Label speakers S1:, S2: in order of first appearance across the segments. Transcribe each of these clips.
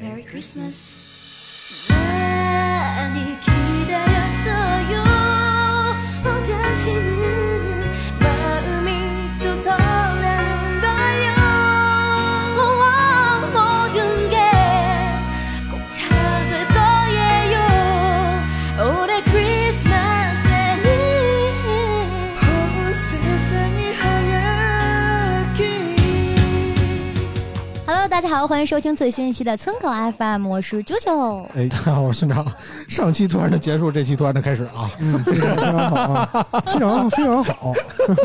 S1: Merry Christmas. 많이 기다렸어요. 어, 당신은 마음이 또 설레는 걸요. 어, 모든 게 꼭 찾을 거예요. 올해 크리스마스에는 온 세상이 하얗게
S2: Hello，大家好，欢迎收听最新一期的村口 FM，我是啾 啾。
S3: 哎，大家好，我是村长。上期突然的结束，这期突然的开始啊，
S4: 嗯，非常非常好啊，非常非常好。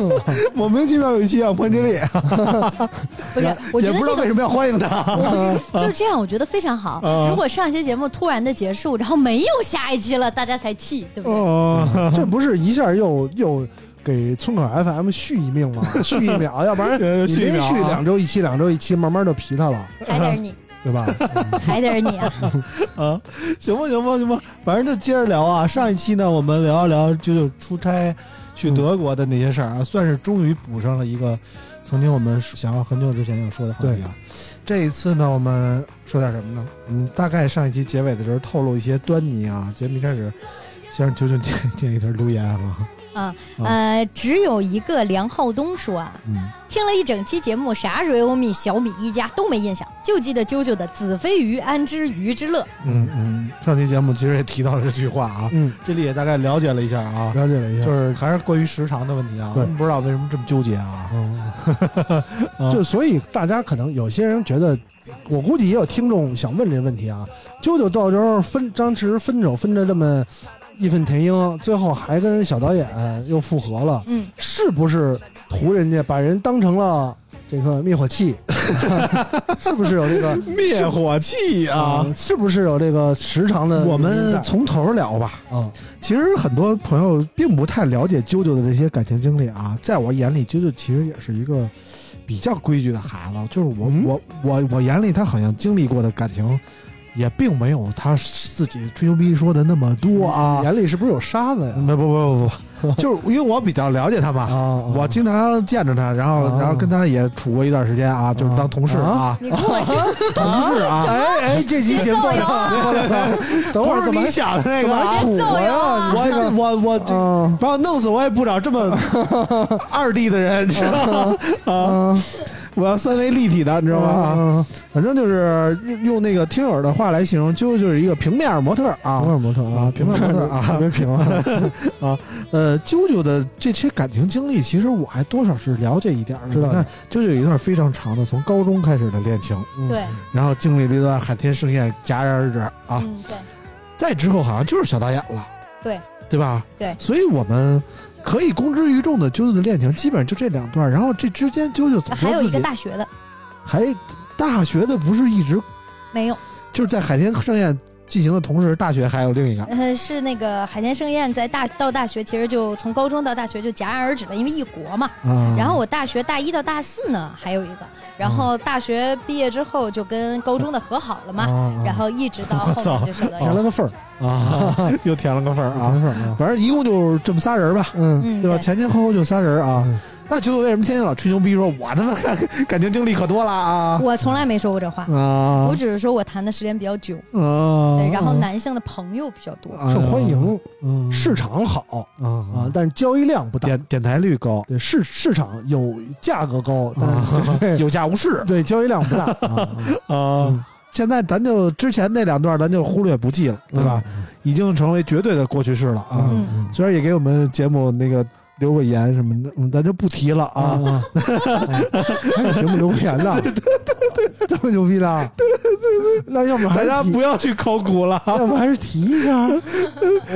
S3: 莫名其妙有一期要潘金丽，
S2: 不是，我
S3: 也
S2: 觉得
S3: 不知道
S2: 这个
S3: 为什么要欢迎他。
S2: 我不是就是这样，我觉得非常好
S3: 啊。
S2: 如果上一期节目突然的结束，然后没有下一期了，大家才气，对不 对？
S3: 哦，
S4: 这不是一下又又给村口 FM 续一命吗？续一秒，要 不然
S3: 呃
S4: 你
S3: 续一
S4: 连
S3: 秒啊
S4: 续两周一期，两周一期，慢慢就皮他了，
S2: 还得 是你，
S4: 对吧？
S2: 还得是你啊！
S3: 啊，行吧，行吧，行吧，反正就接着聊啊。上一期呢，我们聊一聊九九出差去德国的那些事儿啊，算是终于补上了一个曾经我们想要很久之前要说的话题啊。这一次呢，我们说点什么呢？嗯，大概上一期结尾的时候透露一些端倪啊。节目一开始，先让九九念念一条留言啊。
S2: 啊
S3: 啊
S2: 呃，只有一个梁浩东说啊，
S3: 嗯，
S2: 听了一整期节目，啥 realme、小米一加都没印象，就记得啾啾的“子非鱼，安知鱼之乐
S3: 嗯嗯，上期节目其实也提到了这句话啊，
S4: 嗯，
S3: 这里也大概了解了一下 啊，
S4: 了解了一
S3: 就
S4: 下。
S3: 是还是关于时长的问题啊，
S4: 对
S3: 不知道为什么这么纠结啊。
S4: 嗯，
S3: 啊
S4: 哦 就所以大家可能有些人觉得，我估计也有听众想问这个问题啊。啾啾到时候分当时分手分着这么义愤填膺，最后还跟小导演又复合了”。。
S2: 嗯，
S4: 是不是图人家把人当成了这个灭火器？ 是不是有这个
S3: 灭火器啊！
S4: 嗯是不是有这个时长的原因在？
S3: 我们从头聊吧。
S4: 啊，
S3: 其实很多朋友并不太了解啾啾的这些感情经历啊，在我眼里，啾啾其实也是一个比较规矩的孩子。就是我、
S4: 嗯
S3: 我我我眼里他好像经历过的感情，也并没有他自己吹牛逼说的那么多啊。
S4: 眼里是不是有沙子呀？
S3: 不不不不不， 就是因为我比较了解他嘛。
S4: 啊，
S3: 我经常见着他，然后，
S4: 啊
S3: 然后跟他也处过一段时间啊，就是当同事啊，
S2: 你跟我说，
S3: 同事啊，哎哎，这期节目
S2: 别造谣啊
S4: 等会儿怎么还
S3: 想的那
S4: 怎么
S3: 啊
S4: 还
S2: 别
S4: 杵
S2: 造
S4: 我
S2: 谣啊
S4: 呀？ 你这
S3: 我
S4: 个
S3: 我我这
S4: 啊
S3: 把我弄死，我也不找这 么二 D 的人，你知道吗？啊，
S4: 啊，
S3: 我要三维立体的，你
S4: 知
S3: 知道吗？？
S4: 啊
S3: 反正就是用用那个听友的话来形容，啾啾就是一个平面模特
S4: 平
S3: 啊。
S4: 面模特
S3: 啊平面模特啊
S4: 特别平 啊。
S3: 呃，啾啾的这些感情经历，其实我还多少是了解一点儿的。
S4: 知道
S3: 你看，啾啾有一段非常长的，从高中开始的恋情，
S4: 嗯
S2: 对，
S3: 然后经历了一段海天盛宴戛然而止啊。
S2: 嗯，对，
S3: 再之后好像就是小导演了，
S2: 对
S3: 对吧？
S2: 对
S3: 所以我们可以公之于众的啾啾的恋情，基本上就这两段。然后这之间，啾啾怎么
S2: 还有
S3: 说
S2: 一
S3: 自
S2: 个
S3: 己
S2: 大学的
S3: 还大学的不是一直
S2: 没有。
S3: 就是在海天盛宴进行的同时，大学还有另一个
S2: 呃，是那个海天盛宴在大到大学，其实就从高中到大学就戛然而止了，因为一国嘛。
S3: 啊。
S2: 然后我大学大一到大四呢，还有一个，然后
S3: 嗯
S2: 大学毕业之后就跟高中的和好
S3: 哦
S2: 了嘛，
S4: 啊
S2: 然后一直到后面就是 的。
S4: 填了哎个缝儿
S3: 啊， 又填了个分儿
S4: 填了
S3: 啊。
S4: 缝儿啊，
S3: 反正一共就是这么仨人吧，
S4: 嗯
S2: 嗯，
S3: 对吧？
S2: 对，
S3: 前前后后就仨人啊
S4: 嗯。
S3: 那啾啾为什么天天老吹牛逼说我他妈感情经历可多了啊？
S2: 我从来没说过这话，
S3: 啊
S2: 我只是说我谈的时间比较久，
S3: 啊哎
S2: 对，然后男性的朋友比较多。
S4: 受欢迎，
S3: 嗯
S4: 市场好啊
S3: 啊，，
S4: 但是交易量不大。
S3: 点点台率高，
S4: 对市市场有价格高，但是
S3: 啊
S4: 对
S3: 有价无市
S4: 对交易量不大 啊，
S3: 啊。现在咱就之前那两段咱就忽略不计了，对吧？已经成为绝对的过去式了啊。
S2: 嗯
S4: 嗯
S3: 虽然也给我们节目那个留过言什么的，嗯咱就不提了
S4: 啊
S3: 啊。，
S4: 还哎有节目留过言的，这么牛逼的，那要不然还
S3: 大家
S4: 是提
S3: 不要去考古了，
S4: 要不还是提一 下，嗯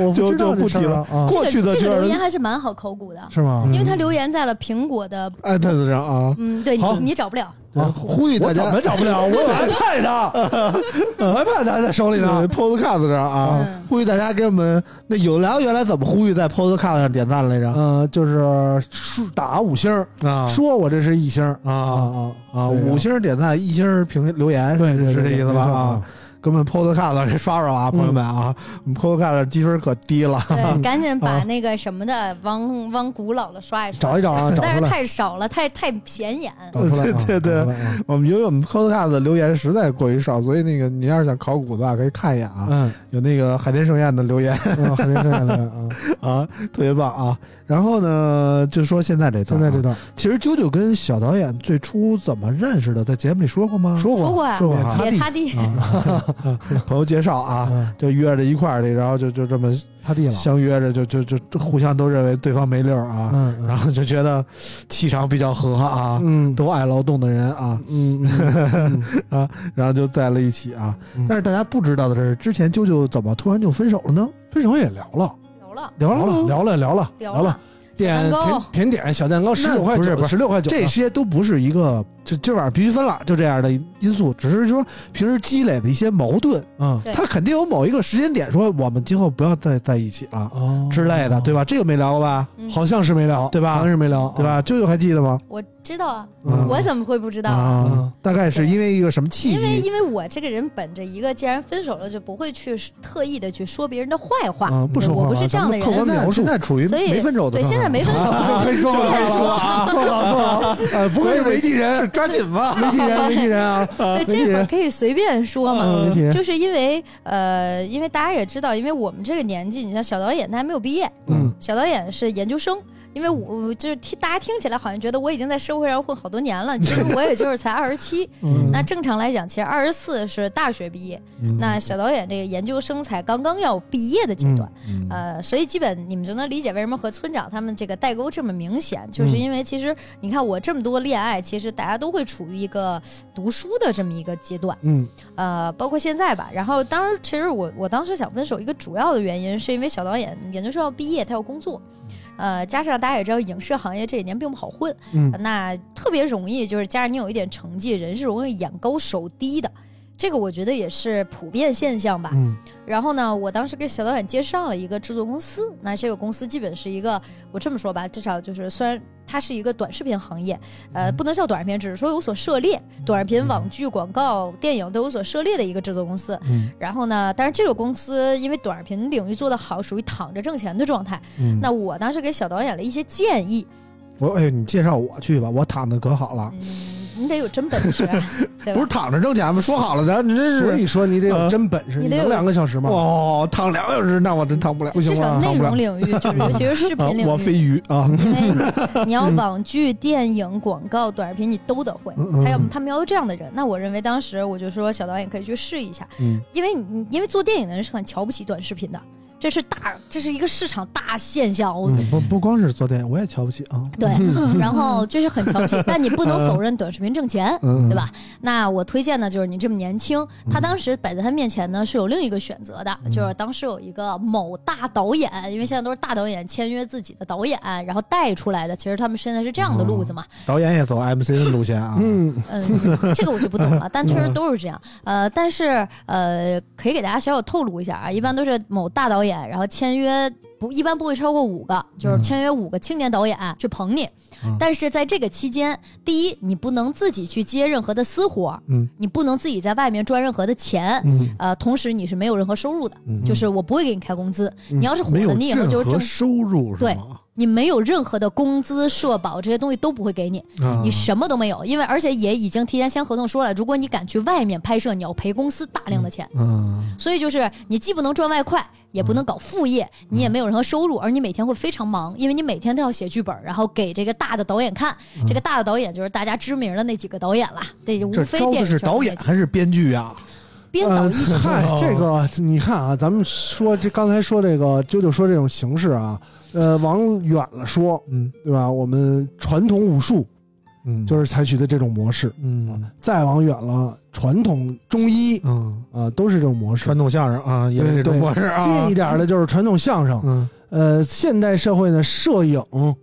S4: 我
S3: 就
S4: 知道
S3: 就不
S4: 这事儿
S3: 提了
S4: 啊，
S3: 过去
S2: 这
S3: 的
S2: 个这
S3: 就
S2: 个
S3: 让
S2: 留言
S3: 人
S2: 还是蛮好考古的，
S4: 是吗？
S2: 因为
S3: 嗯
S2: 他留言在了苹果的，
S3: 艾特子上啊。
S2: 嗯，对你
S3: 好
S2: 你找不 了，
S3: 啊，呼吁大
S4: 我怎
S3: 家
S4: 么找不 了？我有 iPad，我 iPad 还在手里呢
S3: 呃。Podcast 上啊
S2: 嗯，
S3: 呼吁大家给我们那有聊原来怎么呼吁在 Podcast 上点赞来着
S4: 嗯，就是说打五星儿，
S3: 啊
S4: 说我这是一星儿
S3: 啊
S4: 啊啊
S3: 啊，
S4: 对
S3: 五星点赞，一星评留言，
S4: 对对
S3: 是这意思吧？啊，，给我们 Podcast 上给刷刷啊，
S4: 嗯
S3: 朋友们啊，我们 Podcast 上积分可低了，
S2: 对，赶紧把
S3: 啊
S2: 那个什么的往往古老的刷一
S4: 对
S2: 刷，
S4: 对对没错啊找一找 啊，找
S2: 但
S4: 出
S2: 是
S4: 来，
S2: 太少了，太太显眼。
S4: 找出来啊，
S3: 对对对
S4: 找出来啊
S3: 我们由于我们 Podcast 的留言实在过于少，所以那个你要是想考古的话，可以看一眼啊，
S4: 嗯，
S3: 有那个海天盛宴的留言
S4: 嗯很认真很认真 啊。
S3: 啊， 特别棒啊。然后呢，就说现在这段
S4: 现
S3: 啊，
S4: 在这段
S3: 其实啾啾跟小导演最初怎么认识的，在节目里说过吗？
S4: 说
S2: 说过呀，
S3: 说过啊
S2: 也擦地，
S4: 哦
S3: 朋友介绍啊，
S4: 啊，
S3: 就约着一块儿去，然后就就这么
S4: 擦地了，
S3: 相约着，就就就就互相都认为对方没溜儿啊，
S4: 嗯嗯
S3: 然后就觉得气场比较合啊，
S4: 嗯
S3: 都爱劳动的人啊，
S4: 嗯 嗯
S3: 然后就在了一起啊
S4: 嗯。
S3: 但是大家不知道的是，之前啾啾怎么突然就分手了呢？
S4: 分手也聊了，
S2: 聊了
S3: 聊
S4: 聊了
S3: 吗？
S4: 聊了聊了
S2: 聊
S4: 了，，
S2: 小蛋
S4: 点甜
S2: 糕
S4: 甜点小蛋糕十九块
S3: 不是
S4: 九，
S3: 不
S4: 十六块九，
S3: 这些都不是一个，就今晚上必须分了，就这样的因素，只是说平时积累的一些矛盾，
S4: 嗯
S2: 对
S3: 他肯定有某一个时间点说我们今后不要再在一起了
S4: 哦
S3: 之类的，对？吧？这个没聊过吧？
S2: 嗯
S4: 好像是没聊，
S3: 对吧
S4: 好像是没聊，
S3: 对吧？舅舅还记得吗？
S2: 我知道啊，
S4: 嗯
S2: 我怎么会不知道啊？
S3: 啊，大概是因为一个什么契
S2: 因为
S3: 机？
S2: 因为我这个人本着一个，既然分手了就不会去特意的去说别人的坏话，
S4: 啊不
S2: 对
S4: 说
S2: 我
S4: 坏
S2: 不
S4: 话
S2: 是这样的
S4: 咱们客观
S3: 现在
S2: 人。啊
S4: 描述
S3: 现在处于
S2: 所以
S3: 没分手的
S2: 对，
S3: 状态
S2: 现在没分手，
S4: 啊？没说
S2: 就
S4: 了
S2: 开始说
S4: 啊，说了说 了，呃，不愧是媒体人，
S3: 是抓紧 吧？
S4: 媒体人，媒体人啊，
S2: 对，这会儿可以随便说嘛。嗯
S4: 媒体人，
S2: 就是因为呃，因为大家也知道，因为我们这个年纪，你像小导演他还没有毕业，
S4: 嗯
S2: 小导演是研究生，因为我就是听大家听起来好像觉得我已经在社会上混好多年了，其实我也就是才二十七。
S4: 嗯
S2: 那正常来讲，其实二十四是大学毕业，那小导演这个研究生才刚刚要毕业的阶段，
S4: 嗯
S2: 呃，所以基本你们就能理解为什么和村长他们这个代沟这么明显，就是
S4: 嗯
S2: 因为其实你看我这么多恋爱，其实大家都会处于一个读书的这么一个阶段，
S4: 嗯
S2: 呃，包括现在吧。然后当时其实我我当时想分手一个主要的原因是因为小导演研究生要毕业，他要工作。呃，加上大家也知道，影视行业这几年并不好混，
S4: 嗯
S2: 那特别容易，就是加上你有一点成绩，人是容易眼高手低的，这个我觉得也是普遍现象吧。
S4: 嗯
S2: 然后呢，我当时给小导演介绍了一个制作公司，那这个公司基本是一个，我这么说吧，至少就是虽然它是一个短视频行业，呃，
S4: 嗯
S2: 不能叫短视频，只是说有所涉猎，短视频、网剧、广告、电影都有所涉猎的一个制作公司。
S4: 嗯
S2: 然后呢，但是这个公司因为短视频领域做得好，属于躺着挣钱的状态。
S4: 嗯，
S2: 那我当时给小导演了一些建议，
S3: 我哎，你介绍我去吧，我躺的可好了，
S2: 嗯，你得有真本事、啊，对
S3: 不是
S2: 吧？
S3: 躺着挣钱吗？说好了的，你这
S4: 所
S3: 是
S4: 以说你得有
S3: 啊
S4: 真本事，
S2: 你
S4: 你
S2: 得
S4: 能
S2: 有
S4: 两个小时吗？
S3: 哦，躺两小时，那我真躺不了，不
S2: 至
S3: 行
S2: 少
S3: 我
S2: 内
S3: 躺不了
S2: 容领域，就是尤其是 视频
S3: 啊
S2: 领域，
S3: 我飞鱼啊，
S2: 因为 你你要网剧、电影、广告、短视频，你都得会。
S3: 嗯
S2: 他要他们要这样的人，那我认为当时我就说小导演可以去试一下，
S3: 嗯
S2: 因为你因为做电影的人是很瞧不起短视频的，这是大这是一个市场大现象。我
S3: 不不光是做电影，我也瞧不起啊。
S2: 对，然后就是很瞧不起，但你不能否认短视频挣钱，
S4: 嗯
S2: 对吧？那我推荐的就是你这么年轻，他当时摆在他面前呢是有另一个选择的，就是当时有一个某大导演，因为现在都是大导演签约自己的导演，然后带出来的，其实他们现在是这样的路子嘛。
S3: 导演也走 MC 的路线啊，
S4: 嗯
S2: 嗯，这个我就不懂 了，但确实都是这样。呃，但是呃，可以给大家小小透露一下啊，一般都是某大导演，然后签约不一般不会超过五个，就是签约五个青年导演
S3: 嗯
S2: 去捧你。但是在这个期间，第一，你不能自己去接任何的私活，
S3: 嗯，
S2: 你不能自己在外面赚任何的钱，
S4: 嗯
S2: 呃，同时你是没有任何收入的，就是我不会给你开工资。你要是火
S3: 嗯没有
S2: 了，你以后就
S3: 任
S2: 是
S3: 何
S2: 挣，
S3: 收入是吗？
S2: 你没有任何的工资、社保这些东西都不会给你。
S3: 啊
S2: 你什么都没有，因为而且也已经提前签合同说了，如果你敢去外面拍摄，你要赔公司大量的钱。
S3: 嗯
S2: 所以就是你既不能赚外快，也不能搞副业，
S3: 嗯
S2: 你也没有任何收入，而你每天会非常忙，因为你每天都要写剧本，然后给这个大的导演看。这个大的导演就是大家知名的那几个导演啦，这无
S3: 这
S2: 非
S3: 招
S2: 电
S3: 的
S2: 影
S3: 是
S2: 圈
S3: 导
S2: 那
S3: 演
S2: 几
S3: 还是编剧啊？
S2: 编导艺术。
S4: 嗨，
S3: 哦
S4: 这个你看啊，咱们说这刚才说这个啾啾说这种形式啊，呃，往远了说，
S3: 嗯
S4: 对吧？我们传统武术
S3: 嗯，
S4: 就是采取的这种模式，
S3: 嗯
S4: 再往远了，传统中医
S3: 嗯，
S4: 啊、都是这种模式。
S3: 传统相声啊，也是这种
S4: 对
S3: 模式啊，
S4: 近一点的就是传统相声，
S3: 嗯
S4: 呃，现代社会呢，摄影，
S3: 嗯，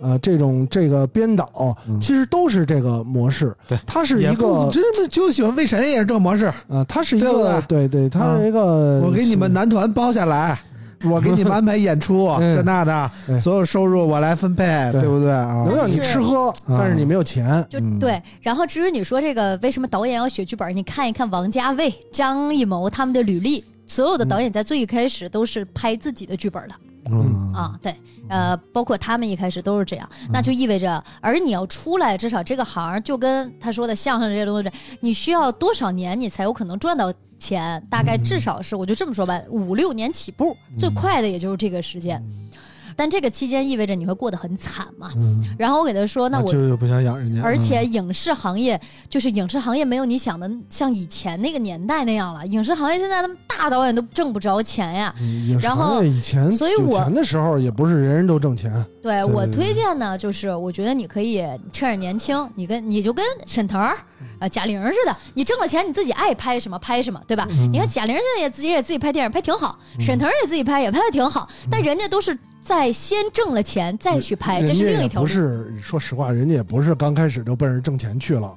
S4: 呃，这种这个编导，
S3: 嗯
S4: 其实都是这个模式。
S3: 对
S4: 它是
S3: 也
S4: 一
S3: 不
S4: 个，
S3: 真的就喜欢为谁也是这模式，
S4: 呃，它是一
S3: 对
S4: 个，
S3: 不
S4: 对对，它呃是一个。
S3: 我给你们男团包下来，我给你们安排演出
S4: 嗯
S3: 这那的，
S4: 嗯
S3: 所有收入我来分配，
S4: 对
S3: 对不对啊？
S4: 能让你
S2: 但是
S4: 吃喝，但是你没有钱。
S2: 就
S3: 嗯
S2: 对，然后至于你说这个为什么导演要写剧本，你看一看王家卫、张艺谋他们的履历，所有的导演在最一开始都是拍自己的剧本的。
S3: 嗯
S2: 啊，对，呃，包括他们一开始都是这样，那就意味着，而你要出来，至少这个行儿就跟他说的相声这些东西，你需要多少年你才有可能赚到钱？大概
S3: 嗯
S2: 至少是，我就这么说吧，五六年起步，最快的也就是这个时间。但这个期间意味着你会过得很惨嘛？
S3: 嗯，
S2: 然后我给他说，那我
S3: 舅舅不想养人家，
S2: 而且
S3: 嗯
S2: 影视行业就是影视行业没有你想的像以前那个年代那样了，影视行业现在他们大导演都挣不着钱呀。
S4: 嗯也是
S2: 然后
S4: 反正以前
S2: 所以
S4: 有
S2: 我
S4: 钱的时候也不是人人都挣钱，
S2: 对我
S3: 对
S2: 推荐呢，就是我觉得你可以趁着年轻，你跟你就跟沈腾儿、
S3: 嗯
S2: 呃贾玲儿似的，你挣了钱你自己爱拍什么拍什么，对吧？
S3: 嗯
S2: 你看贾玲儿现在也自己也自己拍电影，拍挺好；沈腾儿也自己拍，也拍的挺好。但人家都是在先挣了钱再去拍，
S4: 人
S2: 哎这
S4: 家
S2: 是另
S4: 也
S2: 一条
S4: 不
S2: 路。
S4: 是说实话，人家也不是刚开始就奔着挣钱去了，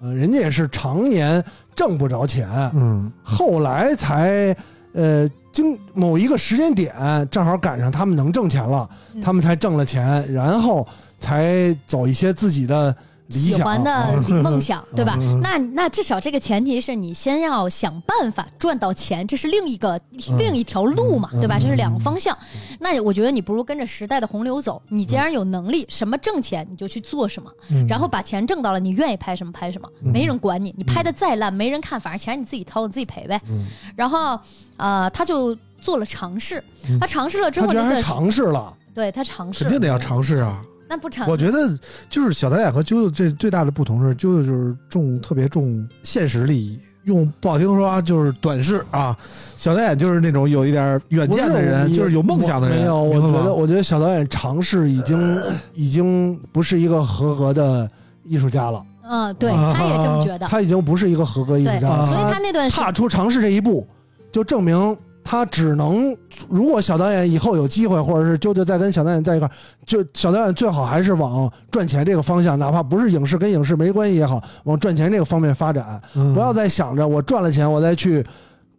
S4: 呃，人家也是常年挣不着钱，
S3: 嗯
S4: 后来才呃经某一个时间点，正好赶上他们能挣钱了，
S2: 嗯
S4: 他们才挣了钱，然后才走一些自己的理想。
S2: 喜欢的
S4: 啊
S2: 梦想，对吧
S3: 嗯？
S2: 那那至少这个前提是你先要想办法赚到钱，这是另一个
S4: 嗯
S2: 另一条路嘛，
S4: 嗯
S2: 对吧？
S4: 嗯
S2: 这是两个方向。那我觉得你不如跟着时代的洪流走，你既然有能力，什么挣钱你就去做什么，
S3: 嗯
S2: 然后把钱挣到了，你愿意拍什么拍什么，
S4: 嗯
S2: 没人管你，你拍的再烂没人看，反正钱你自己掏，你自己赔呗。
S4: 嗯
S2: 然后呃，他就做了尝试，他尝试了之
S4: 嗯他
S2: 后，
S4: 居
S2: 那
S4: 然还
S2: 个
S4: 尝试了，
S2: 对他尝试
S3: 肯，定得要尝试啊。
S2: 那不 尝
S3: 我觉得就是小导演和啾啾这最大的不同是，啾啾就是重特别重现实利益。用不好听说啊，就是短视啊。小导演就是那种有一点远呃见的
S4: 不
S3: 人，
S4: 是
S3: 就是有梦想的人。
S4: 没有，我
S3: 明白
S4: 觉
S3: 吗
S4: 得，我觉得小导演尝试已经已经不是一个合格的艺术家了，
S2: 嗯，对，他也这么觉得。
S4: 啊他已经不是一个合格艺术
S2: 对，
S4: 家
S3: 啊
S4: 了。
S2: 所以他那段时
S4: 踏出尝试这一步，就证明他只能，如果小导演以后有机会，或者是啾啾再跟小导演在一块儿，就小导演最好还是往赚钱这个方向，哪怕不是影视跟影视没关系也好，往赚钱这个方面发展，
S3: 嗯
S4: 不要再想着我赚了钱我再去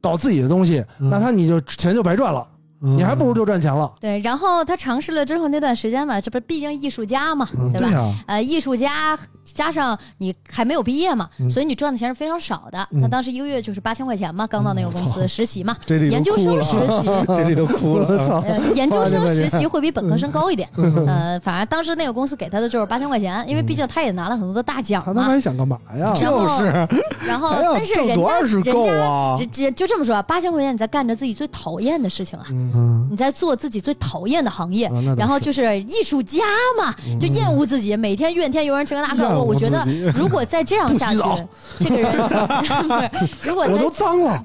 S4: 搞自己的东西，
S3: 嗯
S4: 那他你就钱就白赚了，
S2: 嗯
S4: 你还不如就赚钱了。
S2: 对，然后他尝试了之后那段时间嘛，这不是毕竟艺术家嘛，
S3: 嗯
S2: 对
S3: 对
S2: 吧？
S3: 呀，
S2: 呃，艺术家加上你还没有毕业嘛，
S3: 嗯
S2: 所以你赚的钱是非常少的。他当时一个月就是八千块钱嘛，刚到那个公司实习嘛，
S3: 嗯这里
S2: 研
S3: 都
S2: 究
S3: 哭
S2: 生
S3: 了
S2: 实
S3: 啊，
S2: 习，
S3: 这里都哭了啊。
S4: 操！
S2: 呃，研究
S4: 八千
S2: 生
S4: 块钱
S2: 实习会比本科生高一点。
S3: 嗯
S2: 呃，反正当时那个公司给他的就是八千块钱，因为毕竟他也拿了很多的大奖
S4: 他他妈
S2: 嘛。
S4: 还想干嘛呀？
S2: 然后
S3: 就是，
S2: 然后
S3: 嗯还，要
S2: 但是
S3: 哎挣
S2: 人
S3: 多
S2: 家
S3: 少是
S2: 人
S3: 够
S2: 家。
S3: 啊
S2: 这？这就这么说啊，八千块钱你在干着自己最讨厌的事情啊，
S3: 嗯，
S2: 你在做自己最讨厌的行业
S4: 啊那倒，是嗯
S2: 然后就是艺术家嘛，就厌恶自己，每天怨天尤人，这个那
S3: 厌恶
S2: 个。我觉得
S3: 自 己
S2: 如果再这样下去
S3: 不洗澡，
S2: 这个人 不是，如果
S4: 我都
S2: 再
S4: 脏了，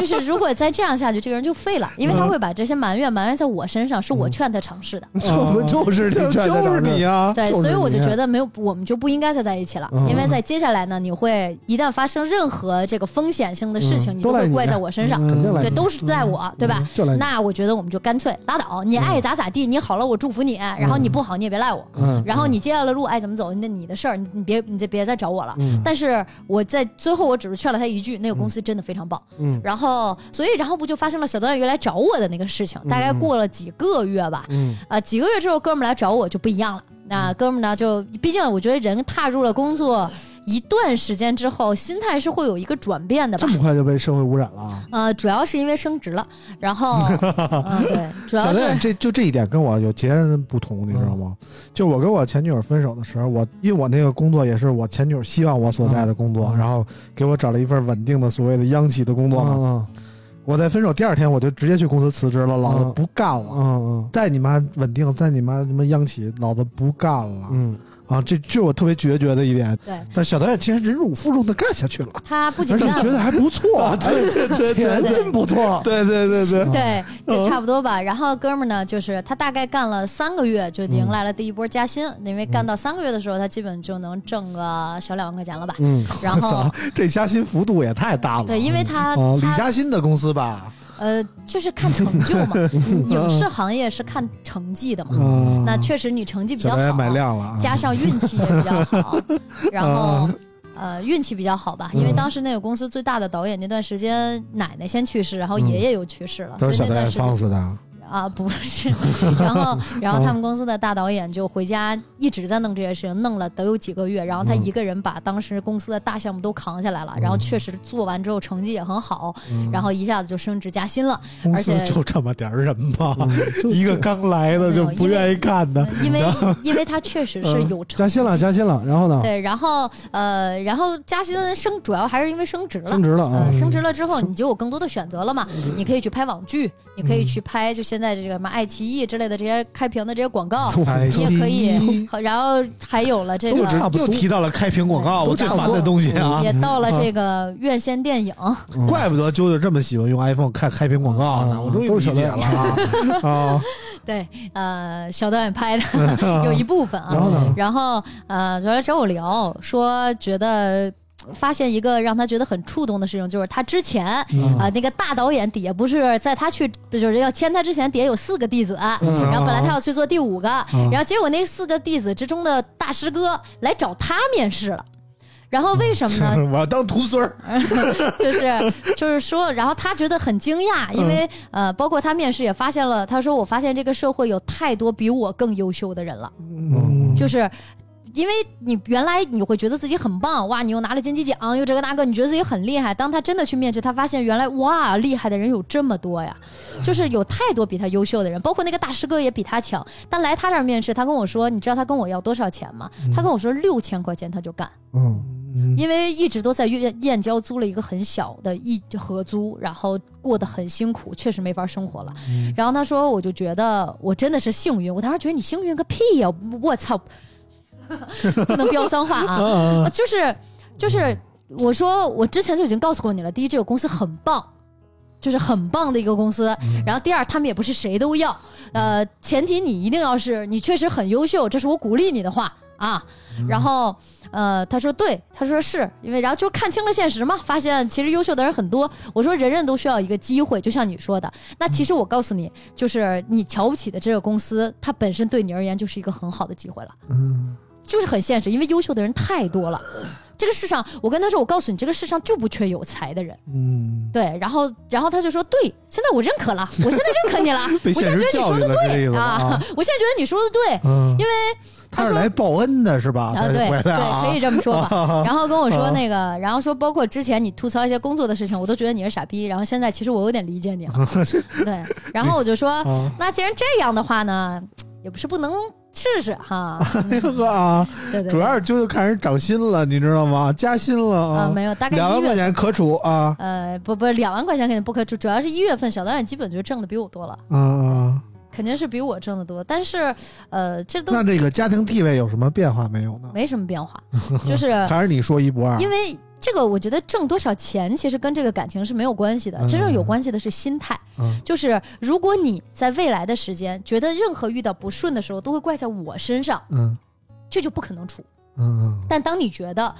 S2: 就是如果再这样下去，这个人就废了，因为他会把这些埋怨埋怨在我身上，是
S4: 嗯
S2: 我劝他尝试的。
S4: 这不就是你
S3: 就
S4: 站在这
S3: 就是
S4: 儿呢
S3: 你啊！
S2: 对，
S4: 就是
S2: 所以我就
S4: 你
S2: 觉得没有，我们就不应该再在一起了，
S4: 嗯
S2: 因为在接下来呢，你会一旦发生任何这个风险性的事情，
S4: 嗯
S2: 你
S4: 都
S2: 都
S4: 赖
S2: 会
S4: 你嗯
S2: 怪在我身上。
S4: 肯定来
S2: 对，
S4: 你嗯
S2: 都是在我，对吧？
S4: 就来你
S2: 那我觉得我们就干脆拉倒，你爱咋咋地，你好了我祝福你，然后你不好你也别赖我，
S4: 嗯
S2: 然后你接下来的路爱怎么走，那你的事儿，你你别你就别再找我了。
S4: 嗯
S2: 但是我在最后我只是劝了他一句，那个公司真的非常棒。
S4: 嗯
S2: 然后所以然后不就发生了小导演原来找我的那个事情，大概过了几个月吧，
S4: 嗯
S2: 啊，几个月之后哥们儿来找我就不一样了。那哥们儿呢，就毕竟我觉得人踏入了工作一段时间之后，心态是会有一个转变的吧
S4: 这。么快就被社会污染了啊？
S2: 呃，主要是因为升职了，然后，嗯，对，主
S3: 小
S2: 要
S3: 导演
S2: 是
S3: 这就这一点跟我有截然不同，你知道
S4: 嗯
S3: 吗？就我跟我前女友分手的时候，我因为我那个工作也是我前女友希望我所在的工作，
S4: 嗯
S3: 然后给我找了一份稳定的所谓的央企的工作嘛。
S4: 嗯
S3: 我在分手第二天我就直接去公司辞职了，老子
S4: 嗯
S3: 不干
S4: 嗯
S3: 了。
S4: 嗯
S3: 在你妈稳定，在你妈什么央企，老子不干了。
S4: 嗯
S3: 啊，这这是我特别决绝的一点。
S2: 对
S3: 但是小导演竟然忍辱负重的干下去 了，
S2: 他不仅
S4: 而且我
S2: 干
S4: 觉得
S2: 了，
S4: 还不错，
S3: 啊 对对对对
S4: 钱
S3: 对
S4: 真不错，
S3: 对对对对，
S2: 对，就差不多吧。然后哥们儿呢，就是他大概干了三个月，就迎来了第一波加薪，因为干到三个月的时候，他基本就能挣个小两万块钱了吧。
S4: 嗯，
S2: 然后
S3: 操，这加薪幅度也太大了。
S2: 对，因为他
S3: 啊，李
S2: 他
S3: 嘉欣的公司吧，
S2: 呃，就是看成就嘛，嗯影视行业是看成绩的嘛。
S3: 嗯，
S2: 那确实你成绩比
S3: 小
S2: 较
S3: 导演买
S2: 好，
S3: 量了啊，嗯
S2: 加上运气也比较 好，然后。呃，运气比较好吧，因为当时那个公司最大的导演那段时间，奶奶先去世，然后爷爷又去世了，
S3: 嗯都
S2: 啊所
S3: 是
S2: 以
S3: 小
S2: 那
S3: 导
S2: 段
S3: 演
S2: 时间
S3: 放嗯死的。
S2: 啊，不是， 然 后然后他们公司的大导演就回家一直在弄这些事情，弄了得有几个月，然后他
S3: 嗯
S2: 一个人把当时公司的大项目都扛下来了，然后确实做完之后成绩也很好，
S3: 嗯
S2: 然后一下子就升职加薪了，
S3: 公
S2: 而
S3: 司
S2: 且
S3: 就这么点儿人吧，
S4: 就
S3: 一个刚来嗯的就不愿意干的，
S2: 呃因为因为他确实
S3: 嗯
S2: 是有成
S4: 加薪了，
S2: 绩
S4: 加薪了，然后呢，
S2: 对，然后呃，然后加薪升主要还是因为升职了
S4: 升。职了啊
S3: 嗯
S2: 呃，，升职了之后，你就有更多的选择了嘛？
S4: 嗯
S2: 你可以去拍网剧，你可以去拍就现在这个什么爱奇艺之类的这些开屏的这些广告，
S3: 哎
S2: 你也可以。好然后还有了这
S4: 都
S2: 个
S4: 知道差不多
S3: 又提到了开屏广告，
S2: 都
S3: 我最
S2: 差不
S3: 烦
S2: 多
S3: 的东西啊！
S2: 也到了这个院线电影，
S4: 嗯
S3: 怪不得啾啾这么喜欢用 iPhone 看开屏广告呢，
S4: 嗯
S3: 我终于理解了啊！ 啊，
S2: 对，呃，小导演拍 的有一部分
S4: 然
S2: 啊。
S4: 后呢，
S2: 然后呃，主要来找我聊，说觉得发现一个让他觉得很触动的事情，就是他之前啊、
S4: 嗯
S2: 那个大导演底下不是在他去就是要签他之前底下有四个弟子，
S4: 嗯
S2: 然后本来他要去做第五个，然后结果那四个弟子之中的大师哥来找他面试了。然后为什么 呢？
S3: 我要当徒孙儿，
S2: 就是就是说，然后他觉得很惊讶，因为、呃，包括他面试也发现了，他说我发现这个社会有太多比我更优秀的人了，
S4: 嗯
S2: 就是。因为你原来你会觉得自己很棒，哇，你又拿了金鸡奖，又这个那个，你觉得自己很厉害。当他真的去面试，他发现原来哇，厉害的人有这么多呀，就是有太多比他优秀的人，包括那个大师哥也比他强。但来他这儿面试，他跟我说，你知道他跟我要多少钱吗？他跟我说六千块钱他就干。
S4: 嗯，
S2: 因为一直都在燕燕郊租了一个很小的一合租，然后过得很辛苦，确实没法生活了。然后他说，我就觉得我真的是幸运，我当时觉得你幸运个屁呀、我操，不能飙脏话啊，啊就是就是，我说我之前就已经告诉过你了，第一，这个公司很棒。就是很棒的一个公司，然后第二，他们也不是谁都要，呃，前提你一定要是你确实很优秀，这是我鼓励你的话啊。
S3: 嗯
S2: 然后呃，他说对，他说是因为，然后就是看清了现实嘛，发现其实优秀的人很多。我说人人都需要一个机会，就像你说的。那其实
S3: 嗯
S2: 我告诉你，就是你瞧不起的这个公司，它本身对你而言就是一个很好的机会了。嗯，就是很现实，因为优秀的人太多了。这个世上，我跟他说，我告诉你，这个世上就不缺有才的人。
S4: 嗯，
S2: 对，然后，然后他就说，对，现在我认可了，我现在认可你了，
S3: 被
S2: 我现
S3: 现
S2: 在觉
S3: 实
S2: 得你
S3: 教
S2: 说
S3: 育了，是
S2: 的
S3: 这意
S2: 对
S3: 思吧
S2: 啊
S3: 啊？，
S2: 我现在觉得你说的对，
S3: 嗯
S2: 因，为
S3: 他是
S2: 说
S3: 来报恩的是吧？
S2: 啊，
S3: 他
S2: 对
S3: 回来啊，
S2: 对，可以这么说吧。 然后跟我说那个，然后说包括之前你吐槽一些工作的事情，我都觉得你是傻逼。然后现在其实我有点理解 你了，对。然后我就说，
S3: 啊
S2: 那既然这样的话呢，也不是不能试试 哈。
S3: 啊，
S2: 对对，
S3: 主要是啾啾看人涨薪了，你知道吗？加薪了
S2: 对啊，没有，大
S3: 嗯
S2: 概
S3: 两
S2: 一
S3: 万块
S2: 月。
S3: 钱可处啊，
S2: 呃，不不，两万块钱肯定不可主，主要是一月份小导演基本就挣的比我多了，
S3: 嗯，
S2: 肯定是比我挣的多。但是，呃，这都
S3: 那这个家庭地位有什么变化没有呢？
S2: 没什么 变化，就是
S3: 还是你说一不二？
S2: 呃因为这个，我觉得挣多少钱其实跟这个感情是没有关系的，
S3: 嗯
S2: 真正有关系的是心态。
S3: 嗯
S2: 就是如果你在未来的时间觉得任何遇到不顺的时候都会怪在我身上，
S3: 嗯
S2: 这就不可能处。
S3: 嗯
S2: 但当你觉得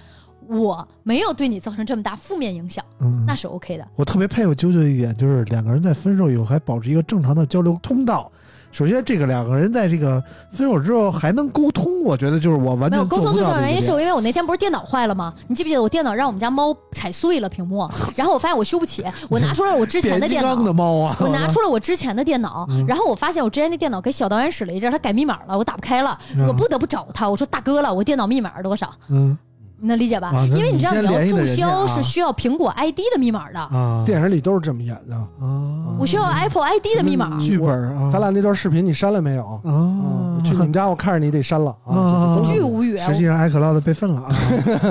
S2: 我没有对你造成这么大负面影响，
S3: 嗯，
S2: 那是 OK 的。
S3: 我特别佩服啾啾一点，就是两个人在分手以后还保持一个正常的交流通道。首先，这个两个人在这个分手之后还能沟通，我觉得啊就是我完
S2: 没有
S3: 全
S2: 沟
S3: 做
S2: 通
S3: 不
S2: 最
S3: 到
S2: 重要
S3: 的
S2: 原
S3: 一
S2: 因是
S3: 点。
S2: 我因为我那天不是电脑坏了吗？你记不记得我电脑让我们家猫踩碎了屏幕，然后我发现我修不起，我拿出来我之前的
S3: 变
S2: 电
S3: 金
S2: 脑
S3: 刚，的猫啊，
S2: 我拿出了我之前的电脑，
S3: 嗯
S2: 然后我发现我之前那电脑给小导演使了一阵，他改密码了，我打不开了，
S3: 嗯
S2: 我不得不找他。我说大哥了，我电脑密码是多少？
S3: 嗯
S2: 你能理解吧？
S3: 啊那
S2: 因为你知道
S3: 你
S2: 你
S3: 先
S2: 要
S3: 联系了
S2: 注
S3: 人家
S2: 销
S3: 啊
S2: 是需要苹果 ID 的密码的，
S3: 啊，
S4: 电影里都是这么演的。
S3: 啊，
S2: 我需要 Apple ID 的密码
S4: 嗯。
S3: 剧本儿啊，
S4: 咱俩那段视频你删了没有？
S3: 啊
S4: 嗯，我去你们家，我看着你得删了
S3: 啊啊
S4: 啊！
S3: 啊
S4: 这
S2: 巨
S4: 都
S2: 无语，
S3: 实际上 iCloud 被分了 啊，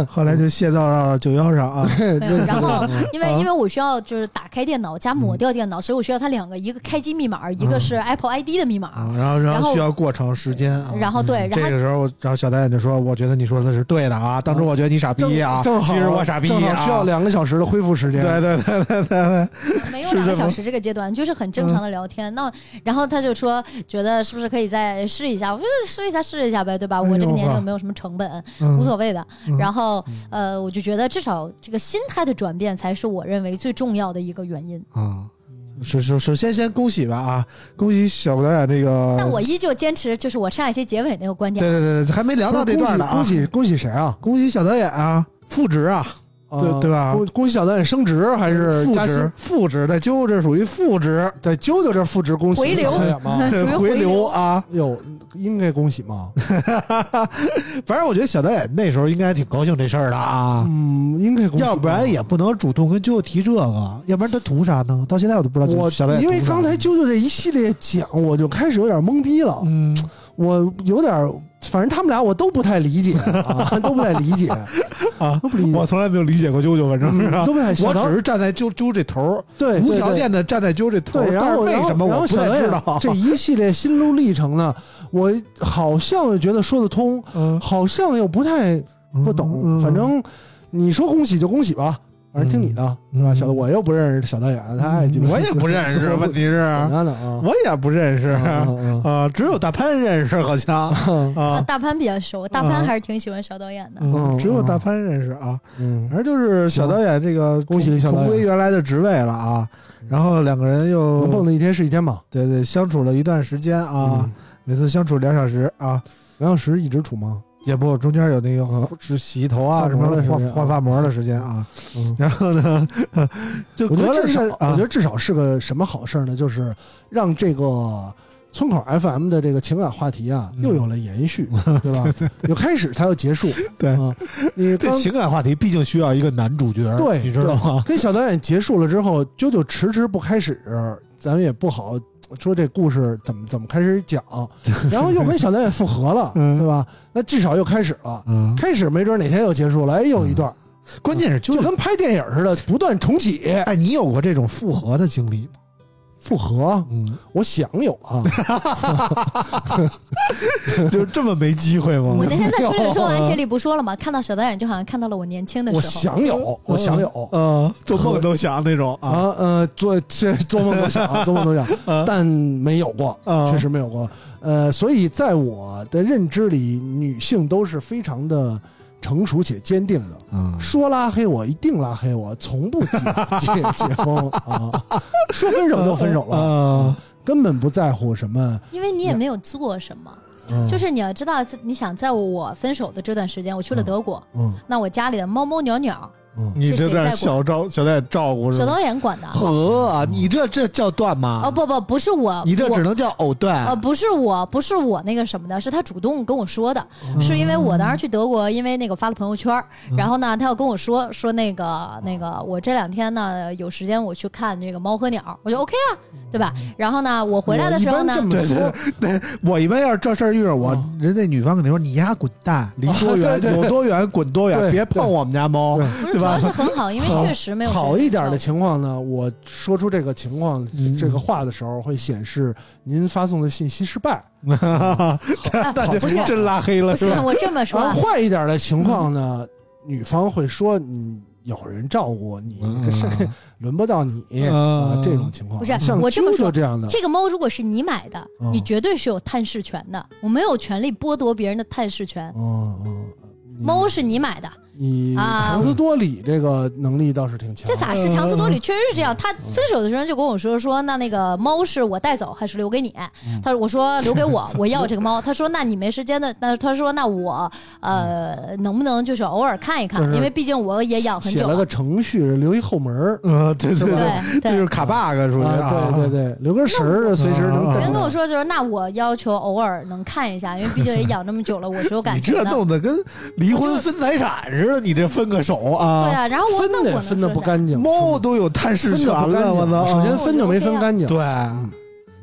S3: 后来就卸到了九幺上 啊，
S2: 没有。然后，因为
S3: 啊嗯
S2: 因为我需要就是打开电脑加抹掉电脑，所以我需要它两个，一个开机密码，一个是 Apple ID 的密
S3: 啊
S2: 码。
S3: 然后然
S2: 然
S3: 后
S2: 后
S3: 需要过长时间啊。
S2: 然后对，
S3: 这
S2: 然后
S3: 个时候，然后小导演就说：“我觉得你说的是对的啊，当初我觉得你傻逼啊，
S4: 嗯正好
S3: 其实我傻逼
S4: 正好
S3: 啊，
S4: 需要两个小时的恢复时间。
S3: 对对对对对对，
S2: 没有
S3: 是这
S2: 两个
S3: 么
S2: 小时这个阶段，就是很正常的聊天。那然后他就说，觉得是不是可以再试一下？我说试一下试一下呗，对吧？
S3: 哎呦
S2: 我这个年
S3: 呵
S2: 龄没有什么成本，
S3: 嗯
S2: 无所谓的
S3: 嗯。
S2: 然后呃，我就觉得至少这个心态的转变才是我认为最重要的一个原因。
S3: 啊。首首首先先恭喜吧啊，恭喜小导演这个。
S2: 但我依旧坚持，就是我上一期结尾那个观点
S3: 嗯对。对对对，还没聊
S4: 不
S3: 到
S4: 是
S3: 这段呢啊！
S4: 恭喜恭喜谁啊？
S3: 恭喜小导演啊，复职啊，对
S4: 啊
S3: 对吧
S4: 恭恭喜小导演升职还是
S3: 复
S4: 加薪
S3: 职？，复职在揪这属于复职，
S4: 在啾啾这复职恭喜
S2: 回流
S4: 小导 演吗？
S3: 对
S2: 属于回
S3: 回流
S2: 流
S3: 啊。
S4: 哟，应该恭喜 吗？
S3: 反正我觉得小导演那时候应该挺高兴这事儿的啊，
S4: 嗯，应该恭喜吧。
S3: 要不然也不能主动跟舅舅提这个，要不然他图啥呢？到现在我都不知道
S4: 我
S3: 小导演
S4: 因
S3: 图啥。
S4: 为刚才啾啾这一系列讲，我就开始有点懵逼了。
S3: 嗯，
S4: 我有点儿，反正他们俩我都不太理解 啊，都不太理解
S3: 啊
S4: 都不理
S3: 我
S4: 解，
S3: 从来没有理解过啾啾，反正是吧
S4: 都不太。
S3: 我
S4: 小导
S3: 只是站在啾啾这头儿，
S4: 对
S3: 无
S4: 对
S3: 条
S4: 对
S3: 件的站在啾这头儿，
S4: 对，然
S3: 但是
S4: 后
S3: 为
S4: 然后
S3: 什么
S4: 然
S3: 我不
S4: 后
S3: 太
S4: 小导
S3: 知
S4: 演
S3: 道？
S4: 这一系列心路历程呢，我好像觉得说得通，
S3: 嗯
S4: 好像又不太不懂。反正你说恭喜就恭喜吧，反正听你的，
S3: 嗯
S4: 是吧？啊小的我又不认识小导演，他爱鸡巴
S3: 我也不认识， 问题是
S4: 怎么样的啊？
S3: 我也不认识
S4: 啊
S3: 啊，
S4: 啊
S3: 只有大潘认识，好 像
S4: 啊
S2: 啊，
S3: 啊，
S2: 大潘比较熟，大潘还是挺喜欢小导演的。
S3: 嗯
S4: 嗯
S3: 只有大潘认识啊。
S4: 嗯
S3: 反正就是小导演这个
S4: 恭喜
S3: 重
S4: 小导
S3: 重
S4: 演
S3: 归原来的职位了啊，然后两个人
S4: 能蹦
S3: 又
S4: 的一天是一天吧。
S3: 对对相处了一段时间啊
S4: 嗯，，
S3: 每次相处两小时啊，
S4: 梁小时一直处吗？
S3: 也不中间有那个是洗头啊
S4: 发
S3: 什么
S4: 膜的时
S3: 换
S4: 间啊
S3: 换发膜的时间啊，
S4: 嗯。
S3: 然后呢，就
S4: 我觉
S3: 隔
S4: 得
S3: 了
S4: 至少，
S3: 啊
S4: 我觉得至少是个什么好事儿呢？就是让这个村口 FM 的这个情感话题啊，
S3: 嗯
S4: 又有了延续，对 吧？有开始才有结束。
S3: 对
S4: 啊，你
S3: 这
S4: 刚
S3: 情感话题毕竟需要一个男主角，
S4: 对
S3: 你知道吗？
S4: 跟小导演结束了之后，啾啾迟迟不开始，咱们也不好说这故事怎么怎么开始讲。然后又跟小导演复合了，
S3: 嗯
S4: 对吧？那至少又开始了。
S3: 嗯，
S4: 开始没准哪天又结束了，哎，又一段，
S3: 关键是就
S4: 就是跟拍电影似的，不断重启
S3: 哎，你有过这种复合的经历吗？
S4: 复合。
S3: 嗯，
S4: 我想有啊，
S3: 就这么没机会吗？
S2: 我那 天在群里说完
S3: 有啊
S2: 杰里不说了吗？看到小导演就好像看到了我年轻的
S4: 我
S2: 时候。
S4: 想有，我想有。
S3: 嗯，做梦都想那种啊
S4: 啊呃，做这做梦都想，啊做梦 都想，但没有过，
S3: 啊
S4: 确实没有过。呃，所以在我的认知里，女性都是非常的成熟且坚定的。
S3: 嗯
S4: 说拉黑我一定拉黑我，从不解解解封 啊！说分手就分手了，
S3: 啊
S4: 根本不在乎什么。
S2: 因为你也没有做什么，
S4: 嗯
S2: 就是你要知道，你想在我分手的这段时间，我去了德国，
S4: 嗯
S2: 那我家里的猫猫鸟鸟，
S4: 嗯，
S3: 你这点小照小点照顾是
S2: 小
S3: 吧？
S2: 导演管的。
S3: 呵，啊你这这叫断吗？
S2: 哦，不不，不是我，
S3: 你这啊
S2: 我
S3: 只能叫藕断。
S2: 呃，不是我，不是我那个什么的，是他主动跟我说的，是因为我当时去德国，因为那个发了朋友圈儿，然后呢，他要跟我说说那个那个，我这两天呢有时间我去看这个猫和鸟，我就 OK 啊，对吧？然后呢，我回来的时候呢
S4: 我一，般这么说，
S3: 我一般要是这事儿遇上我
S4: 嗯，
S3: 人那女方肯定说你丫滚蛋，离多远
S4: 啊对对
S3: 有多远滚多远，
S4: 对
S3: 别碰我们家猫，
S4: 对
S2: 不
S3: 对
S2: 是主
S3: 吧
S2: 要是很好，因为确实没有
S4: 好
S2: 谁
S4: 一点的
S2: 知
S4: 情况呢，我说出这个情况、
S3: 嗯
S4: 这个话的时候，会显示您发送的信息失败。
S2: 道，
S3: 那
S2: 啊
S3: 就
S2: 不是
S3: 真拉黑了
S2: 不
S3: 是
S2: 是嗯
S3: 吧？
S2: 我这么
S4: 然
S2: 说啊
S4: 后。坏一点的情况呢，女方会说你有人照顾你，可是 轮不到你
S3: 嗯
S4: 啊，这种情况
S2: 不是
S4: 像
S2: 我这么
S4: 啾啾
S2: 说
S4: 这样的，
S2: 这个猫如果是你买的，
S4: 嗯
S2: 你绝对是有探视权的。我没有权利剥夺别人的探视权。
S4: 嗯嗯，你
S2: 猫是你买的，
S4: 你
S2: 啊
S4: 强词夺理这个能力倒是挺强，
S2: 这咋是强词
S4: 嗯
S2: 夺理？确实是这样。他分手的时候就跟我说说，那那个猫是我带走还是留给你？
S4: 嗯
S2: 他说我说留给 我，我要这个猫。他说那你没时间的，但是他说那我呃能不能就是偶尔看一看
S4: 就？是
S2: 因为毕竟我也养很
S4: 写
S2: 久啊
S4: 了个
S2: 了。
S4: 程序留一后门儿
S3: 呃，对对
S4: 是吧
S2: 对
S3: 这就是
S2: 对。
S3: 卡 bug 属于
S4: 啊，对对对，留根神儿随时能
S3: 啊
S4: 等
S2: 人跟
S4: 着
S2: 我说就是，那我要求 偶尔能看一下，因为毕竟也养这么久了，我是有感
S3: 你
S2: 情
S3: 这
S2: 的。
S3: 弄得跟离婚分财产似知道你这分个手
S2: 对
S3: 啊，
S2: 啊，然后我
S4: 分
S2: 那我
S4: 的
S2: 能
S4: 分的不
S2: 说啥
S4: 干净，
S3: 猫都有探视
S4: 分
S3: 权
S4: 的不干
S3: 了，我
S4: 净。
S3: 操！嗯
S4: 首先分就没分干净，
S3: 对，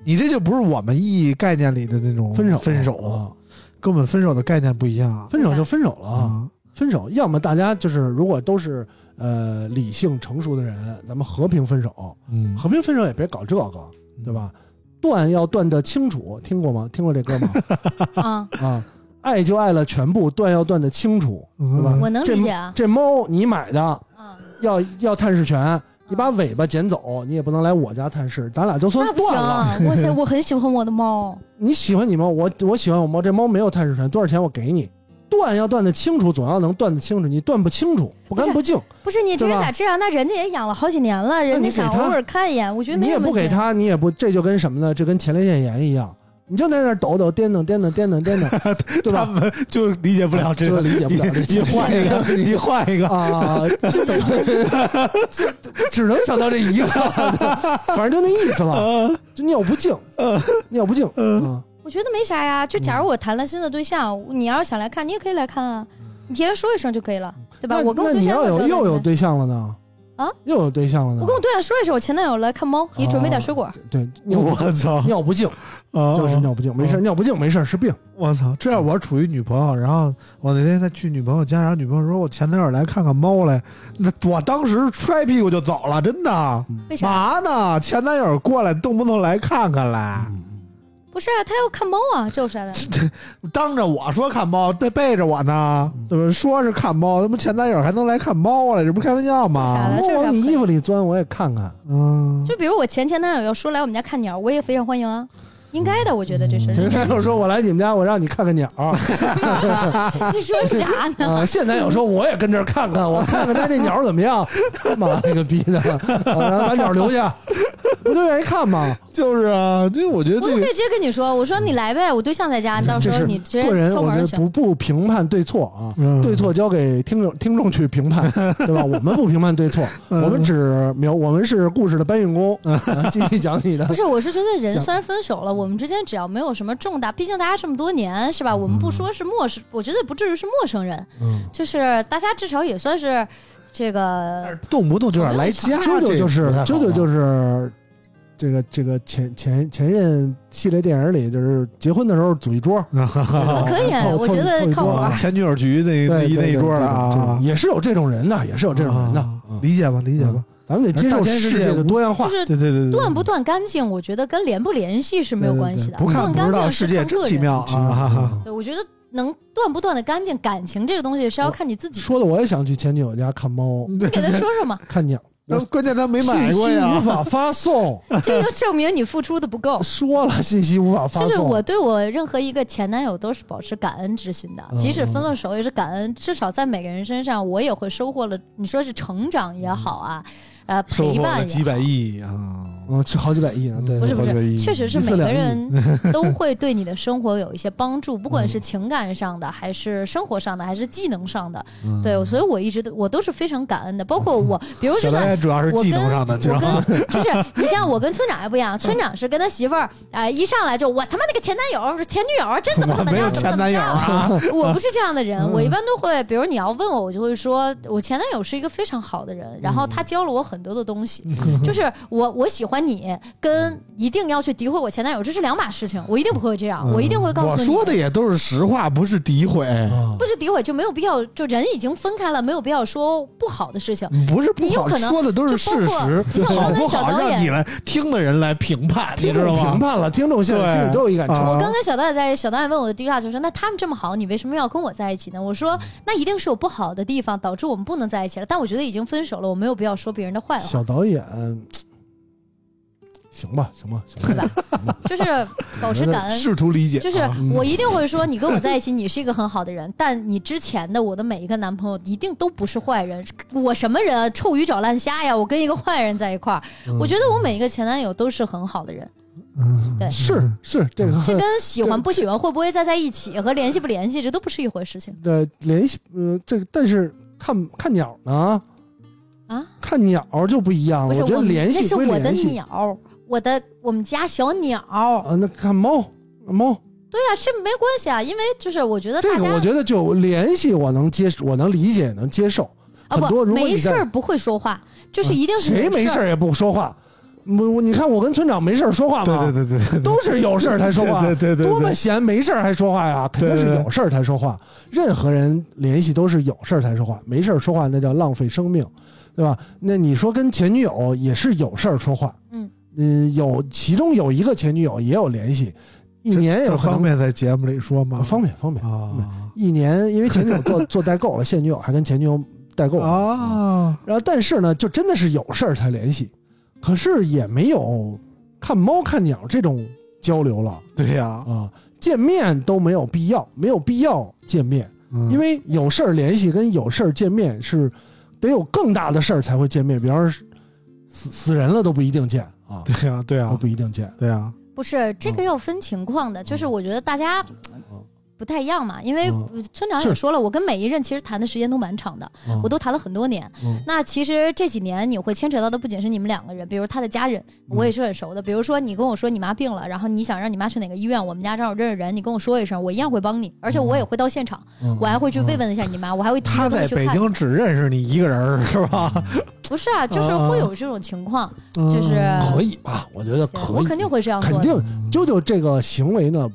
S3: 你这就不是我们意义概念里的那种
S4: 分手
S3: 分手，
S4: 啊，
S3: 跟我们分手的概念不一样啊。
S4: 分手就分手了啊。
S3: 啊，
S4: 分手，要么大家就是如果都是呃理性成熟的人，咱们和平分手，
S3: 嗯，
S4: 和平分手也别搞这个，对？吧？断要断得清楚，听过吗？听过这歌吗？
S2: 啊，
S4: 啊，爱就爱了全部，断要断得清楚，
S3: 嗯
S4: 对吧？
S2: 我能
S4: 这
S2: 理解啊
S4: 这猫你买的，
S2: 啊，
S4: 要要探视权，你把尾巴剪走，你也不能来我家探视，咱俩就算
S2: 那不
S4: 断
S2: 行
S4: 了。
S2: 啊，哇塞，我很喜欢我的猫，
S4: 你喜欢你猫，我我喜欢我猫，这猫没有探视权，多少钱我给你。断要断得清楚，总要能断得清楚，你断不清楚，不干
S2: 不是
S4: 不净。
S2: 不是你这人
S4: 对吧
S2: 咋这样？那人家也养了好几年了，人
S4: 那
S2: 家
S4: 你给
S2: 想
S4: 他
S2: 偶尔看一眼，我觉得
S4: 你
S2: 没
S4: 也
S2: 有
S4: 不
S2: 问
S4: 给
S2: 题。
S4: 他，你也不，这就跟什么呢？这跟前列腺炎一样，你就在那儿抖抖、颠腾、颠腾、颠腾、颠 腾，对
S3: 他
S4: 吧？
S3: 们啊就理解不了这
S4: 就
S3: 个，
S4: 理解不了这
S3: 你你换一个，你换一个，
S4: 啊，这怎么这只能想到这一个，反正就那意思吧，
S3: 嗯
S4: 就尿不净，尿不净啊，
S2: 我觉得没啥呀，就
S4: 嗯
S2: 假如我谈了新的对象，你要是想来看，你也可以来看啊，你提前说一声就可以了，对吧？
S4: 嗯那
S2: 我跟我
S4: 那
S2: 对
S4: 你
S2: 象
S4: 要有
S2: 有
S4: 又有
S2: 对，
S4: 对象了呢？
S2: 啊，
S4: 又有对象了呢
S2: 我跟？我对象说一声，我前男友来看猫，你准备点水果。
S4: 对，尿
S3: 我操！
S4: 尿不净
S3: 啊
S4: 就是尿不净，没事，
S3: 哦
S4: 尿不净没事是病。
S3: 我操！这样我处于女朋友，然后我那天再去女朋友家，然后女朋友说我前男友来看看猫来，那我当时摔屁股就走了，真的。
S2: 为啥？
S3: 嘛呢？前男友过来，动不动来看看来，
S2: 不是啊，他要看猫啊，这有啥的？
S3: 当着我说看猫，对背着我呢，怎么说是看猫？他妈前男友还能来看猫来，这不开玩笑
S2: 啥
S3: 吗
S2: 的？
S4: 我
S2: 这
S4: 往
S2: 呃是
S4: 你衣服里钻，我也看看。
S3: 嗯，
S2: 就比如我前前男友要说来我们家看鸟，我也非常欢迎啊，应该的，我觉得这是。
S4: 前男友说：“我来你们家，我让你看看鸟。”
S2: 你说啥呢？
S4: 啊，现男友说我也跟这儿看看，我看看他这鸟怎么样。妈了个逼的，啊然后把鸟留下，不就愿意看吗？
S3: 就是啊，这我觉得
S2: 我
S3: 这
S2: 都可
S3: 个
S2: 以直接跟你说，我说你来呗，我对象在家，你到时
S4: 这
S2: 候
S4: 是
S2: 你直
S4: 个
S2: 接
S4: 人，
S2: 敲
S4: 我
S2: 门
S4: 觉
S2: 就
S4: 得
S2: 行。
S4: 不不评判对错啊，
S3: 嗯
S4: 对错交给听众听众去评判，对吧？我们不评判对错，
S3: 嗯
S4: 我们只描，我们是故事的搬运工。啊继续讲你的
S2: 不，是，我是觉得人虽然分手了，我们之间只要没有什么重大，毕竟大家这么多年是吧？我们不说是陌生，我觉得不至于是陌生人，
S4: 嗯，
S2: 就是大家至少也算是这个
S3: 动不动就有点来家，
S4: 啾啾就是啾
S3: 啊
S4: 啾就是是。这个这个前前前任系列电影里，就是结婚的时候组一桌，
S2: 啊可以
S4: 凑，哦哎凑
S2: 我觉
S4: 凑
S2: 得
S4: 一
S2: 靠
S4: 桌
S2: 谱
S4: 啊。
S3: 前女友局那那
S4: 对
S3: 一那一桌
S4: 的
S3: 了啊，
S4: 也是有这种人的，也是有这种人的，嗯
S3: 啊理解吧，理解吧，
S4: 咱们得接受世界的多样化
S2: 就。是
S3: 对对对对，对
S2: 断不断干净，我觉得跟联不联系是没有关系的。
S3: 对对对不看
S2: 断
S3: 不知
S2: 干
S3: 道
S2: 净
S3: 世
S2: 是
S3: 界
S2: 看
S3: 真
S2: 个
S3: 奇
S2: 人。
S3: 妙啊！
S2: 对，我觉得能断不断的干净，感情这个东西
S4: 哦
S2: 是要嗯看你自己。
S4: 说的我也想去前女友家看猫、
S2: 你给他说 说嘛，
S4: 看鸟，
S3: 那
S4: 我
S3: 关键他没买
S4: 信
S3: 过
S4: 息无
S3: 呀，
S4: 法发送，
S2: 这就证明你付出的不够。
S4: 说了信息无法发
S2: 就是
S4: 送。
S2: 我对我任何一个前男友都是保持感恩之心的，
S4: 嗯
S2: 即使分了手也是感恩，至少在每个人身上我也会收获了，你说是成长也好啊，呃，
S3: 嗯收
S2: 陪
S3: 获了
S2: 伴
S3: 几
S2: 也
S3: 百
S2: 好。
S3: 亿啊！
S4: 嗯，是好几百亿呢，对，
S2: 不是
S4: 对
S3: 收获
S2: 不
S3: 了几百亿
S2: 是，确实是
S4: 一
S2: 每个
S4: 次两亿
S2: 人都会对你的生活有一些帮 助，不管是情感上
S3: 嗯
S2: 的，还是生活上的，还是技能上的，对，所以我一直都我都是非常感恩的。包 括我，比如
S3: 小
S2: 就
S3: 导
S2: 算
S3: 演主要是
S2: 我
S3: 技
S2: 跟
S3: 能上的，知道吗
S2: 我？跟就是你像我跟村长还不一样，村长是跟他媳妇儿，哎、一上来就我他妈那个前男友、前女友，真怎么
S3: 我
S2: 怎么
S3: 没有
S2: 着，怎么
S3: 前
S2: 怎么
S3: 男友
S2: 着。
S3: 啊，嗯
S2: 我不是这样的人，我一般都会，比如你要问我，我就会说，我前男友是一个非常好的人，然后
S3: 嗯
S2: 他教了我很多的 东西，就是我我喜欢你，跟一定要去诋毁我前男友这是两码事情，我一定不会这样，我一定会告诉
S3: 嗯我
S2: 你，
S3: 说的也都是实话，不是诋毁，
S4: 啊
S2: 不是诋毁就没有必要，就人已经分开了，没有必要说不好的事情。
S3: 不是不
S2: 你有
S3: 好，
S2: 可能
S3: 说的都是
S2: 就包
S3: 事
S2: 括
S3: 实
S2: 就，像我
S3: 好
S2: 刚才
S3: 不
S2: 小
S3: 好
S2: 导
S3: 让
S2: 演
S3: 你来听的人来评判，你
S4: 听
S3: 知
S4: 众
S3: 道
S4: 评
S3: 吗？
S4: 判了，听众现在心里都有一杆
S3: 对
S4: 秤
S3: 啊
S2: 我刚跟小导演在，小导演问我的第一句话就是：那他们这么好，你为什么要跟我在一起呢？我说那一定是有不好的地方导致我们不能在一起了。但我觉得已经分手了，我没有必要说别人的坏话，
S4: 小导演，行吧，行吧，行
S2: 对
S4: 吧
S2: 吧，？就是保持感恩。
S3: 试图理解，
S2: 就是
S3: 啊
S2: 我一定会说，你跟我在一起，你是一个很好的人，但你之前的我的每一个男朋友一定都不是坏人。我什么人啊？臭鱼找烂虾呀！我跟一个坏人在一块儿，我觉得我每一个前男友都是很好的人。对，
S4: 是是这个
S2: 这跟喜
S4: 这
S2: 欢不喜欢、会不会再在一起和联系不联系，这都不是一回事情
S4: 呃联系呃这个，但是看看鸟呢，
S2: 啊。
S4: 看鸟就不一样了。
S2: 不是
S4: 啊觉得
S2: 们
S4: 联
S2: 那
S4: 系
S2: 是
S4: 归
S2: 我的
S4: 联系
S2: 鸟，我的我们家小鸟。
S4: 啊，那看猫猫
S2: 对啊，这没关系啊，因为就是我觉得大
S4: 这
S2: 家
S4: 个我觉得就联系我能接，我能理解，能接受。
S2: 啊
S4: 很
S2: 不
S4: 多如果
S2: 没
S4: 你
S2: 事
S4: 在啊
S2: 儿不会说话，就是一定是
S4: 谁
S2: 有
S4: 没
S2: 事
S4: 事
S2: 儿
S4: 儿也不说话？我我你看我跟村长没事儿说话
S3: 对
S4: 吗？
S3: 对对对对，
S4: 都是有事儿才啊说话，
S3: 对对对对对
S4: 多么闲没事儿还说话呀？肯定是有事儿才说话。任何人联系都是有事儿才说话，没事儿说话那叫浪费生命，对吧？那你说跟前女友也是有事儿说话，
S2: 嗯
S4: 嗯有其中有一个前女友也有联系，一
S3: 这
S4: 年
S3: 这
S4: 有可能
S3: 方便在节目里说吗？
S4: 方便方便，
S3: 啊
S4: 一年因为前女友做做代购了，现女友还跟前女友代购
S3: 啊，
S4: 然后但是呢，就真的是有事儿才联系，可是也没有看猫看鸟这种交流了
S3: 对呀、
S4: 啊，见面都没有必要，没有必要见面，
S3: 嗯
S4: 因为有事儿联系跟有事儿见面是得有更大的事儿才会见面，比方说死死人了都不一定见啊，
S3: 对呀、对呀、
S4: 都不一定见。
S3: 对呀、
S2: 不是这个要分情况的，就是我觉得大家
S4: 嗯
S2: 不太一样嘛，因为
S4: 嗯
S2: 村长
S4: 是
S2: 也哎说了，我跟每一任其实谈的时间都蛮长的，
S4: 啊
S2: 我都谈了很多年
S4: 嗯。
S2: 那其实这几年你会牵扯到的不仅是你们两个人，比如他的家人，我
S4: 嗯
S2: 也是很熟的。比如说你跟我说你妈病了，然后你想让你妈去哪个医院，我们家正好认识人，你跟我说一声，我一样会帮你，而且我也会到现场，
S4: 嗯
S2: 我还会去慰问一下你妈，我还会提
S3: 他
S2: 着东
S3: 在
S2: 西去
S3: 北
S2: 看。
S3: 京只认识你一个人儿是吧？
S2: 不是啊，就是
S4: 啊
S2: 会有这种情况，
S4: 嗯
S2: 就是
S4: 可以吧？我觉得
S2: 对
S4: 可以，
S2: 我肯定会这样
S4: 肯
S2: 做的。
S4: 定
S3: 嗯
S4: 啾啾这个行为呢，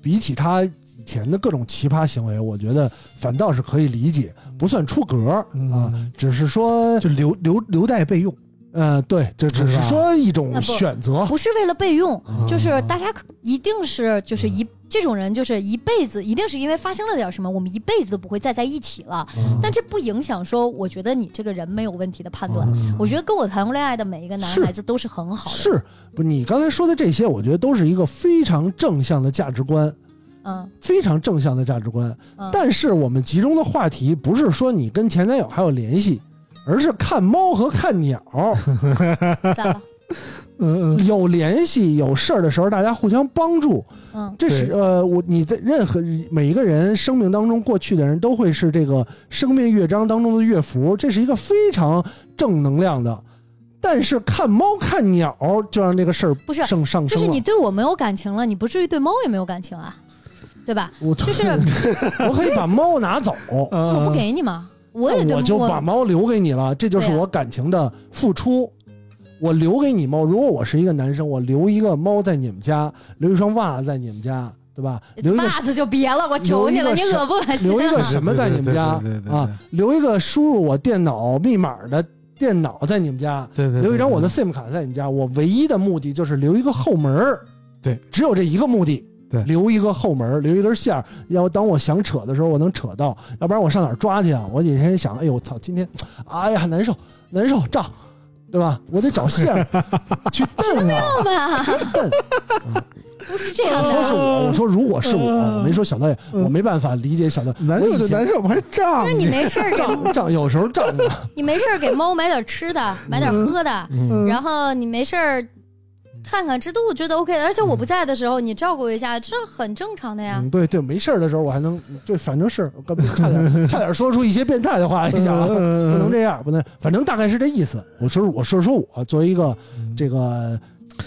S4: 比起他以前的各种奇葩行为，我觉得反倒是可以理解，不算出格儿啊，
S3: 嗯，
S4: 只是说，
S3: 就留留留待备用。
S4: 呃，对，这只
S3: 是
S4: 是
S3: 吧
S4: 说一种
S2: 那不
S4: 选择。
S2: 不是为了备用，就是
S3: 嗯
S2: 大家可一定是就是
S4: 嗯
S2: 一这种人，就是一辈子一定是因为发生了点什么，我们一辈子都不会再在一起了。
S4: 嗯
S2: 但这不影响说，我觉得你这个人没有问题的判断。
S4: 嗯
S2: 我觉得跟我谈过恋爱的每一个男
S4: 是
S2: 孩子都是很好的，
S4: 是不？你刚才说的这些，我觉得都是一个非常正向的价值观，
S2: 嗯
S4: 非常正向的价值观。
S2: 嗯。
S4: 但是我们集中的话题不是说你跟前男友还有联系，而是看猫和看鸟。
S2: 赞了，
S3: 嗯嗯，
S4: 有联系、有事儿的时候，大家互相帮助。
S2: 嗯，
S4: 这是
S3: 对
S4: 呃，我你在任何每一个人生命当中过去的人都会是这个生命乐章当中的乐符，这是一个非常正能量的。但是看猫看鸟就让这个事儿
S2: 不是
S4: 上上
S2: 就
S4: 升
S2: 是
S4: 了。
S2: 你对我没有感情了，你不至于对猫也没有感情啊，对吧？
S4: 我
S2: 就是
S4: 我可以把猫拿走，
S3: 嗯
S2: 我不给你吗？我也
S4: 嗯那
S2: 对
S4: 我就
S2: 我
S4: 把猫留给你了，这就是
S2: 对啊
S4: 我感情的付出。我留给你猫，如果我是一个男生，我留一个猫在你们家，留一双袜子在你们家，对吧？留一个啊
S2: 袜子就别了，我求你了，
S4: 留一
S2: 你
S4: 个
S2: 恶不恶心
S4: 留一个
S2: 啊？
S4: 什么在你们家
S3: 对对对对对对
S4: 啊？留一个输入我电脑密码的电脑在你们家，
S3: 对对对，
S4: 留一张我的
S3: 对
S4: SIM 卡在你们家。我唯一的目的就是留一个后门儿
S3: 对，
S4: 只有这一个目的。
S3: 对
S4: 留一个后门儿，留一根线儿，要当我想扯的时候我能扯到，要不然我上哪儿抓去啊？我哪天想，哎呦，我操，今天，哎呀，难受，难受，胀，对吧？我得找 线儿去蹬啊，
S2: 好 吧，
S4: 蹬。
S2: 不 是这样
S4: 我说是
S2: 的。
S4: 我，我说如果是我，
S3: 嗯
S4: 我没说小导演，我没办法理解小导演。
S3: 难
S4: 我
S3: 受
S4: 以
S3: 就
S4: 前
S3: 难受，我还胀
S2: 啊就是你
S3: 呢。
S2: 没事 儿给
S4: 胀胀，有时候 胀啊。
S2: 你没事儿给猫买点吃的，买点喝的，
S4: 嗯
S2: 然后你没事儿看看这都我觉得 OK 的。而且我不在的时候，你照顾一下，这很正常的呀
S4: 嗯，。对对，没事儿的时候我还能，对，反正是我根本差 点差点说出一些变态的话，一下啊，
S3: 嗯
S4: 不能这样，不能，反正大概是这意思。我说我说说我作为一个这个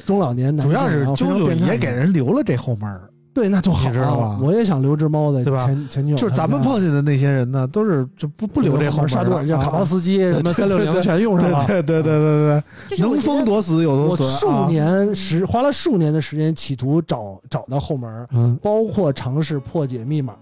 S4: 中老年
S3: 嗯
S4: 男
S3: 主
S4: 性，啊
S3: 要是
S4: 然后非
S3: 啾
S4: 常
S3: 啾
S4: 变态
S3: 也给人留了这后门儿，
S4: 对，那就好
S3: 你知道吧
S4: 啊，我也想留只猫在
S3: 对吧
S4: 前前女友他
S3: 就
S4: 们
S3: 是
S4: 家，
S3: 咱们碰见的那些人呢，都是就不不留这后门
S4: 杀毒软
S3: 儿
S4: 件、
S3: 的
S4: 卡巴
S3: 啊。
S4: 斯基什么三六零全用上了。
S3: 对对对对对
S2: 就是
S3: 对，啊能
S2: 我觉得
S3: 封多死有
S4: 我
S3: 多损。
S4: 数，年时花了数年的时间，企图找找到后门儿，
S3: 嗯，
S4: 包括尝试破解密码，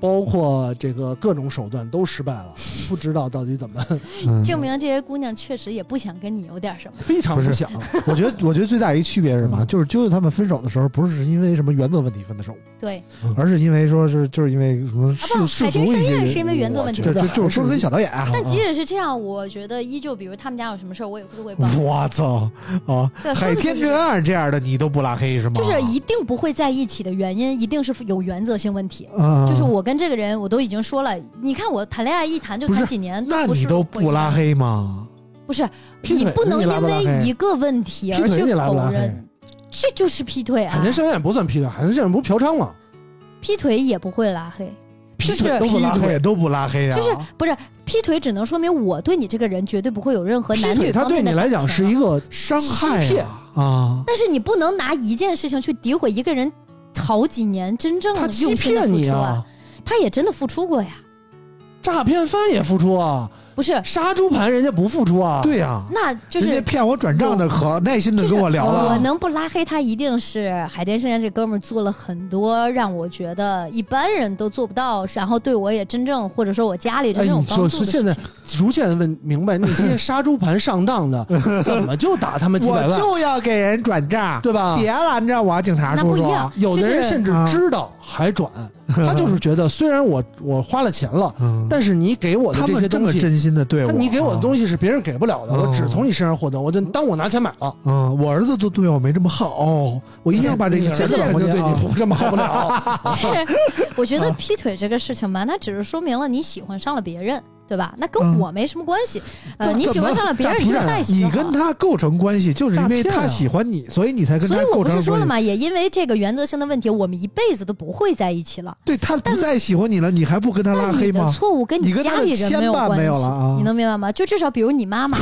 S4: 包括这个各种手段都失败了，不知道到底怎么， 嗯
S2: 证明这些姑娘确实也不想跟你有点什么。
S4: 非常不想。
S3: 我觉得，我觉得最大一区别是什么？
S4: 嗯
S3: 就是啾啾他们分手的时候，不是因为什么原则问题分的手，
S2: 对，
S3: 而是因为说是就是因为什么世
S2: 啊不
S3: 世
S2: 海
S3: 俗
S2: 天盛
S3: 一
S2: 宴
S3: 些，
S2: 是因为原
S4: 啊
S2: 则问题
S3: 就就就是说跟
S4: 小，
S3: 小导演啊，
S2: 但即使是这样，我觉得依旧，比如他们家有什么事儿，我也都会帮。
S4: 嗯
S3: 我操啊！
S2: 对，说
S3: 海
S2: 的就
S3: 天
S2: 是
S3: 正
S2: 这个
S3: 二这样的你都不拉黑是吗？
S2: 就是一定不会在一起的原因，一定是有原则性问题。
S3: 啊，
S2: 就是我跟这个人，我都已经说了，你看我谈恋爱一谈就
S3: 不
S2: 谈
S3: 是
S2: 几年，
S3: 那
S2: 不
S3: 你
S2: 是
S3: 都
S2: 我一
S3: 不拉
S2: 般，
S3: 黑吗？
S2: 不是
S4: 劈
S2: 你
S4: 腿
S2: 不能
S4: 你拉
S2: 因
S4: 不拉黑
S2: 为一个问题
S4: 劈
S2: 而
S4: 腿
S2: 去
S4: 你拉不拉哎
S2: 否
S4: 黑
S2: 认，这就是劈腿
S4: 海
S2: 啊！
S4: 天盛宴不算劈腿，海天盛宴不是嫖娼吗？
S2: 劈腿也不会拉黑，
S4: 劈
S2: 就是
S4: 腿都不拉
S3: 劈
S4: 黑
S3: 腿，都不拉黑啊！
S2: 就是不是劈腿，只能说明我对你这个人绝对不会有任何
S4: 劈
S2: 男
S4: 腿
S2: 女
S4: 它
S2: 方
S4: 对
S2: 面
S4: 你
S2: 的
S4: 来
S2: 感
S4: 讲
S2: 情啊
S4: 是
S2: 了
S4: 一个
S3: 伤害
S4: 欺骗
S3: 啊啊！
S2: 但是你不能拿一件事情去诋毁一个人好几年真正
S4: 他
S2: 的
S4: 欺
S2: 用心的
S4: 骗
S2: 付
S4: 你
S2: 出
S4: 啊，，
S2: 他也真的付出过呀，
S4: 诈骗犯也付出啊，
S2: 不是？
S4: 杀猪盘人家不付出啊，
S3: 对呀、
S2: 那就是
S3: 人家骗我转账的可耐心的跟我聊
S2: 就是我
S3: 了，
S2: 能不拉黑他，一定是海淀盛宴这哥们儿做了很多让我觉得一般人都做不到，然后对我也真正或者说我家里真正有
S4: 哎你
S2: 帮助
S4: 说
S2: 的事
S4: 是现
S2: 情。
S4: 在逐渐问明白，那些杀猪盘上当的怎么就打他妈几百
S3: 我
S4: 万，
S3: 就要给人转账，
S4: 对吧？
S3: 别拦着我，警察
S2: 那
S3: 叔
S2: 不一
S3: 叔。
S2: 样，
S4: 有的
S2: 就
S4: 人
S2: 是
S4: 甚至
S3: 啊
S4: 知道还转，他就是觉得虽然我我花了钱了，
S3: 嗯
S4: 但是你给我的
S3: 他
S4: 这些
S3: 们这
S4: 东
S3: 么
S4: 西，
S3: 真心的对我，啊
S4: 你给我的东西是别人给不了的，
S3: 哦
S4: 我只从你身上获得，我就当我拿钱买了。
S3: 嗯，我儿子都对我没这么好，我一定要把这
S4: 你
S3: 个
S4: 儿
S3: 钱
S4: 子
S3: 转
S4: 肯
S3: 过
S4: 定
S3: 去
S4: 对你
S3: 啊。
S4: 不这么好不了，
S2: 是，我觉得劈腿这个事情吧，它只是说明了你喜欢上了别人，对吧？那跟
S3: 嗯
S2: 我没什么关系。呃，
S3: 怎
S2: 你喜欢上了别人，
S3: 怎
S2: 你
S3: 么
S2: 就
S3: 不是
S2: 在一起就
S3: 你
S2: 好
S3: 跟
S2: 了。
S3: 他构成关系，就是因为
S4: 诈骗啊
S3: 他喜欢你，所以你才跟
S2: 所
S3: 他
S2: 以我
S3: 构
S2: 不
S3: 成
S2: 是说了
S3: 关系。
S2: 吗？也因为这个原则性的问题，我们一辈子都不会在一起了。
S3: 对他不
S2: 但
S3: 再喜欢你了，你还不跟他拉
S2: 那你
S3: 黑
S2: 的
S3: 吗？
S2: 错误跟
S3: 你跟他
S2: 家
S3: 的
S2: 里人没有
S3: 牵绊
S2: 关
S3: 没有
S2: 系
S3: 了啊，
S2: 你能明白吗？就至少比如你妈妈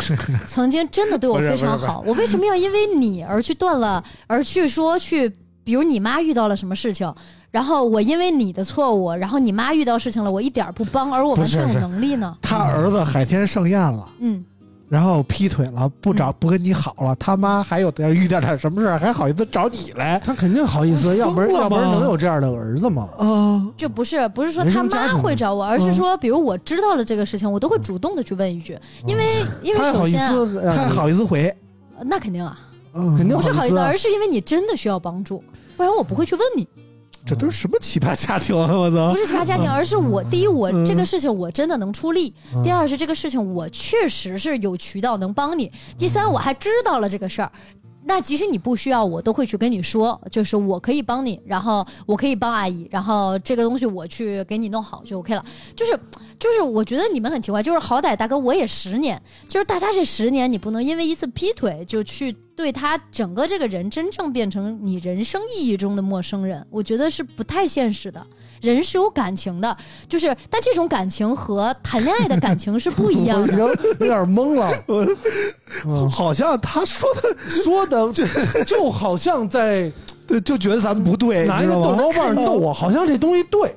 S2: 曾经真的对我
S3: 不是
S2: 非常
S3: 不是
S2: 好，我为什么要因为你而去断了，而去说去，比如你妈遇到了什么事情，然后我因为你的错误，然后你妈遇到事情了，我一点儿不帮，而我
S3: 不
S2: 完
S3: 是
S2: 全有
S3: 是
S2: 能力呢？
S3: 他儿子海天盛宴了。
S2: 嗯，
S3: 然后劈腿了，不找不跟你好了，他妈还有点遇到点什么事儿，还好意思找你来
S4: 他肯定好意思，要不然
S3: 疯了
S4: 要不然
S3: 吗
S4: 能有这样的儿子吗？
S3: 啊？
S2: 就不是不是说
S4: 原
S2: 他
S4: 生家
S2: 妈
S4: 庭
S2: 会找我，而
S3: 嗯
S2: 是说比如我知道了这个事情，我都会主动的去问一句，因为
S3: 嗯
S2: 因为
S4: 他
S2: 首
S4: 好意
S2: 先啊、
S4: 思让你，
S3: 他好意思回，
S2: 呃那肯定啊，
S4: 肯
S3: 肯
S4: 定
S2: 不是好意
S4: 意
S2: 思，
S4: 啊
S2: 而是因为你真的需要帮助，不然我不会去问你。
S3: 这都是什么奇葩家庭啊！我操
S2: 不，是其他家庭，而是我第一，我
S3: 嗯
S2: 这个事情我真的能出力；
S4: 嗯
S2: 第二是这个事情我确实是有渠道能帮你；第三我还知道了这个事儿。那即使你不需要，我都会去跟你说，就是我可以帮你，然后我可以帮阿姨，然后这个东西我去给你弄好就 OK 了。就是就是，我觉得你们很奇怪，就是好歹大哥我也十年，就是大家这十年你不能因为一次劈腿就去对他整个这个人真正变成你人生意义中的陌生人，我觉得是不太现实的。人是有感情的，就是但这种感情和谈恋爱的感情是不一样
S4: 我已
S2: 的。
S4: 经有点懵了。嗯
S3: 好像他说的
S4: 说的就就好像在
S3: 对，就觉得咱们不 对，
S4: 拿
S3: 你
S4: 一
S3: 知
S4: 个
S3: 道
S4: 逗
S3: 吗？
S4: 猫棒逗
S2: 啊
S4: 我，好像这东西对，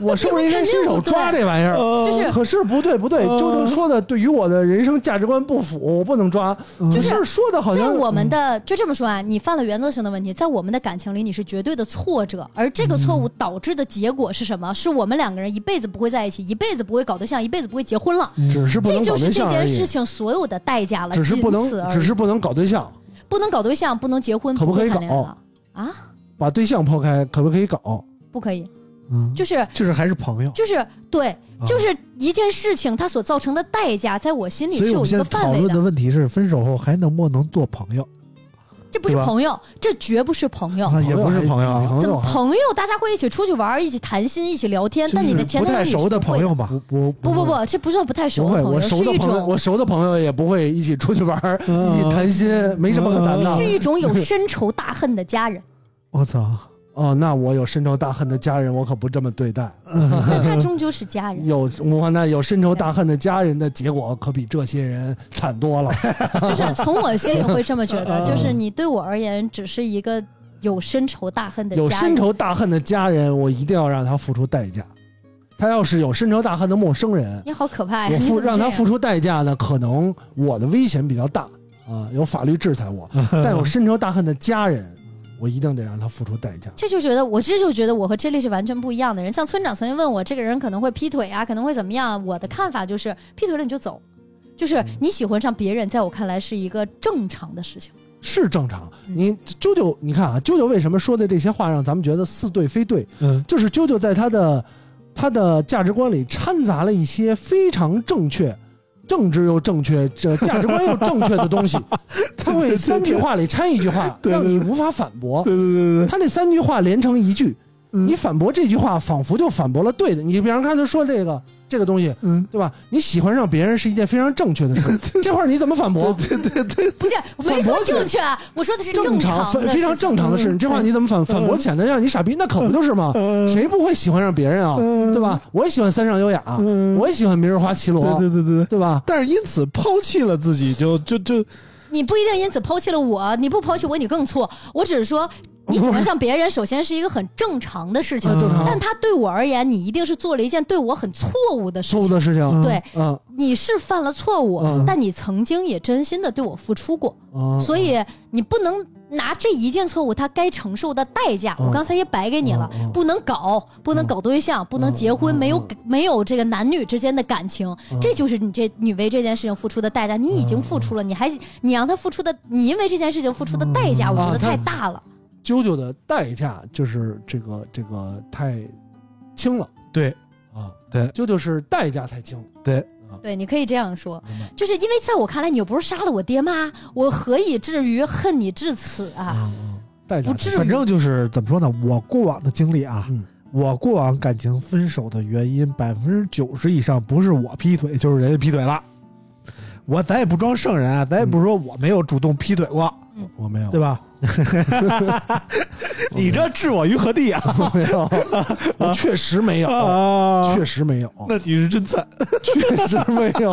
S4: 我是不是应该伸手抓这玩意儿？
S2: 就是
S4: 可是不对不对，
S3: 嗯
S4: 周周说的对于我的人生价值观不符，我不能抓。
S2: 就
S4: 可
S2: 是
S4: 是说的好
S2: 在
S4: 像嗯
S2: 我们的就这么说啊，你犯了原则性的问题，在我们的感情里你是绝对的挫折，而这个
S4: 嗯
S2: 错误导致的结果是什么？是我们两个人一辈子不会在一起，一辈子不会搞对象，一辈子不会结婚了。
S3: 嗯
S4: 只是不
S2: 这
S4: 能
S2: 就
S4: 搞
S2: 是
S4: 对
S2: 这
S4: 象而
S2: 件事
S4: 已，
S2: 情所有的代价了，
S4: 只是不
S2: 仅此
S4: 能
S2: 而已
S4: 只是不能搞对象，
S2: 不能搞对象，不能结婚，
S4: 可不可以
S2: 不能谈恋爱
S4: 搞哦
S2: 了啊？
S4: 把对象抛开，可不可以搞？
S2: 不可以，
S3: 嗯，
S2: 就是
S3: 就是还是朋友，
S2: 就是对，
S3: 啊
S2: 就是一件事情它所造成的代价，在我心里
S3: 所
S2: 是
S3: 以我
S2: 有
S3: 们
S2: 一
S3: 现
S2: 个
S3: 在讨
S2: 范围
S3: 论的
S2: 的。
S3: 问题是，分手后还能不能做朋友？
S2: 这不是
S3: 对吧
S2: 朋友，这绝不是朋友。
S3: 啊也不是朋友啊，
S4: 朋
S2: 怎么
S4: 友还
S2: 朋友？大家会一起出去玩儿，一起谈心，一起聊天。
S4: 就是
S2: 但你的前
S3: 不
S2: 男友
S3: 太
S2: 你是
S3: 熟的
S2: 不会
S3: 朋友吧？
S4: 不不
S2: 不不不，这不算不太熟
S4: 嗯
S2: 的
S4: 不会，
S2: 朋友，
S4: 我熟
S2: 是
S4: 的
S2: 一
S4: 朋友，
S2: 种
S4: 我熟的朋友也不会一起出去玩儿，
S3: 嗯
S4: 一起谈心，没什么可谈的。
S2: 嗯是一种有深仇大恨的家 人。
S3: 我操，
S4: 哦，那我有深仇大恨的家人，我可不这么对待。
S2: 但他终究是家人，
S4: 有我那有深仇大恨的家人的结果，可比这些人惨多了。
S2: 就是 从我心里会这么觉得，
S4: 嗯
S2: 就是你对我而言只是一个有深仇大恨的
S4: 有
S2: 家人
S4: 深。仇大恨的家人，我一定要让他付出代价。他要是有深仇大恨的陌生人，
S2: 你好可怕呀！
S4: 我
S2: 哎你怎
S4: 付
S2: 么
S4: 让他
S2: 这样
S4: 付出代价呢，可能我的危险比较大啊，有法律制裁我。但有深仇大恨的家人，我一定得让他付出代价。
S2: 这就觉得我这就觉得我和这类是完全不一样的人。像村长曾经问我，这个人可能会劈腿啊，可能会怎么样？我的看法就是，劈腿了你就走，就是你喜欢上别人，在我看来是一个正常的事情。
S4: 是正常。
S2: 嗯
S4: 你啾啾，你看啊，啾啾为什么说的这些话让咱们觉得似对非对？
S3: 嗯
S4: 就是啾啾在他的他的价值观里掺杂了一些非常正确、政治又正确、这价值观又正确 的东西，他会三句话里掺一句话，
S3: 对对
S4: 让
S3: 对
S4: 你无法反驳。
S3: 对对对
S4: 他那三句话连成一句，
S3: 嗯
S4: 你反驳这句话，仿佛就反驳了对的。你比方看他说这个这个东西，
S3: 嗯
S4: 对吧？你喜欢上别人是一件非常正确的 事，这话你怎么反驳？
S2: 不是，我没说
S4: 反驳起来
S2: 正确，啊，我说的是
S4: 正
S2: 常
S4: 常，
S2: 的
S4: 非非常
S2: 事情
S4: 正常的事。你这话你怎么反反驳起来呢？让你傻逼，那可不就是吗？
S3: 嗯
S4: 谁不会喜欢上别人啊？
S3: 嗯
S4: 对吧？我也喜欢三上优雅，
S3: 嗯
S4: 我也喜欢明日花绮
S3: 对
S4: 罗，
S3: 对对对对。
S4: 对吧？
S3: 但是因此抛弃了自己，就就就
S2: 你不一定因此抛弃了我，你不抛弃我，你更错。我只是说，你喜欢上别人，首先是一个很正常的事情
S4: 嗯，正常
S2: 但他对我而言，你一定是做了一件对我很错误的事
S4: 错误
S2: 情。
S4: 的事情，
S3: 嗯
S2: 对，
S4: 嗯
S2: 你是犯了错误，
S4: 嗯
S2: 但你曾经也真心的对我付出过，
S4: 嗯，
S2: 所以你不能拿这一件错误他该承受的代价。
S4: 嗯
S2: 我刚才也白给你了，
S4: 嗯嗯
S2: 不能搞，不能搞对象，不能结婚，
S4: 嗯嗯
S2: 没有、
S4: 嗯
S2: 没有这个男女之间的感情，
S4: 嗯
S2: 这就是你这你为这件事情付出的代价。你已经付出了，你还你让他付出的，你因为这件事情付出的代价，我觉
S3: 嗯
S4: 啊
S2: 得
S4: 他
S2: 太大了。
S4: 啾啾的代价就是这个这个太轻了
S3: 对，
S4: 啊，
S3: 对
S4: 啾啾是代价太轻，
S3: 对
S4: 啊，
S2: 对，你可以这样说，
S4: 明白
S2: 就是因为在我看来，你又不是杀了我爹妈，我何以至于恨你至此啊？
S4: 嗯嗯，代价
S2: 不至于
S3: 反正就是怎么说呢？我过往的经历啊，
S4: 嗯
S3: 我过往感情分手的原因，百分之九十以上不是我劈腿，就是人家劈腿了。我咱也不装圣人啊，咱也不
S4: 嗯
S3: 是说我没有主动劈腿
S4: 哦
S3: 过，
S4: 我没有，
S3: 对吧？ 你
S4: 哦
S3: 这置我于何地啊？
S4: 我没有，我确实没有，
S3: 啊，
S4: 哦确实没有，
S3: 那你是真惨。
S4: 确实没有，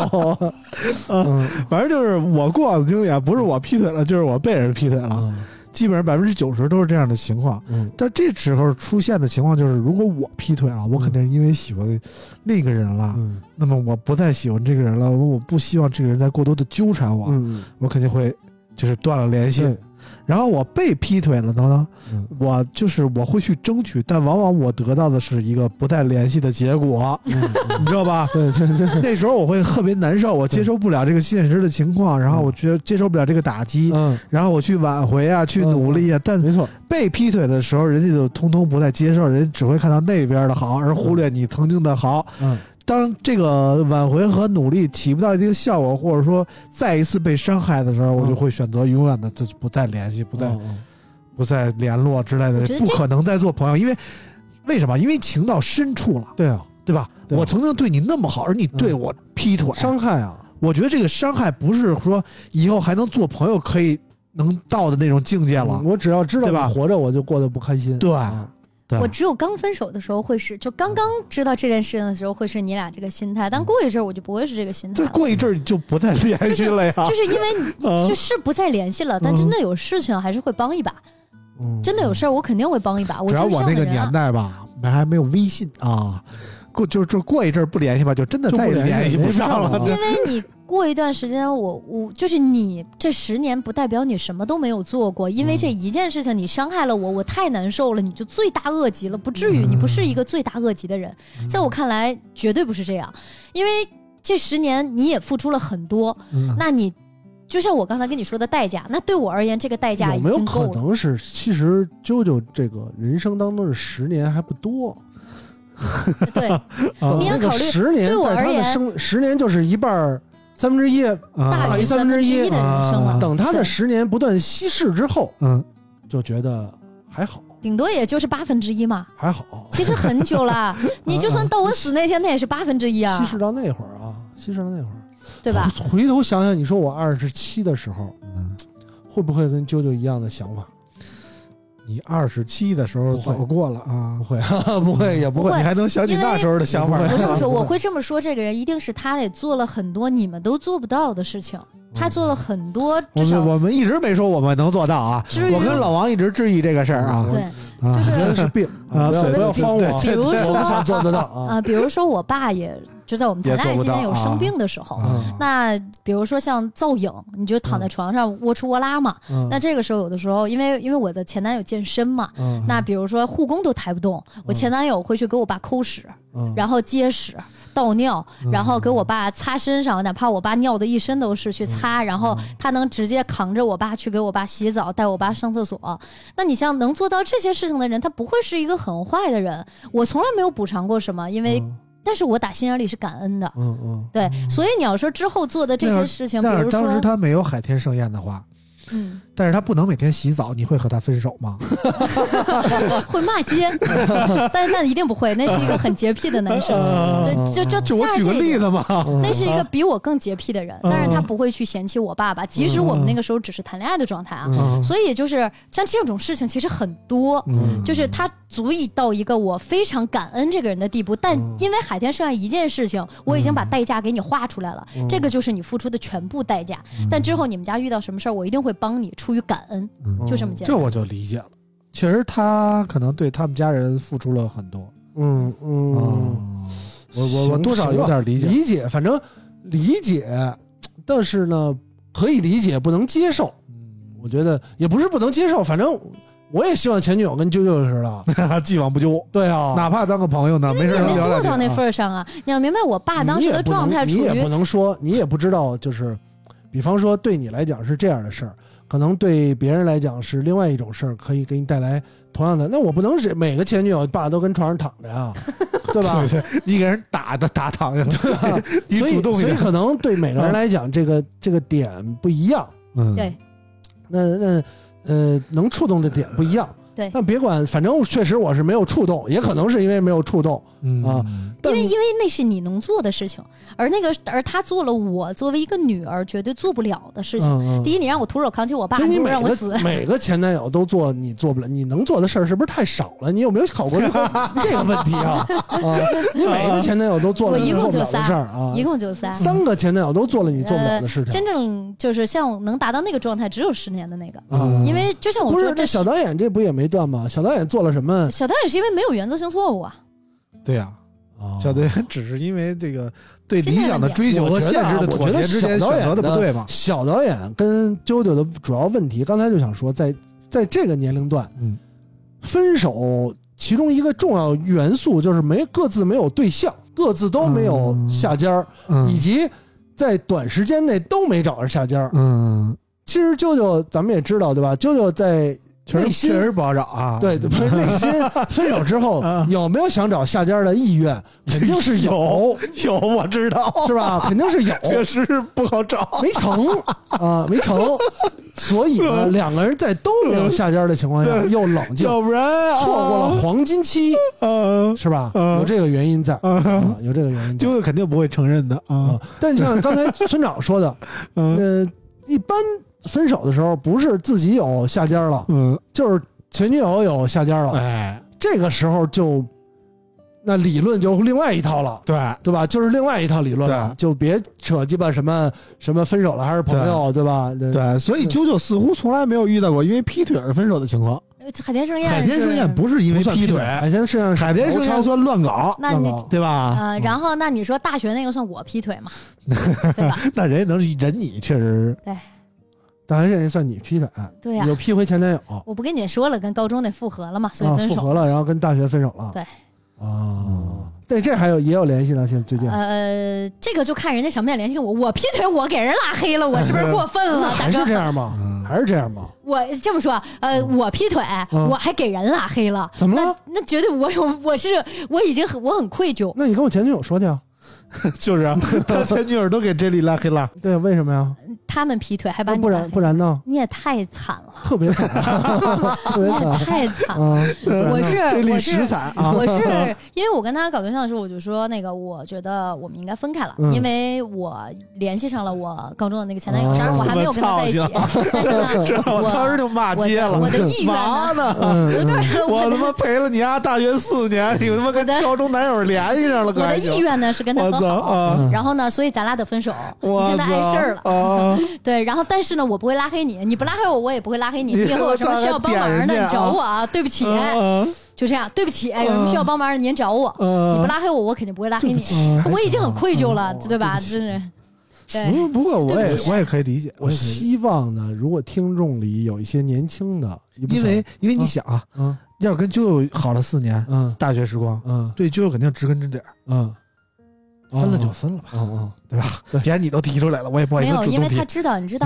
S4: 嗯
S3: 反正就是我过往的经历啊，不是我劈腿了，就是我被人劈腿了，
S4: 嗯
S3: 基本上百分之九十都是这样的情况。
S4: 嗯
S3: 但这时候出现的情况就是，如果我劈腿了，我肯定是因为喜欢另一个人了。
S4: 嗯
S3: 那么我不再喜欢这个人了，我不希望这个人再过多的纠缠我，
S4: 嗯，
S3: 我肯定会就是断了联系。
S4: 对，
S3: 然后我被劈腿了呢，
S4: 嗯
S3: 我就是我会去争取，但往往我得到的是一个不再联系的结果，
S4: 嗯？
S3: 你知道吧
S4: 对对对，
S3: 那时候我会特别难受，我接受不了这个现实的情况，然后我觉得接受不了这个打击，
S4: 嗯，
S3: 然后我去挽回啊，去
S4: 嗯
S3: 努力啊， 但
S4: 没错，
S3: 被劈腿的时候，人家就通通不再接受，人家只会看到那边的好，而忽略你曾经的好。
S4: 嗯
S3: 当这个挽回和努力起不到一定效果，或者说再一次被伤害的时候，我就会选择永远的就不再联系，不
S4: 不
S3: 再、
S4: 嗯
S3: 不再联络之类
S2: 我
S3: 的
S2: 觉，得
S3: 不
S2: 这
S3: 可能再做朋友，因为为什么？因为情到深处了，
S4: 对啊，
S3: 对吧？
S4: 对
S3: 我曾经对你那么好，而你对
S4: 嗯
S3: 我劈腿，
S4: 伤害啊，
S3: 我觉得这个伤害不是说以后还能做朋友可以能到的那种境界嗯了。
S4: 我只要知道
S3: 对吧
S4: 你活着，我就过得不开心，
S3: 对
S4: 啊
S3: 对
S2: 我只有刚分手的时候会是，就刚刚知道这件事情的时候会是你俩这个心态，但过一阵儿我就不会是这个心态
S3: 这
S2: 了。
S3: 过一阵儿 就不再联系了呀。
S2: 就是因为你
S3: 啊
S2: 就是不再联系了，但
S3: 嗯
S2: 真的有事情还是会帮一把，
S4: 嗯
S2: 真的有事儿我肯定会帮一把。
S3: 只要
S2: 就是
S3: 我
S2: 这样
S3: 那
S2: 的
S3: 个
S2: 人啊
S3: 年代吧，没还没有微信啊，过就就过一阵儿不联系吧，就真的
S4: 就
S3: 再
S4: 不
S3: 也
S4: 联
S3: 联
S4: 系
S3: 系不
S4: 没
S3: 上
S4: 上
S3: 了
S4: 了。
S3: 这
S2: 因为你过一段时间，我我就是你这十年不代表你什么都没有做过，
S4: 嗯
S2: 因为这一件事情你伤害了我，我太难受了，你就罪大恶极了，不至于，你不是一
S4: 嗯
S2: 个罪大恶极的人，在我看来绝对不是这样，因为这十年你也付出了很多，
S4: 嗯
S2: 那你就像我刚才跟你说的代价，那对我而言这个代价
S4: 有
S2: 已
S4: 没有
S2: 经
S4: 可
S2: 够了。
S4: 能是，其实啾啾这个人生当中的十年还不多，
S2: 对，
S3: 啊嗯
S4: 等
S2: 你要
S4: 那个
S2: 考虑
S4: 十年，
S2: 对我
S4: 在他
S2: 而
S4: 的
S2: 言
S4: 生十年就是一半儿三分之一，
S3: 嗯
S2: 大于三
S4: 三分之
S2: 分之
S4: 一
S2: 一的人生了
S3: 啊，
S4: 啊等他的
S2: 对
S4: 十年不断稀释之后，
S3: 嗯，
S4: 就觉得还好，
S2: 顶多也就是八分之一嘛。
S4: 还好。
S2: 其实很久 了，你就算到我死那天，那也是八分之一
S4: 稀
S2: 啊
S4: 释，到那会儿啊，稀释到那会儿，
S2: 对吧？
S4: 回？回头想想，你说我二十七的时候，会不会跟啾啾一样的想法？
S3: 你二十七的时候
S4: 不会
S3: 走过了啊
S4: 不，会， 不会，也不
S2: 不
S4: 会
S2: 会。
S3: 你还能想起
S2: 因为
S3: 那时候的想法
S4: 不
S2: 我这么
S3: 来？
S2: 说，我会这么说，这个人一定是他得做了很多你们都做不到的事情，他做了很多，
S3: 嗯我
S2: 至
S3: 们
S2: 少
S3: 我们一直没说我们能做到啊，
S2: 至于
S3: 我跟老王一直质疑这个事儿啊。
S2: 对，
S3: 啊
S2: 就是
S4: 人是病
S3: 啊
S4: 不要
S3: 对
S4: 不要方
S3: 对
S4: 我，
S3: 对
S2: 比如
S3: 对
S4: 我
S2: 说
S4: 们想做得到啊。
S2: 啊，比如说我爸也就在我们谈恋爱
S3: 也做
S2: 期
S3: 不到
S2: 间有生病的时候，
S3: 啊
S2: 那比如说像造影，你就躺在床上窝吃窝拉嘛。
S4: 嗯
S2: 那这个时候有的时候，因为因为我的前男友健身嘛，
S4: 嗯
S2: 那比如说护工都抬不动，我
S3: 嗯
S2: 前男友会去给我爸抠屎，
S4: 嗯
S2: 然后接屎、倒尿，
S3: 嗯
S2: 然后给我爸擦身上，哪怕我爸尿的一身都是去
S3: 嗯
S2: 擦，然后他能直接扛着我爸去给我爸洗澡，带我爸上厕所。那你像能做到这些事情的人，他不会是一个很坏的人。我从来没有补偿过什么，因为、
S4: 嗯
S2: 但是我打心眼里是感恩的。
S4: 嗯嗯
S2: 对，所以你要说之后做的这些事情，比
S3: 但
S2: 如
S3: 是当时
S2: 说，
S3: 他没有海天盛宴的话，
S2: 嗯，
S3: 但是他不能每天洗澡，你会和他分手吗？
S2: 会骂街， 但是那一定不会，那是一个很洁癖的男生。对，就 就
S3: 嗯就我
S2: 像
S3: 举个
S2: 这
S3: 例
S2: 种
S3: 子嘛，
S4: 嗯
S2: 那是一个比我更洁癖的人，但是他不会去嫌弃我
S4: 嗯
S2: 爸爸，即使我们那个时候只是谈恋爱的状态啊。
S3: 嗯
S2: 所以就是像这种事情其实很多，
S3: 嗯
S2: 就是他足以到一个我非常感恩这个人的地步，但
S4: 嗯
S2: 因为海天盛宴一件事情，我已经把代价给你画出来了，
S4: 嗯
S2: 这个就是你付出的全部代
S3: 嗯
S2: 价。但之后你们家遇到什么事儿，我一定会帮你，出于感恩，
S4: 嗯
S2: 就这么简单。
S3: 这我就理解了。确实他可能对他们家人付出了很多。
S4: 嗯嗯，
S3: 嗯，我我我
S4: 行
S3: 多少有点理解。
S4: 理解，反正理解，但是呢，可以理解，不能接受。我觉得也不是不能接受，反正我也希望前女友跟啾啾似的。
S3: 嗯 既往不咎，
S4: 对啊，
S3: 哪怕当个朋友呢，没
S2: 你
S3: 事
S2: 也
S3: 儿
S2: 没
S3: 聊
S2: 做
S3: 聊
S2: 到那
S3: 天。
S2: 份儿上啊！你要明白，我爸当
S4: 你
S2: 时
S4: 也
S2: 的
S4: 不能
S2: 状态处
S4: 你也
S2: 于
S4: 不能说，你也不知道，就是，比方说对你来讲是这样的事儿，可能对别人来讲是另外一种事儿，可以给你带来同样的。那我不能是每个前女友爸都跟床上躺着呀，对吧？
S3: 对不对？你给人打的打躺下， 你
S4: 所以
S3: 主动一
S4: 所以
S3: 点。
S4: 可能对每个人来讲，这个这个点不一样。
S3: 嗯
S2: 对
S4: 那那呃，能触动的点不一样。
S2: 对
S4: 但别管，反正确实我是没有触动，也可能是因为没有触动。
S3: 嗯
S4: 啊
S2: 因
S4: 但
S2: 为因为那是你能做的事情，而那个而他做了我作为一个女儿绝对做不了的事情。
S4: 嗯嗯
S2: 第一，你让我徒手扛起我爸，
S4: 所以
S2: 你
S4: 你
S2: 不如
S4: 每
S2: 让我死
S4: 个。每个前男友都做你做不了，你能做的事儿是不是太少了？你有没有考过这 个这个问题啊？啊，你每个前男友都做了
S2: 我
S4: 你
S2: 一
S4: 做
S2: 共
S4: 不
S2: 就
S4: 了的
S2: 仨
S4: 事儿啊，
S2: 一共呃就仨，
S4: 三个前男友都做了你做不了的事情
S2: 真。正就是像能达到那个状态，只有十年的那个。
S4: 啊
S2: 因为就像我
S4: 不
S2: 说，
S4: 是
S2: 这
S4: 这小导演这不也没断吗？小导演做了什么？
S2: 小导演是因为没有原则性错误啊。
S3: 对呀，
S4: 啊
S3: 小队只是因为这个对
S2: 现在
S3: 理想的
S2: 问题啊
S3: 追求和现实的妥协之间选择的不对嘛？
S4: 小导演跟啾啾的主要问题，刚才就想说，在在这个年龄段，
S3: 嗯，
S4: 分手其中一个重要元素就是没各自没有对象，各自都没有下家儿，以
S3: 嗯
S4: 及在短时间内都没找着下家儿。
S3: 嗯，
S4: 其实啾啾咱们也知道，对吧？啾啾在
S3: 确实
S4: 内心
S3: 确实不好找啊。
S4: 对，不是内心分手之后
S3: 啊
S4: 有没有想找下家儿的 意愿，肯定是有，
S3: 有我知道，
S4: 是吧？肯定是有，
S3: 确实是不好找。
S4: 没成啊，没成，所以呢，两个人在都没有下家的情况下，
S3: 嗯对
S4: 又冷静，
S3: 要不然啊
S4: 错过了黄金期，
S3: 嗯，
S4: 是吧？
S3: 嗯
S4: 有这个原因在，
S2: 嗯
S4: 啊有这个原因在
S3: 啾。啾肯定不会承认的啊
S4: 啊。但像刚才村长说的，
S3: 嗯
S4: 呃，一般分手的时候，不是自己有下家了，
S3: 嗯，
S4: 就是前女友有下家
S2: 啊
S4: 了，
S3: 哎，
S4: 这个时候就，那理论就另外一套了。
S3: 对，
S2: 嗯
S4: 对吧？就是另外一套理论了，
S3: 对
S4: 就别扯鸡巴什么什么分手了还是朋友，对吧？对
S3: 对，所以啾啾似乎从来没有遇到过因为劈腿而分手的情况。
S2: 海天盛宴，
S3: 海天盛宴不是因为
S4: 不算
S3: 劈腿，
S4: 海鲜摄像
S3: 海天盛宴算乱搞，
S2: 那你
S4: 那嗯个
S3: 对吧？
S2: 啊，然后那你说大学那个算我劈 腿嘛？对吧？
S3: 那人家能忍你，确 实
S4: 大学这也算你劈腿，
S2: 对呀
S4: 你就劈回前男友，啊，
S2: 我不跟你说了，跟高中那复合了嘛，所以分
S4: 复
S2: 手。
S4: 合了，然后跟大学分手了，
S2: 对，
S4: 啊，对，这还有也有联系呢，现在最近，嗯
S2: 呃，这个就看人家想不想联系我。我劈腿，我给人拉黑了，我是不是过分了，大
S4: 哎还是
S2: 哥
S4: 这？样
S3: 嗯
S4: 吗？还是这样吗？
S2: 我这么说，呃，我劈腿，
S4: 嗯
S2: 我还给人拉黑了，
S4: 怎么了？
S2: 那绝对我有，我是我已经很我很愧疚，
S4: 那你跟我前女友说去啊？
S3: 就是啊，他前女友都给 J 莉拉黑 了。
S4: 对，为什么呀？
S2: 他们劈腿还把
S4: 那
S2: 你
S4: 不
S2: 拉
S4: 然
S2: 黑，
S4: 不然呢？
S2: 你也太惨了，
S4: 特别 惨，特别
S2: 你也
S4: 惨，
S2: 太惨了。
S4: 啊嗯，
S2: 我是
S3: 这
S2: 我
S3: 里
S2: 是
S3: 实惨啊！
S2: 我是因为我跟他搞对象的时候，我就说那个，我觉得我们应该分开了，
S4: 嗯
S2: 因为我联系上了我高中的那个前男友，
S4: 哦
S2: 当然我还没有跟他在一起
S3: 我，
S2: 但是 呢，
S3: 这我当时就骂街了，
S2: 我的我的意愿
S3: 嘛
S2: 呢
S3: 呢？
S4: 嗯
S2: 有
S4: 嗯
S2: 点儿
S3: 我
S2: 我
S3: 他
S2: 的
S3: 妈陪了你丫大学四年，你他妈跟
S2: 我的
S3: 高中男友联系上了，可
S2: 我的
S3: 还
S2: 意
S3: 行？
S2: 愿呢是跟他
S3: 我
S2: 和
S3: 操
S2: 好。
S3: 啊！
S2: 然后呢，所以咱俩得分手。你
S3: 我
S2: 现在碍事儿了，
S3: 操啊！
S2: 对。然后，但是呢，我不会拉黑你，你不拉黑我，我也不会拉黑你。
S3: 你
S2: 你以后有什么需要帮忙的，
S3: 点人家啊嗯
S2: 你找我啊。对不起，
S3: 啊
S2: 就这样，对不起。哎有什么需要帮忙的，您找我。你不
S3: 呃，
S2: 拉黑我，我肯定不会拉黑你。
S4: 嗯
S2: 我已经很愧疚了
S4: 嗯，
S2: 对吧？
S4: 对不起
S2: 真是， 对。
S3: 嗯不不过我
S2: 对
S3: 也
S2: 不起
S3: 我也可以理解，也
S4: 我
S3: 可以理解
S4: 希望呢，如果听众里有一些年轻的，你不
S3: 因
S4: 想
S3: 为因为你想啊，
S4: 嗯
S3: 要是跟啾啾好了四年，
S4: 嗯
S3: 大学时光，
S4: 嗯
S3: 对啾啾肯定知根知底儿，
S4: 嗯，
S3: 分了就分了吧，
S4: 嗯嗯
S3: 对吧？既然你都提出来了，我也不好意
S2: 没
S3: 思
S2: 有，
S3: 主
S2: 因为
S3: 动
S2: 他
S3: 提。
S2: 知道，你知道，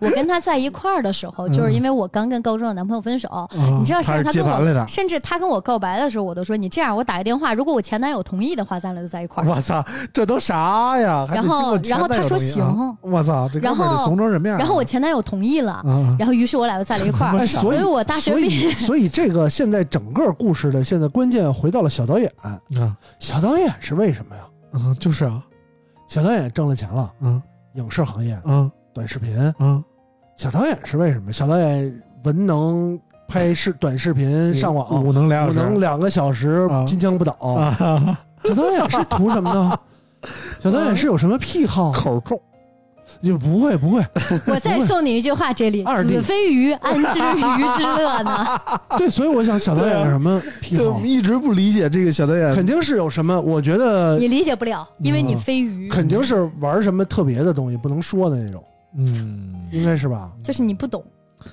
S2: 我跟他在一块儿的时候，就是因为我刚跟高中的男朋 友分手，
S3: 嗯
S2: 你知道，
S3: 他是
S2: 甚至他
S3: 接
S2: 跟
S3: 盘来的
S2: 我，，甚至他跟我告白的时候，我都说你这样，我打个电话，如果我前男友同意的话，咱俩就在一块儿。
S3: 我操，这都啥呀？还得
S2: 然后
S3: 经过前
S2: 然后他
S3: 男友
S2: 说
S3: 同意
S2: 行
S3: 啊我操，这哥们
S2: 然
S3: 儿
S2: 后
S3: 得怂成什么样啊？
S2: 然后我前男友同意了，
S3: 啊，
S2: 然后于是我俩就在了一块
S4: 哎
S2: 儿。
S4: 所
S2: 所
S4: 以
S2: 以我大学
S4: 所
S2: 毕业
S4: 以，所以这个现在整个故事的现在关键回到了小导演，
S3: 啊，
S4: 小导演是为什么呀？
S3: 嗯，就是啊，
S4: 小导演挣了钱了，
S3: 嗯
S4: 影视行业、
S3: 嗯
S4: 短视频，
S3: 嗯，
S4: 小导演是为什么？小导演文能拍视短视频上网，
S3: 武能俩
S4: 武
S3: 嗯小时
S4: 能两个小时
S3: 啊
S4: 金枪不倒，
S3: 啊， 啊
S4: 小导演是图什么呢？小导演是有什么癖好？
S3: 口重，
S4: 就不会不 会，
S2: 我再送你一句话，这里
S4: 二弟
S2: 子非鱼，安知鱼之乐呢？
S4: 对，所以我想小导演有什么癖
S3: 对，啊
S4: 好
S3: 我，一直不理解这个小导演，
S4: 肯定是有什么，我觉得
S2: 你理解不了，因为你非鱼，
S4: 肯定是玩什么特别的东西不能说的那种，
S3: 嗯，
S4: 应该是吧？
S2: 就是你不懂，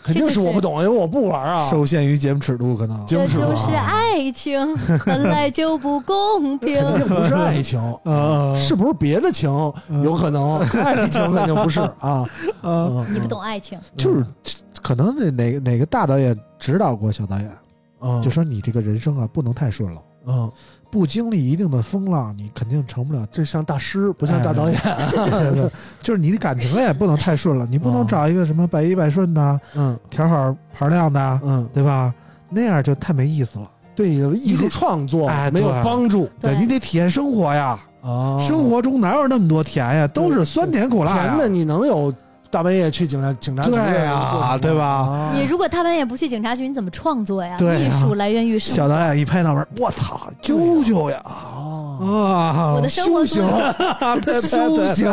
S4: 肯定是我不懂，因为我不玩啊。
S3: 受限于节目尺度，可能
S2: 这
S4: 精神啊
S2: 就是爱情，本来就不公平。
S4: 肯定不是爱情，
S3: 啊
S4: 是不是别的情？有可能爱情肯定不是啊。
S3: 啊，
S4: 嗯
S2: 你不，懂爱情，
S3: 就是可能这哪哪个大导演指导过小导演，
S4: 嗯，
S3: 就说你这个人生啊不能太顺了，
S4: 嗯，
S3: 不经历一定的风浪，你肯定成不 了。
S4: 这像大师，不像大导演。
S3: 对对，就是你的感情啊也不能太顺了，你不能
S4: 哦
S3: 找一个什么百依百顺的、
S4: 嗯
S3: 条好盘亮的，
S4: 嗯，
S3: 对吧？那样就太没意思了。
S4: 对你的艺术创作
S3: 哎
S4: 没
S3: 对
S4: 有帮助
S2: 对
S3: 你得体验生活呀，
S4: 啊
S3: 生活中哪有那么多甜呀？都是酸甜苦辣呀
S4: 甜的，你能有大半夜去警察警察局
S3: 对
S4: 的
S3: 呀，
S4: 过程吗
S3: 对吧？
S4: 啊
S2: 你如果他半夜不去警察局，你怎么创作呀？
S3: 对啊
S2: 艺术来源于生活
S3: 小导演一拍脑门，我操，啾啾呀！
S4: 啊，
S3: 啊，
S2: 我的生活
S3: 修行，对对
S4: 修
S3: 对，
S4: 行，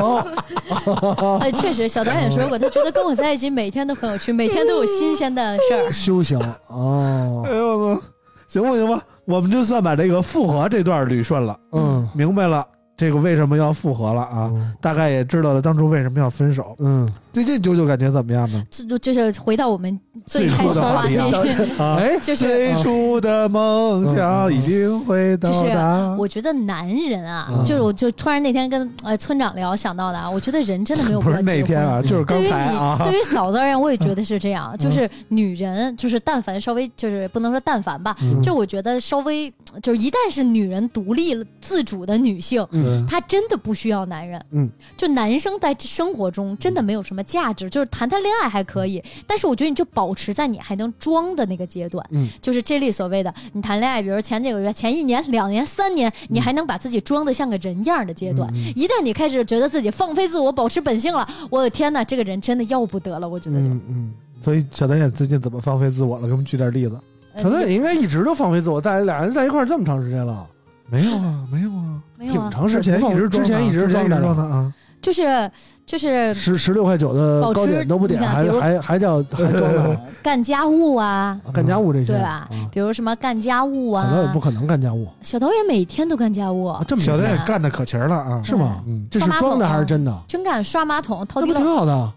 S2: 哎，确实，小导演说过，他觉得跟我在一起每天都很有趣，每天都有新鲜的事儿。
S4: 修行哦
S3: 哎，呦我操，行吧行吧，我们就算把这个复合这段捋顺了，
S4: 嗯
S3: 明白了这个为什么要复合了啊，
S4: 嗯
S3: 大概也知道了当初为什么要分手。
S4: 嗯，
S3: 最近九九感觉怎么样呢？
S2: 这就就是回到我们最开
S3: 最
S2: 始
S3: 初的
S2: 话
S3: 话
S2: 题
S3: 题啊，啊，嗯
S4: 哎，
S2: 就是
S3: 最初的梦想已经会到
S2: 就是
S3: 达。
S2: 我觉得男人啊，
S4: 嗯
S2: 就是我就突然那天跟呃村长聊想到的啊，我觉得人真的没有
S3: 不
S2: 必
S3: 是
S2: 要
S3: 那
S2: 结
S3: 天
S2: 婚。
S3: 啊，就是刚
S2: 对于
S3: 才
S2: 你，
S3: 啊，嗯
S2: 对于嫂子而言，我也觉得是这样。就是女人，就是但凡稍微，就是不能说但凡吧，
S4: 嗯
S2: 就我觉得稍微，就是一旦是女人独立了、自主的女性，
S4: 嗯
S2: 她真的不需要男人。
S4: 嗯，
S2: 就男生在生活中真的没有什么价值，就是谈谈恋爱还可以，但是我觉得你就保持在你还能装的那个阶段。
S4: 嗯，
S2: 就是这里所谓的你谈恋爱，比如前几个月、前一年、两年、三年，你
S4: 嗯
S2: 还能把自己装的像个人样儿的阶段。一旦你开始觉得自己放飞自我、保持本性了，我的天哪，这个人真的要不得了。我觉得就，
S4: 嗯嗯。
S3: 所以小导演最近怎么放飞自我了？给我们举点例子。
S2: 呃
S4: 可能也应该一直都放飞自我，在俩人在一块儿这么长时间了，
S3: 没有啊，没有啊，
S2: 没有
S4: 挺
S2: 啊，
S4: 长时
S3: 之
S4: 间，
S3: 前
S4: 不
S3: 一
S4: 放
S3: 直
S4: 之前一直
S3: 装
S4: 装着
S3: 装
S4: 呢，
S3: 的啊，
S2: 就是就是
S4: 十十六块九的
S2: 保持
S4: 糕点都不点，
S2: 你看
S4: 还
S2: 比如
S4: 还还叫还装呢，
S2: 干家务啊，
S4: 干家务这些，
S2: 对吧
S4: 啊？
S2: 比如什么干家务
S4: 小导
S2: 啊
S4: 演不，可能干家务
S2: 小导演每天都干家务，
S4: 啊，这么
S3: 小
S4: 厉
S3: 导
S4: 害
S3: 演干的可勤儿了啊，
S4: 是吗？
S3: 嗯，
S4: 这是
S2: 刷马桶
S4: 装的还是真的？
S2: 真干刷马桶、掏
S4: 那
S2: 地
S4: 不
S2: 漏
S4: 挺，好的？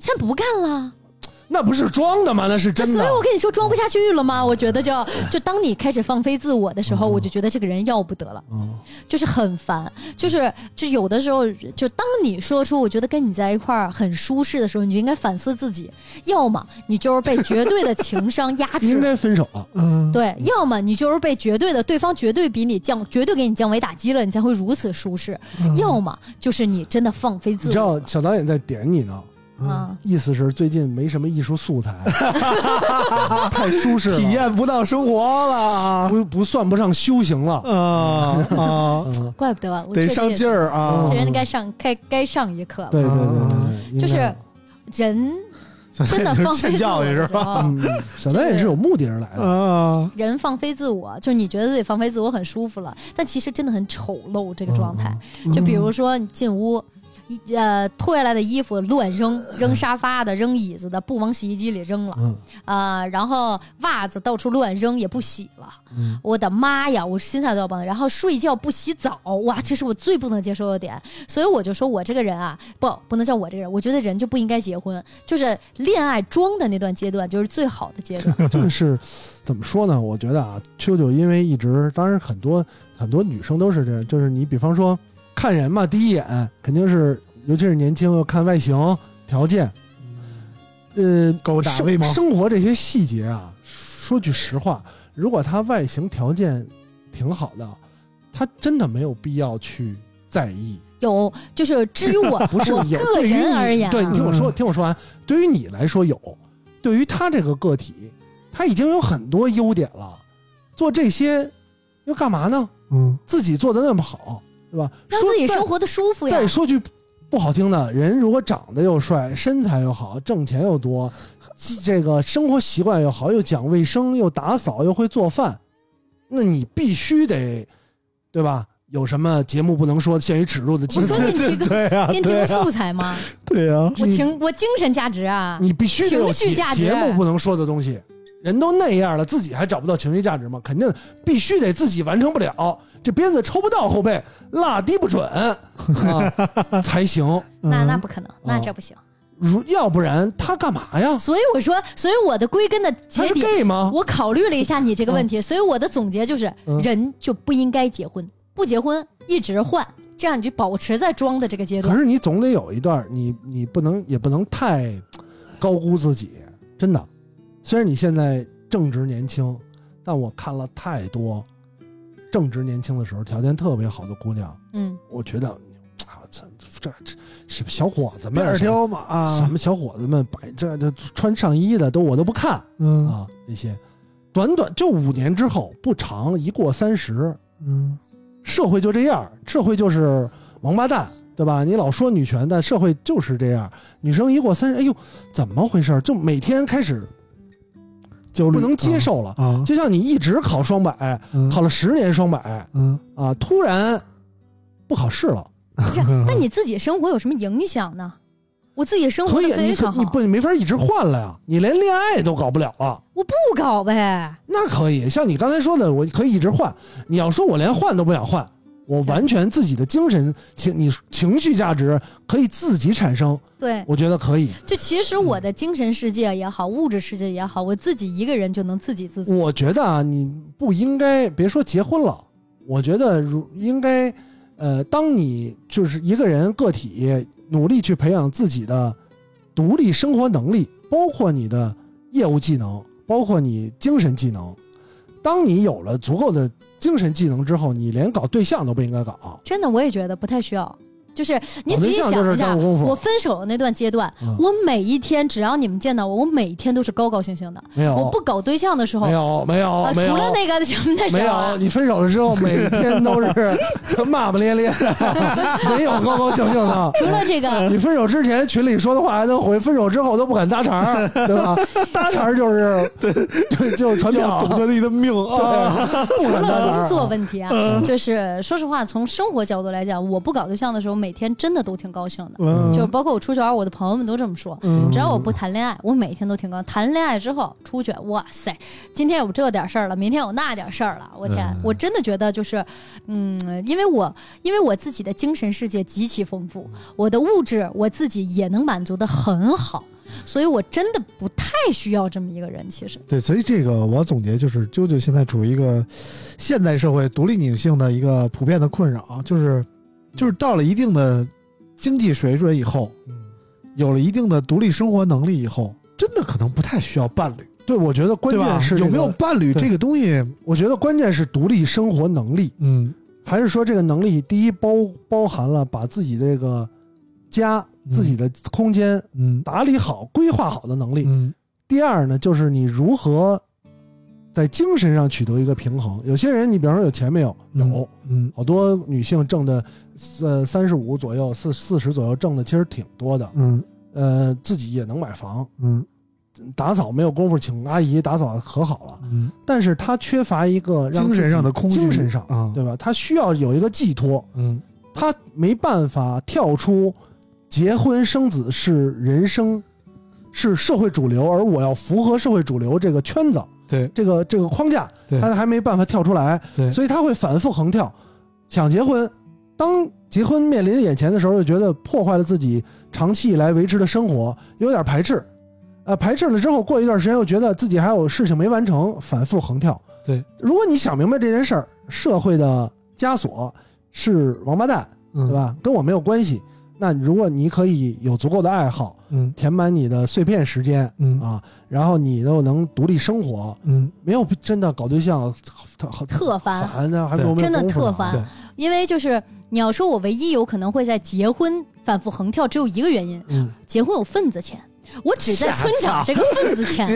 S2: 现在不干了。
S4: 那不是装的吗？那是
S2: 这
S4: 真
S2: 所以我
S4: 的。啊
S2: 跟你说装不下去了吗？我觉得就就当你开始放飞自我的时候，
S4: 嗯
S2: 我就觉得这个人要不得了，
S4: 嗯
S2: 就是很烦，就是就有的时候，就当你说出我觉得跟你在一块儿很舒适的时候，你就应该反思自己，要么你就是被绝对的情商压
S4: 应
S2: 制。
S4: 该分手了。
S3: 嗯，
S2: 对，要么你就是被绝对的对方绝对比你降，绝对给你降维打击了，你才会如此舒适；要么就是你真的放飞
S4: 嗯你
S2: 自
S4: 知
S2: 我
S4: 道嗯小导演在点你呢，
S2: 啊，
S4: 意思是最近没什么艺术素 材，太舒适了，
S3: 体验不到生活了啊
S4: 不不算不上修行了。
S3: 啊啊，
S4: 嗯，
S2: 怪不得吧，我
S3: 得
S2: 确实
S3: 上
S2: 也
S3: 劲儿啊
S2: 这！人该上该该上一课了。
S4: 对对对对对，
S2: 嗯
S4: 应该
S2: 就是人 真的放
S3: 欠
S2: 飞自我
S3: 教育
S2: 的
S3: 是
S2: 时候
S3: 吧？
S4: 嗯，小导演是有目的而来的。
S3: 啊，
S2: 人放飞自我，就是你觉得自己放飞自我很舒服了，但其实真的很丑陋这个状态。
S3: 嗯
S2: 就比如说你进屋，一呃脱下来的衣服乱扔，扔沙发的，扔椅子的，不往洗衣机里扔了，
S4: 嗯
S2: 呃，然后袜子到处乱扔也不洗了。
S4: 嗯
S2: 我的妈呀，我心态都要崩了。然后睡觉不洗澡，哇，这是我最不能接受的点。所以我就说我这个人啊，不，不能叫我这个人，我觉得人就不应该结婚，就是恋爱装的那段阶段，就是最好的阶段。
S4: 就是怎么说呢？我觉得啊，啾啾因为一直，当然很多很多女生都是这样，就是你比方说看人嘛，第一眼肯定是，尤其是年轻，要看外形条件，呃，
S3: 狗打
S4: 生
S3: 喂猫，
S4: 生活这些细节啊，说句实话，如果他外形条件挺好的，他真的没有必要去在意。
S2: 有，就是至于我
S4: 不是
S2: 我
S4: 有
S2: 个
S4: 对于
S2: 人
S4: 你
S2: 而言啊，
S4: 对你听我说，
S3: 嗯
S4: 听我说完，对于你来说有，对于他这个个体，他已经有很多优点了，做这些又干嘛呢？
S3: 嗯，
S4: 自己做的那么好，对吧？
S2: 让
S4: 说
S2: 自己
S4: 再
S2: 生活的舒服呀。
S4: 再说句不好听的，人如果长得又帅，身材又好，挣钱又多，这个生活习惯又好，又讲卫生，又打扫，又会做饭，那你必须得，对吧？有什么节目不能说，限于尺度的禁
S2: 我
S4: 忌
S2: 说，你提供
S3: 对呀，
S2: 您提
S3: 对
S2: 供
S3: 呀，
S2: 素材吗？
S3: 对啊呀，
S2: 我情我精神价值啊，
S4: 啊你必须得有
S2: 情绪
S4: 节
S2: 价值
S4: 节目不能说的东西。人都那样了，自己还找不到情绪价值吗？肯定必须得自己完成不了，这鞭子抽不到后背，蜡滴不准啊才行。
S2: 那
S3: 嗯
S2: 那不可能，那
S4: 哦
S2: 这不行。
S4: 如要不然他干嘛呀？
S2: 所以我说，所以我的归根的
S4: 他
S2: 结
S4: 是
S2: 底，
S4: gay 吗？
S2: 我考虑了一下你这个问题，所以我的总结就是，
S4: 啊嗯
S2: 人就不应该结婚，不结婚一直换，这样你就保持在装的这个阶
S4: 可
S2: 段。
S4: 是你总得有一段儿，你你不能也不能太高估自己，真的。虽然你现在正值年轻，但我看了太多正值年轻的时候条件特别好的姑娘，
S2: 嗯，
S4: 我觉得啊，这这这什么小伙子们
S3: 面
S4: 儿
S3: 儿
S4: 什么
S3: 挑嘛
S4: 什
S3: 啊，
S4: 么小伙子们摆这这穿上衣的都我都不看
S3: 嗯
S4: 啊，那些短短就五年之后不长，一过三十，
S3: 嗯，
S4: 社会就这样，社会就是王八蛋，对吧？你老说女权，但社会就是这样。女生一过三十，哎呦，怎么回事儿？就每天开始
S3: 焦虑
S4: 不能接受了。
S3: 啊，
S4: 就像你一直考双百，
S3: 嗯
S4: 考了十年双百
S3: 嗯，
S4: 啊，突然不考试了，
S2: 这样那你自己生活有什么影响呢？我自己生活
S4: 可
S2: 的
S4: 以，
S2: 非
S4: 你可
S2: 常好
S4: 你，不你没法一直换了呀，你连恋爱都搞不了了。
S2: 我不搞呗。
S4: 那可以，像你刚才说的，我可以一直换。你要说我连换都不想换，我完全自己的精神情你情绪价值可以自己产生，
S2: 对，
S4: 我觉得可以。
S2: 就其实我的精神世界也好，物质世界也好，我自己一个人就能自给自足。
S4: 我觉得啊，你不应该别说结婚了，我觉得如应该，呃，当你就是一个人个体努力去培养自己的独立生活能力，包括你的业务技能，包括你精神技能。当你有了足够的精神技能之后，你连搞对象都不应该搞。
S2: 真的，我也觉得不太需要。就是你
S4: 搞
S2: 仔
S4: 对
S2: 细
S4: 象就是
S2: 想一下
S4: 耽误，功夫
S2: 我分手的那段阶段，
S4: 嗯
S2: 我每一天只要你们见到我，我每一天都是高高兴兴的。
S4: 没有，
S2: 我不搞对象的时候
S4: 没，有，没有，
S2: 啊，除
S4: 哦没有，
S2: 了那个什么的时
S4: 没
S2: 候
S4: 有，
S2: 啊，
S4: 你分手了之后，每天都是骂骂咧咧的，没有高高兴兴的。
S2: 除了 这个，
S4: 你分手之前群里说的话还能回，分手之后都不敢搭茬 儿，对吧？搭茬儿就是对，就传
S3: 要
S4: 票
S3: 懂，得你的命啊，
S4: 对，不
S2: 除
S4: 敢搭
S2: 了
S4: 茬
S2: 工
S4: 儿。
S2: 作问题啊，
S4: 嗯
S2: 就是说实话，从生活角度来讲，我不搞对象的时候，每天真的都挺高兴的。
S3: 嗯
S2: 就是包括我出去玩，我的朋友们都这么说。
S3: 嗯
S2: 只要我不谈恋爱，我每天都挺高兴。谈恋爱之后出去，哇塞，今天有这点事儿了，明天有那点事儿了，我天！
S5: 嗯
S2: 我真的觉得就是，嗯，因为我因为我自己的精神世界极其丰富，我的物质我自己也能满足的很好，所以我真的不太需要这么一个人。其实，
S3: 对，所以这个我总结就是，啾啾现在处于一个现代社会独立女性的一个普遍的困扰，啊就是就是到了一定的经济水准以后，有了一定的独立生活能力以后，真的可能不太需要伴侣，
S4: 对，我觉得关
S3: 对吧
S4: 键是？这
S3: 有
S4: 个
S3: 没有？伴侣
S4: 对
S3: 这个东西，
S4: 我觉得关键是独立生活能力，
S3: 嗯
S4: 还是说这个能力，第一包包含了把自己的这个家、
S3: 嗯
S4: 自己的空间
S3: 嗯
S4: 打理好、规划好的能力。
S3: 嗯
S4: 第二呢，就是你如何在精神上取得一个平衡。有些人，你比方说有钱没有？有。
S3: 嗯嗯
S4: 好多女性挣的，呃，三十五左右、四四十左右挣的，其实挺多的。
S3: 嗯
S4: 呃，自己也能买房，
S3: 嗯
S4: 打扫没有功夫请阿姨打扫可好了，
S3: 嗯，
S4: 但是她缺乏一个让
S3: 精
S4: 自己
S3: 神上的空虚，
S4: 精神上，
S3: 啊，
S4: 对吧？她需要有一个寄托，
S3: 嗯
S4: 她没办法跳出结婚生子是人生，是社会主流，而我要符合社会主流这个圈子，
S3: 对
S4: 这个这个框架，
S3: 对
S4: 他还没办法跳出来，
S3: 对
S4: 所以他会反复横跳，想结婚，当结婚面临眼前的时候，又觉得破坏了自己长期以来维持的生活，有点排斥，呃，排斥了之后，过一段时间又觉得自己还有事情没完成，反复横跳。
S3: 对，
S4: 如果你想明白这件事儿，社会的枷锁是王八蛋，
S3: 嗯
S4: 对？吧？跟我没有关系。那如果你可以有足够的爱好，
S3: 嗯
S4: 填满你的碎片时间
S3: 嗯
S4: 啊，然后你又能独立生活，
S3: 嗯
S4: 没有真的搞对象，特好
S2: 特烦
S4: 烦呢，还没
S3: 对
S4: 有没有
S2: 真的
S4: 功夫呢
S2: 特烦
S3: 对
S2: 因为就是你要说我唯一有可能会在结婚反复横跳，只有一个原因，
S3: 嗯，
S2: 结婚有份子钱，我只在村长这个份子钱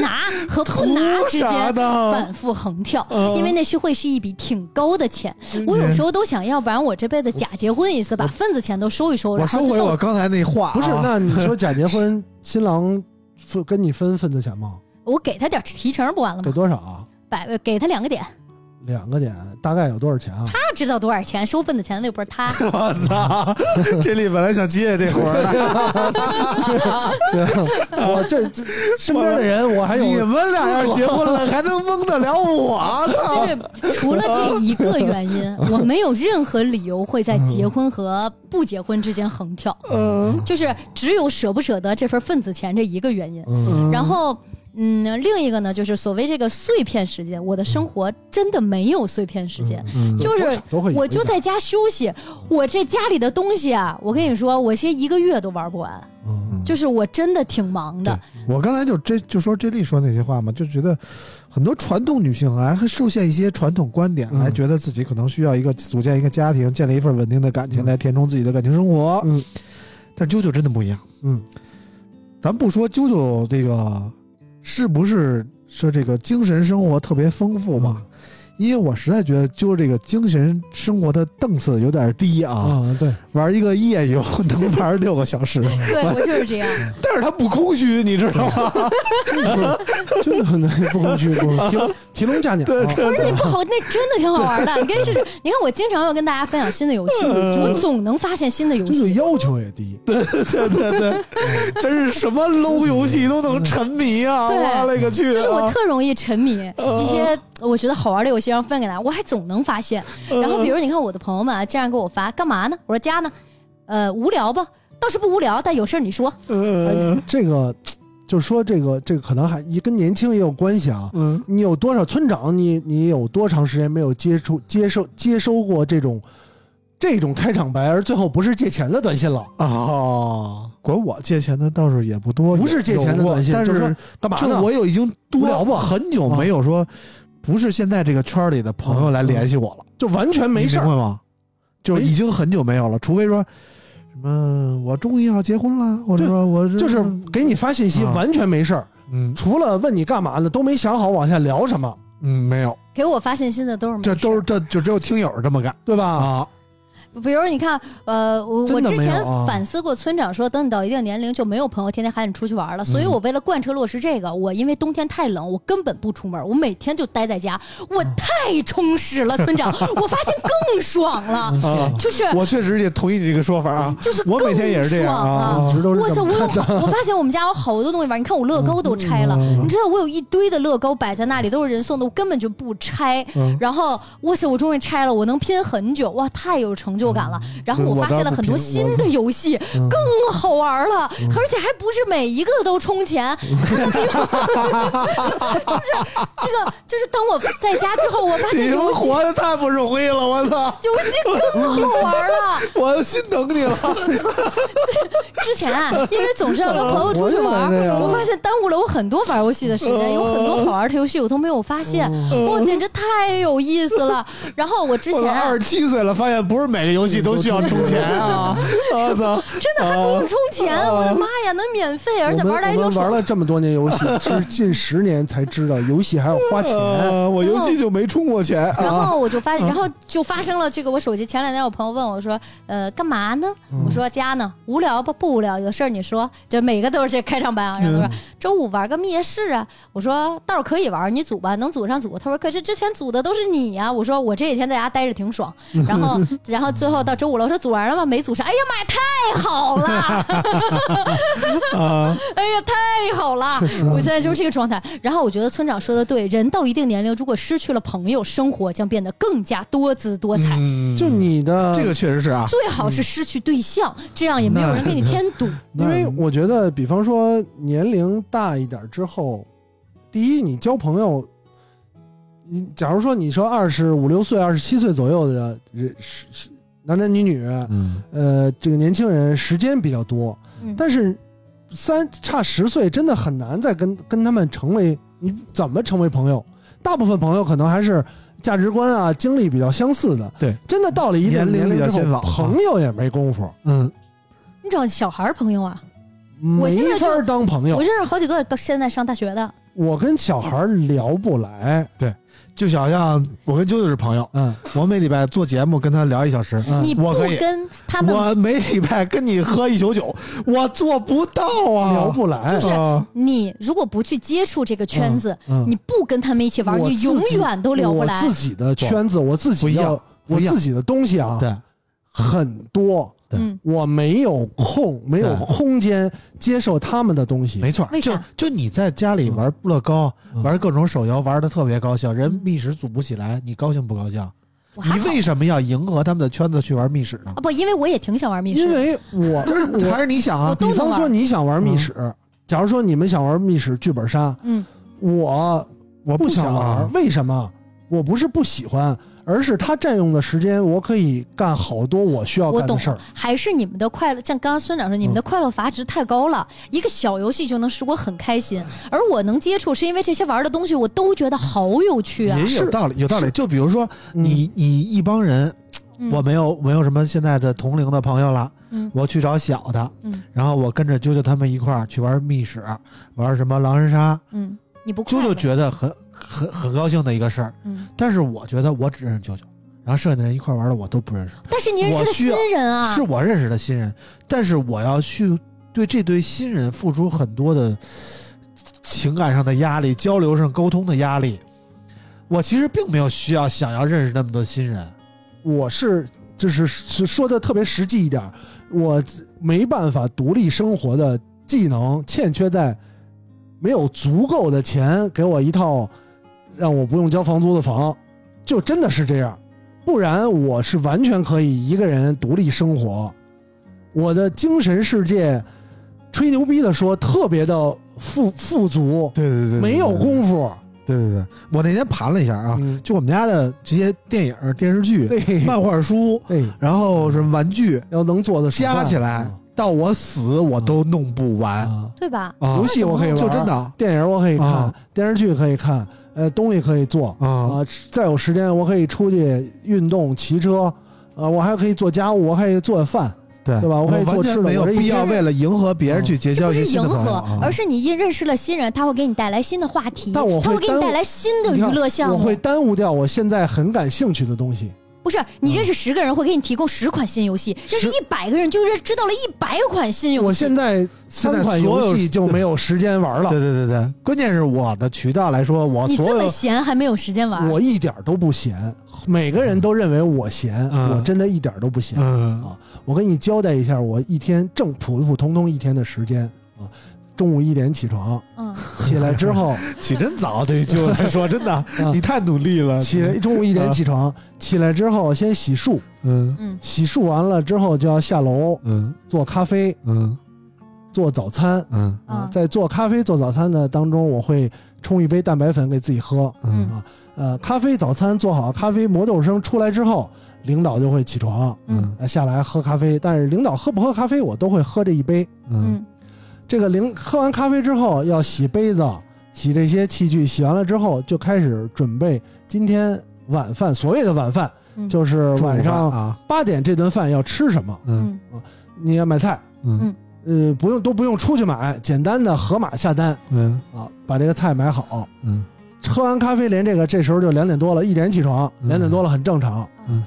S2: 拿和不拿之
S3: 啥
S2: 间
S3: 的？
S2: 反复横跳，
S3: 嗯
S2: 因为那是会是一笔挺高的钱。我有时候都想要不然我这辈子假结婚一次，把份子钱都收一收，
S3: 我
S2: 然后
S3: 收
S2: 就
S3: 回
S2: 到
S3: 我刚才那话啊，
S4: 不是，那你说假结婚，新郎分跟你分份子钱吗？
S2: 我给他点提成不完了
S4: 给
S2: 吗？
S4: 多少啊？
S2: 百给他两个点，
S4: 两个点，大概有多少钱啊？
S2: 他知道多少钱，收份子钱的又不是他。
S3: 我操！这里本来想接这活儿的，
S4: 对啊， 我这这身边的人，我还
S3: 你
S4: 有
S3: 们俩要是结婚了，还能蒙得了我？操！
S2: 就是除了这一个原因，我没有任何理由会在结婚和不结婚之间横跳，
S3: 嗯
S2: 就是只有舍不舍得这份份子钱这一个原因。
S4: 嗯
S2: 然后，嗯，另一个呢，就是所谓这个碎片时间，我的生活真的没有碎片时间，
S4: 嗯
S2: 就是
S4: 多少都会有
S2: 我
S4: 一
S2: 就
S4: 点
S2: 在家休息。我这家里的东西啊，我跟你说，我先一个月都玩不完，
S4: 嗯
S2: 就是我真的挺忙的。
S3: 我刚才就这就说 J 莉说那些话嘛，就觉得很多传统女性啊还会受限一些传统观点，
S4: 嗯
S3: 来觉得自己可能需要一个组建一个家庭，建立一份稳定的感情，
S4: 嗯
S3: 来填充自己的感情生活。
S4: 嗯
S3: 但啾啾真的不一样，
S4: 嗯
S3: 咱不说啾啾这个是不是说这个精神生活特别丰富
S4: 嗯
S3: 吧，因为我实在觉得啾这个精神生活的档次有点低啊，
S4: 啊，对，
S3: 玩一个夜 游能玩六个小时，
S4: 嗯
S2: 对我就是这样，
S3: 但是他不空虚，你知道吗？
S4: 就是很不空虚，不空虚提提笼啊架鸟，
S2: 不是那不好，那真的挺好玩的。你跟 试试，你看我经常要跟大家分享新的游戏，
S3: 嗯
S2: 我总能发现新的游
S4: 就
S2: 戏
S4: 是。要求也低，
S3: 对对对， 真是什么 low 游戏都
S4: 嗯
S3: 能沉迷啊！
S2: 对
S3: 我勒个去、啊！嗯
S2: 就是我特容易沉迷一些我觉得好玩的游戏，然后分给大家，我还总能发现。
S3: 嗯
S2: 然后比如你看我的朋友们啊，经常给我发干嘛呢？我说家呢，呃，无聊吧，倒是不无聊，但有事儿你说。
S3: 呃
S4: 哎，这个就是说这个这个可能还也跟年轻也有关系啊。
S3: 嗯
S4: 你有多少村长？你你有多长时间没有接触接受接收过这种这种开场白，而最后不是借钱的短信了？
S3: 哦，管我借钱的倒是也不多，
S4: 不是借钱的
S3: 有过
S4: 短信
S3: 但
S4: 就是是干嘛
S3: 就
S4: 呢？
S3: 我有已经多
S4: 啊无聊吧
S3: 很久没有说不是现在这个圈儿里的朋友来联系我了，
S4: 就完全没事
S3: 你
S4: 儿
S3: 明。白吗？就是已经很久没有了，除非说什么我终于要结婚了，或者说我是
S4: 就是给你发信息
S3: 啊
S4: 完全没事儿，
S3: 嗯
S4: 除了问你干嘛呢，都没想好往下聊什么，
S3: 嗯没有，
S2: 给我发信息的都是没
S3: 这都是
S2: 事
S3: 这就只有听友这么干
S4: 对吧？
S3: 啊，
S2: 儿比如你看，呃，我我
S4: 真的
S2: 之
S4: 没有
S2: 前
S4: 啊
S2: 反思过，村长说等你到一定年龄就没有朋友天天喊你出去
S4: 嗯
S2: 玩了，所以我为了贯彻落实这个，我因为冬天太冷，我根本不出门，我每天就待在家，我太充实了，村长，我发现更爽 了，
S3: 啊
S2: 就是
S3: 我确实也同意你这个说法啊，
S2: 就是
S3: 我每
S2: 更
S3: 天也是这样
S2: 爽
S3: 啊
S2: 啊。
S4: 一直都是
S2: 哇塞，
S4: 这
S2: 我
S4: 么
S2: 有好，我发现我们家有好多东西玩儿。你看我乐高都拆
S3: 嗯
S2: 了，你知道我有一堆的乐高摆在那里，都是人送的，我根本就不拆。
S3: 嗯
S2: 然后哇塞，我终于拆了，我能拼很久，哇，太有成就感了。然后
S3: 嗯对
S2: 我
S3: 我嗯
S2: 发
S3: 倒
S2: 现了
S3: 不
S2: 很多
S3: 拼
S2: 新的游戏，更好玩儿了，而且还不是每一个都充 钱。 这个就是当我在家之后，我发
S3: 你
S2: 现
S3: 他妈
S2: 游戏
S3: 哎活的太不容易了，我操！
S2: 游戏更好玩儿了。
S3: 我心疼你了。
S2: 之前啊，因为总是要跟朋友出去玩
S4: 我也来这
S2: 儿，
S4: 样
S2: 我发现耽误了我很多玩游戏的时间，有很多好玩的游戏我都没有发现，哇，简直太有意思 了。然后嗯我之
S3: 我
S2: 前
S3: 都
S2: 啊
S3: 二十七岁了，发现不是每个游戏都需要充钱啊！我操，真的
S2: 不充钱，我的妈呀，能免费，而且
S4: 我们
S2: 玩来
S4: 我
S2: 就
S4: 们玩
S2: 爽。
S4: 了这么多年游 戏，是近十年才知道游戏还要花钱。
S3: 呃，我游戏就没充过钱
S2: 然
S3: 啊。
S2: 后我就发现，然后就发生了这个。我手机前两天有朋友问我说：“呃，干嘛呢？”我说：“家呢，无聊不？不无聊，有事儿你说。”就每个都是这开场白啊。然后他说：“周五玩个灭世啊。”我说：“倒是可以玩，你组吧，能组上组。”他说：“可是之前组的都是你呀、我说：“我这几天在家待着挺爽。”然后，然后最后到周五了，我说：“组完了吗？没组上。”哎呀妈呀，太好了！
S3: 啊，
S2: 哎呀，太好了！
S4: 嗯
S2: 我现在就是这个状态。然后我觉得村长说的对，人到一定年龄，如果失去了朋友，生活将变得更加多姿多彩。
S3: 嗯
S4: 就你的
S3: 这个确实是啊，
S2: 最好是失去对象，这样也
S4: 嗯
S2: 没有人给你添 堵。
S4: 因为我觉得，比方说年龄大一点之后，第一，你交朋友，你假如说你说二十五六岁、二十七岁左右的人，是是男男女女，
S3: 嗯，
S4: 呃，这个年轻人时间比较多，
S2: 嗯
S4: 但是三差十岁真的很难再跟跟他们成为你怎么成为朋友？大部分朋友可能还是价值观啊、经历比较相似的。
S3: 对，
S4: 真的到了一定
S3: 年龄
S4: 年
S3: 比较
S4: 龄之
S3: 先
S4: 后，
S3: 往啊
S4: 朋友也没工夫，
S3: 嗯，
S2: 你找小孩儿朋友啊，我现
S4: 嗯没
S2: 在就
S4: 法儿当朋友
S2: 我。认识好几个到现在上大学的，
S4: 我跟小孩儿聊不来，
S3: 就想像我跟啾啾是朋友，
S4: 嗯，
S3: 我每礼拜做节目跟他聊一小时，
S4: 嗯
S2: 你不
S3: 我可以
S2: 跟他们，
S3: 我每礼拜跟你喝一宿酒， 我做不到啊，
S4: 聊不来，
S2: 哦就是
S3: 啊
S2: 你如果不去接触这个圈子，
S4: 嗯，
S2: 你不跟他们一起玩，
S4: 我
S2: 你
S4: 自
S2: 永
S4: 己
S2: 远都聊不来
S4: 我。自己的圈子，我自
S3: 不
S4: 己
S3: 一
S4: 要
S3: 样
S4: 我
S3: 不一样
S4: 自己的东西啊，
S3: 对，
S4: 很多，
S3: 对
S2: 嗯，
S4: 我没有空，没有
S3: 对
S4: 空间接受他们的东西，
S3: 没错
S2: 为，
S3: 就
S2: 啥
S3: 就你在家里玩乐高，
S4: 嗯
S3: 玩各种手游，玩的特别高兴，人觅食组不起来，你高兴不高兴？
S2: 嗯我还
S3: 你
S2: 好
S3: 为什么要迎合他们的圈子去玩密室呢
S2: 啊？不，因为我也挺想玩密室
S4: 因
S2: 的，
S4: 为我
S3: 还
S4: 我
S3: 是你想啊
S2: 我，都
S4: 比
S2: 能
S4: 方说
S2: 玩
S4: 你想玩密室，
S3: 嗯
S4: 假如说你们想玩密室剧本杀，
S2: 嗯，
S4: 我
S3: 我
S4: 不
S3: 想
S4: 想玩，
S3: 啊，
S4: 为什么？我不是不喜欢，而是它占用的时间，我可以干好多我需要
S2: 我
S4: 干
S2: 懂
S4: 的事儿。
S2: 还是你们的快乐，像刚刚孙长说，你们的快乐阀值太高了，一个小游戏就能使我很开心，而我能接触是因为这些玩的东西我都觉得好有趣啊。
S3: 也有
S4: 是
S3: 道理，有道理。就比如说
S4: 嗯
S3: 你你一帮人，
S2: 嗯
S3: 我没有没有什么现在的同龄的朋友了，
S2: 嗯
S3: 我去找小的，
S2: 嗯
S3: 然后我跟着啾啾他们一块儿去玩密室，玩什么狼人杀，
S2: 嗯，你不
S3: 啾啾
S2: 快乐，
S3: 觉得很很很高兴的一个事儿。
S2: 嗯，
S3: 但是我觉得我只认识啾啾，然后剩下的人一块儿玩的我都不认识，
S2: 但是你认识的
S3: 我需要
S2: 新人啊，
S3: 是我认识的新人，但是我要去对这堆新人付出很多的情感上的压力、交流上沟通的压力。我其实并没有需要想要认识那么多新人，
S4: 我是就是是说的特别实际一点儿，我没办法独立生活的技能欠缺在没有足够的钱给我一套让我不用交房租的房，就真的是这样。不然我是完全可以一个人独立生活，我的精神世界，吹牛逼的说特别的富富足，
S3: 对对对
S4: 没有功夫。
S3: 对对对，我那天盘了一下啊，
S4: 嗯，
S3: 就我们家的这些电影、电视剧、
S4: 对，嗯
S3: 漫画书，
S4: 对，
S3: 然后什么玩具，
S4: 要能做的手段
S3: 加起来
S4: 嗯
S3: 到我死我都弄不完。
S4: 啊，
S2: 对吧？
S3: 啊
S4: 游戏我可以玩，
S3: 就真的啊
S4: 电影我可以看，
S3: 啊
S4: 电视剧可以看，呃，东西可以做啊、
S3: 啊
S4: 再有时间我可以出去运动、骑车，啊、我还可以做家务，我还可以做饭。
S3: 对
S4: 对吧我可以
S3: 完
S4: 做吃
S3: 全
S4: 的
S3: 没有
S4: 我这一
S3: 必要
S2: 天
S3: 为了迎合别人去结
S2: 这
S3: 交
S2: 不
S3: 一些
S2: 是
S3: 新
S2: 迎
S3: 的朋友
S2: 合，
S3: 啊，
S2: 而是你一认识了新人，他会给你带来新的话题，
S4: 但我会
S2: 他会给你
S4: 耽误
S2: 带来新的
S4: 你
S2: 娱
S4: 看
S2: 乐项
S4: 我
S2: 目
S4: 会。耽误掉我现在很感兴趣的东西。
S2: 不是你认识十个人，会给你提供十款新游戏；认
S3: 十
S2: 识一百个人，就认知道了一百款新游戏。
S4: 我现在
S3: 现在
S4: 三款
S3: 所有
S4: 游戏就没有时间玩
S3: 对对
S4: 了，
S3: 对对，关键是我的渠道来说，我
S2: 你
S3: 所
S2: 这么
S3: 有
S2: 闲还没有时间玩，
S4: 我一点都不闲。每个人都认为我闲，
S3: 嗯
S4: 我真的一点都不闲。
S3: 嗯
S4: 啊我跟你交代一下，我一天正普普通通一天的时间啊，中午一点起床，
S2: 嗯，
S4: 起来之后。
S3: 起真早，对于舅来说，真的，你太努力了。
S4: 起来中午一点起床，起来之后先洗漱，
S3: 嗯
S2: 嗯
S4: 洗漱完了之后就要下楼
S3: 嗯
S4: 做咖啡、
S3: 嗯
S4: 做早餐
S3: 嗯
S4: 啊
S2: 啊。，
S4: 在做咖啡、做早餐的当中，我会冲一杯蛋白粉给自己喝。
S2: 嗯
S4: 呃，咖啡早餐做好，咖啡磨豆声出来之后，领导就会起床，
S2: 嗯
S4: 呃，下来喝咖啡。但是领导喝不喝咖啡，我都会喝这一杯。
S3: 嗯
S2: 嗯
S4: 这个领喝完咖啡之后要洗杯子、洗这些器具，洗完了之后就开始准备今天晚饭。所谓的晚饭
S2: 嗯
S4: 就是晚上
S3: 啊，
S4: 八点这顿饭要吃什么？
S3: 嗯
S2: 嗯
S4: 你要买菜，
S3: 嗯
S4: 呃，不用都不用出去买，简单的盒马下单
S3: 嗯
S4: 啊，把这个菜买好。
S3: 嗯
S4: 喝完咖啡，连这个这时候就两点多了，一点起床，
S3: 嗯
S4: 两点多了很正常。
S3: 嗯，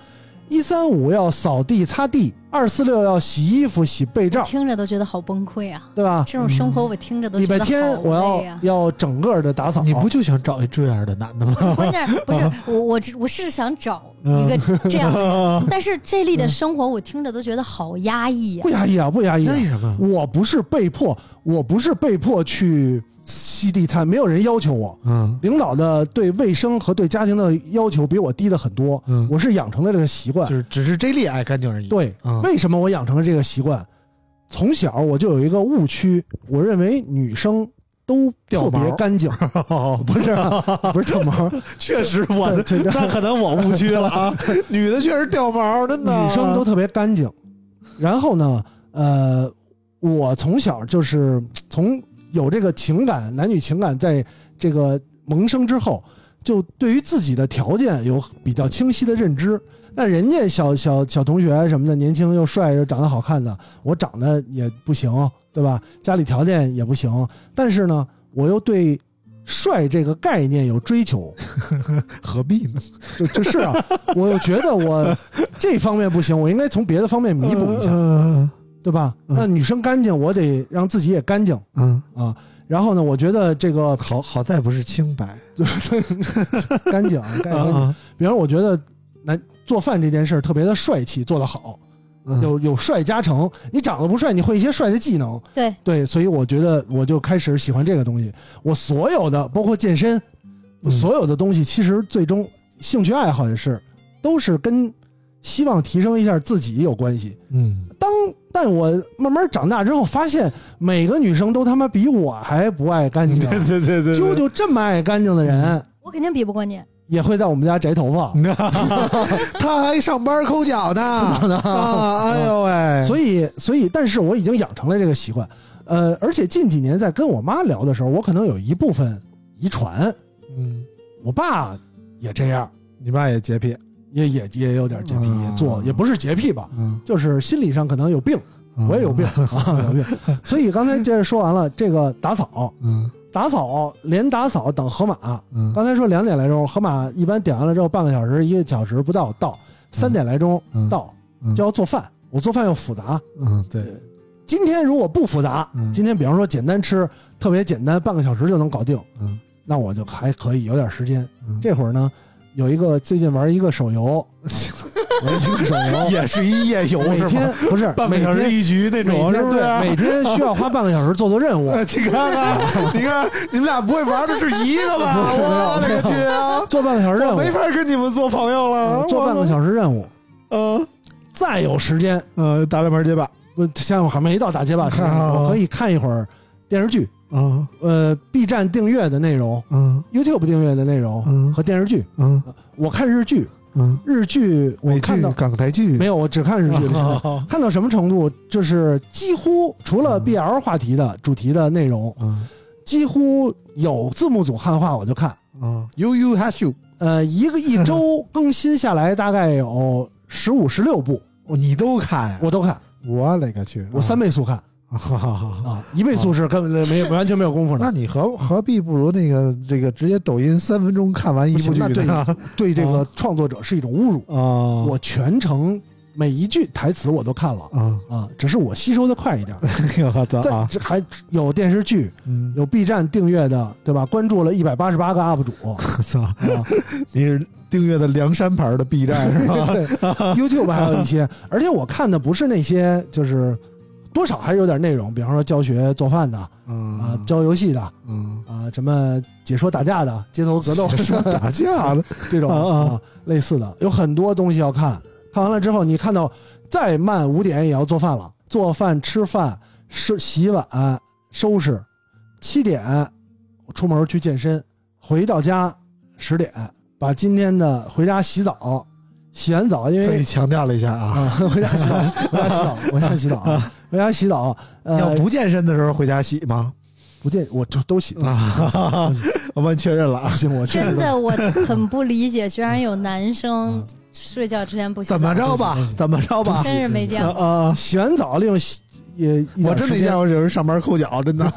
S4: 一三五要扫地擦地，二四六要洗衣服洗被
S3: 哦
S4: 罩，
S2: 听着都觉得好崩溃啊！
S4: 对吧？
S2: 这种生活我听着都
S3: 嗯
S4: 礼
S2: 觉
S4: 拜
S2: 得
S4: 天
S2: 好
S4: 我
S2: 累
S4: 要
S2: 啊。
S4: 要整个的打扫，
S3: 你不就想找一这样的男 的吗？
S2: 关键不是我，我只我是想找
S3: 嗯
S2: 一个这样 的人，但是这类的生活我听着都觉得好压
S3: 嗯
S2: 抑呀
S4: 不。压抑啊，不压抑、啊。
S3: 为什么？
S4: 我不是被迫，我不是被迫去吸地餐，没有人要求我。
S3: 嗯
S4: 领导的对卫生和对家庭的要求比我低的很多，
S3: 嗯，
S4: 我是养成了这个习惯
S3: 就。是只是 J 莉爱干净而已。
S4: 对，
S3: 嗯
S4: 为什么我养成了这个习惯？从小我就有一个误区，我认为女生都特
S3: 掉毛
S4: 别干净， 不是啊、 不是掉毛，
S3: 确实我的
S4: 对对
S3: 那可能我误区了 啊，女的确实掉毛，真的。
S4: 女生都特别干净。然后呢，呃，我从小就是从有这个情感，男女情感在这个萌生之后，就对于自己的条件有比较清晰的认知。那人家小小小同学什么的，年轻又帅又长得好看的，我长得也不行，对吧？家里条件也不行，但是呢，我又对帅这个概念有追求，
S3: 何必呢？
S4: 就就是啊，我觉得我这方面不行，我应该从别的方面弥补一下，
S3: 嗯
S4: 对吧？
S3: 嗯
S4: 那女生干净，我得让自己也干净
S3: 嗯，
S4: 啊。然后呢，我觉得这 个
S3: 好好在不是清白
S4: 干净啊，干净干净。
S3: 啊
S4: 比方说我觉得男做饭这件事儿特别的帅气，做得好，
S3: 嗯
S4: 有有帅加成。你长得不帅，你会一些帅的技能，
S2: 对
S4: 对，所以我觉得我就开始喜欢这个东西。我所有的，包括健身，
S3: 嗯
S4: 所有的东西，其实最终兴趣爱好也是，都是跟希望提升一下自己有关系。
S3: 嗯
S4: 当但我慢慢长大之后，发现每个女生都他妈比我还不爱干净，啊
S3: 对对对嗯
S4: 啾啾这么爱干净的人，
S2: 我肯定比不 过你。
S4: 也会在我们家摘头发。
S3: 他还上班抠脚呢 啊！哎呦喂，
S4: 嗯所
S3: 以
S4: 以，所以，但是我已经养成了这个习惯，呃，而且近几年在跟我妈聊的时候，我可能有一部分遗传，
S3: 嗯，
S4: 我爸也这样，
S3: 你爸也洁癖，
S4: 也也也有点洁癖，
S3: 啊
S4: 也做，也不是洁癖吧，
S3: 嗯，
S4: 就是心理上可能有病，我也有病，啊，有病。所以刚才接着说完了这个打扫，
S3: 嗯，
S4: 打扫连打扫等河马，
S3: 嗯
S4: 刚才说两点来钟，河马一般点完了之后半个小时一个小时不到到，三点来钟
S3: 嗯
S4: 到
S3: 嗯
S4: 就要做饭，我做饭又复杂，
S3: 嗯，对，
S4: 今天如果不复杂，
S3: 嗯
S4: 今天比方说简单吃，特别简单，半个小时就能搞定，
S3: 嗯
S4: 那我就还可以有点时间。
S3: 嗯
S4: 这会儿呢，有一个最近玩一个 手游，玩一个手游，
S3: 也是一夜游
S4: 每天？不是
S3: 半个小时
S4: 每天
S3: 一局那种，
S4: 每
S3: 是啊
S4: 天
S3: 不是？
S4: 对，啊 每天需要花半个小时做做任务。
S3: 呃你看看，你看，你们俩不会玩的是一个吧？
S4: 不是
S3: 我勒个
S4: 没
S3: 去啊！
S4: 做半个小时任
S3: 我
S4: 务
S3: 没，法啊跟你们做朋友了
S4: 嗯。做半个
S3: 时，
S4: 小时任务，
S3: 嗯
S4: 再有时间，
S3: 呃，打两盘街霸
S4: 我现在我还没到打街 霸时间，
S3: 啊
S4: 我可以看一会儿电视剧，
S3: 啊，
S4: 呃，B 站订阅的内容
S3: 嗯
S4: ，YouTube 订阅的内容
S3: 嗯
S4: 和电视剧。
S3: 嗯
S4: 我看日剧，
S3: 嗯，
S4: 日剧我
S3: 美
S4: 看
S3: 剧、
S4: 到
S3: 港台剧
S4: 没有，我只看日 剧的。现在
S3: 啊
S4: 看到什么程度？就是几乎除了
S3: 嗯
S4: BL 话题的主题的内容，
S3: 啊
S4: 几乎有字幕组汉化我就看。
S3: 啊！You you has you，
S4: 呃，一个一周更新下来大概有十五、十六部，
S3: 哦你都看呀？
S4: 我都看，
S3: 我勒个去！
S4: 我三 倍速看
S3: 啊，哈哈哈
S4: 啊，一倍速是根本 没有完全没有功夫
S3: 那
S4: 的。
S3: 你何何必不如那个这个直接抖音三分钟看完一部
S4: 不
S3: 剧
S4: 行
S3: 呢？
S4: 对这
S3: 哦
S4: 个创作者是一种侮辱。
S3: 啊，我
S4: 我全程每一句台词我都看了
S3: 啊，
S4: 啊，只是我吸收的快一点。
S3: 我操
S4: 在
S3: 啊，
S4: 这还有电视剧，
S3: 嗯，
S4: 有 B 站订阅的，对吧？关注了一百八十八个 UP 主，
S3: 我操，
S4: 啊
S3: 你是订阅的梁山牌的 B 站是吧？
S4: 对，YouTube 还有一些，而且我看的不是那些，就是多少还是有点内容，比方说教学做饭的啊
S3: 啊，
S4: 教游戏的
S3: 嗯，
S4: 啊，什么解说打架的、街头格斗
S3: 说打架 的，
S4: 这种
S3: 啊啊
S4: 啊，类似的有很多东西要看。看完了之后，你看到再慢五点也要做饭了，做饭、吃饭、是洗碗、收拾。七点出门去健身，回到家十点，把今天的回家洗澡，洗完澡因
S3: 特
S4: 为
S3: 意强调了一下啊。
S4: 啊， 回家洗澡，回家 洗澡，回家洗澡啊，回家洗澡。
S3: 要
S4: 呃，
S3: 不健身的时候回家洗吗？
S4: 不见我就都洗，
S3: 啊， 哈哈哈我帮你确认了啊
S4: 不，行，我
S2: 真
S4: 确实
S2: 的，我很不理解，居然有男生睡觉之前不洗
S3: 嗯
S2: 澡
S3: 怎么着吧，怎么着吧，
S2: 真是没见
S3: 啊
S2: 过。
S3: 啊！
S4: 洗完澡利用洗也一点
S3: 我真没
S4: 时间
S3: 见过有人上班抠脚，真 的。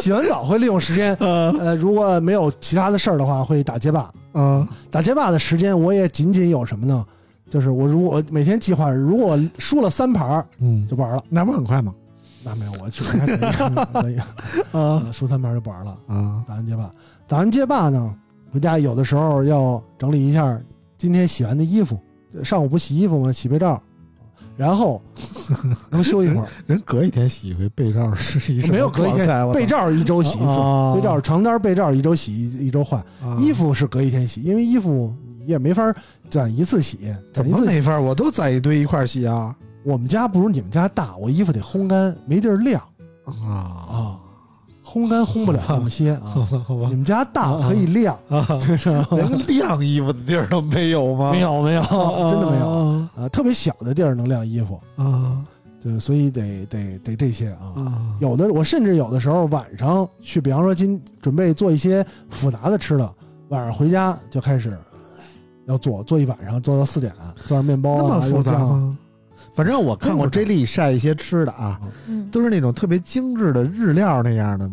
S4: 洗完澡会利用 时间，
S3: 嗯
S4: 呃，如果没有其他的事儿的话，会打街霸。
S3: 啊，
S4: 打街霸的时间我也仅仅有什么呢？就是我如果每天计划，如果输了三盘儿
S3: 嗯，
S4: 就不玩了，
S3: 那不是很快吗？
S4: 那没有，我去，还 可以可以，
S3: 啊
S4: 呃输三盘儿就不玩了。
S3: 啊，
S4: 打完街霸，打完街霸呢，回家有的时候要整理一下今天洗完的衣服，上午不洗衣服吗？洗被罩，然后能休一 会儿，
S3: 人隔一天洗一回被罩是一什么
S4: 没有隔一
S3: 状态啊
S4: 天
S3: 我操
S4: 被罩一周洗一次，
S3: 啊
S4: 被罩床单被罩一周洗一一周换。
S3: 啊
S4: 衣服是隔一天洗，因为衣服你也没法攒一次洗，
S3: 怎
S4: 攒一
S3: 么
S4: 次洗。
S3: 没法？我都攒一堆一块儿洗啊
S4: 我们家不如你们家大，我衣服得烘干，没地儿晾
S3: 啊！
S4: 啊，烘干烘不了那 么些
S3: 好
S4: 啊。
S3: 吧，好吧啊
S4: 你，们家大可以晾，
S3: 连 个晾衣服的地儿都没有吗？
S4: 没有 没有，真的没有
S3: 有
S4: 啊，特别小的地儿能晾衣服，
S3: 啊
S4: 对，所以得得得这些啊。
S3: 啊！
S4: 有的我甚至有的时候晚上去，比方说今准备做一些复杂的吃的，晚上回家就开始要做，做一晚上，做到四点，做点面包
S3: 那
S4: 啊，
S3: 么复杂
S4: 肉酱啊
S3: 吗？反正我看过
S4: 那么复杂
S3: J 莉晒一些吃的啊，
S2: 嗯，
S3: 都是那种特别精致的日料那样的，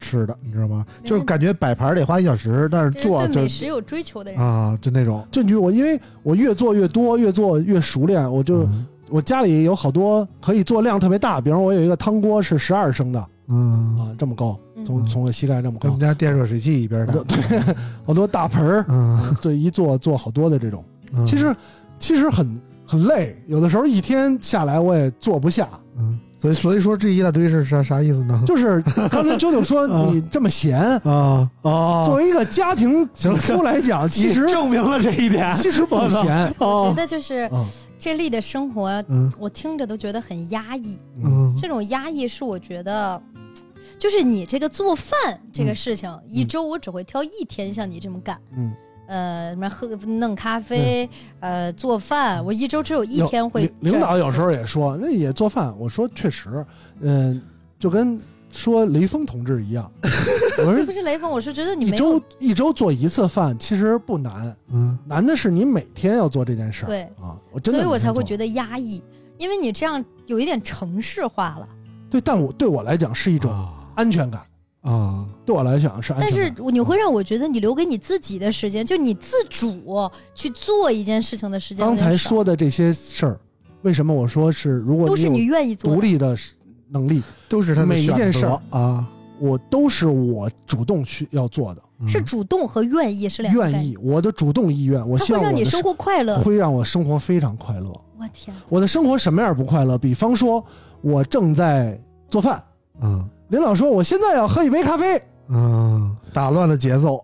S3: 吃的，你知道吗？就
S2: 没
S3: 是
S2: 问
S3: 感觉摆盘得花一小时，但
S2: 这
S3: 是
S2: 是
S3: 做
S2: 嗯对
S3: 就
S2: 美食有追求的人，
S3: 啊，就那种
S4: 就你我因为我越做越多，越做越熟练，我就、
S3: 嗯
S4: 我家里有好多可以做量特别大，比方我有一个汤锅是十二升的
S3: 嗯，
S4: 啊，这么高，从
S3: 嗯
S4: 从我膝盖这么
S3: 跟我们，
S4: 高
S3: 家电热水器一边大。
S4: 对，好多大 盆儿，
S3: 嗯，
S4: 对，一做做好多的这种，
S3: 嗯
S4: 其实其实很很累，有的时候一天下来我也做不下，
S3: 嗯，所以所以说这一大堆是啥啥意思呢？
S4: 就是刚才啾 啾说
S3: 啊
S4: 你这么闲，
S3: 啊啊，
S4: 作为一个家庭主妇来讲，其实
S3: 你证明了这一点。
S4: 其实不
S3: 我操
S4: 闲，
S2: 我觉
S3: 哦，
S2: 得就是
S4: 嗯
S2: 这类的生活，
S3: 嗯
S2: 我听着都觉得很压抑。
S3: 嗯
S2: 这种压抑是我觉得，就是你这个做饭这个事情，一周我只会挑一天像你这么干。
S4: 嗯，
S2: 呃，什么喝弄咖啡，呃，做饭，我一周只有一
S4: 有
S2: 天会
S4: 嗯领领导有时候也说，那也做饭。我说确实，嗯、就跟说雷锋同志一样，我
S2: 这
S4: 说
S2: 不是雷锋，我是觉得 你
S4: 一
S2: 没有
S4: 周一周做一次饭其实不难，
S3: 嗯
S4: 难的是你每天要做这件事儿。
S2: 对，
S4: 啊，我真的
S2: 所以
S4: 每
S2: 我
S4: 天
S2: 才会
S4: 做
S2: 觉得压抑，因为你这样有一点城市化了。
S4: 对，但我对我来讲是一种
S3: 啊
S4: 安全感，
S3: 啊，
S4: 对我来讲是安
S2: 但
S4: 全
S2: 是
S4: 感。嗯
S2: 你会让我觉得你留给你自己的时间，就你自主去做一件事情的时间有
S4: 刚
S2: 点少，
S4: 才说的这些事儿，为什么我说是如果
S2: 都是
S4: 有
S2: 你愿意做
S4: 独
S2: 的，
S4: 立的能力，
S3: 都是他的
S4: 每一
S3: 选
S4: 件事儿
S3: 择啊，
S4: 我都是我主动去要做的，
S3: 嗯
S2: 是主动和愿意是两个概
S4: 愿
S2: 念，
S4: 意我的主动意愿，我
S2: 它
S4: 希
S2: 会
S4: 望我
S2: 让你
S4: 的
S2: 生活快乐。
S4: 会让我生活非常快乐。
S2: 我天，
S4: 我的生活什么样不快乐？比方说，我正在做饭，
S3: 嗯
S4: 领导说我现在要喝一杯咖啡，
S3: 嗯，打乱了节奏。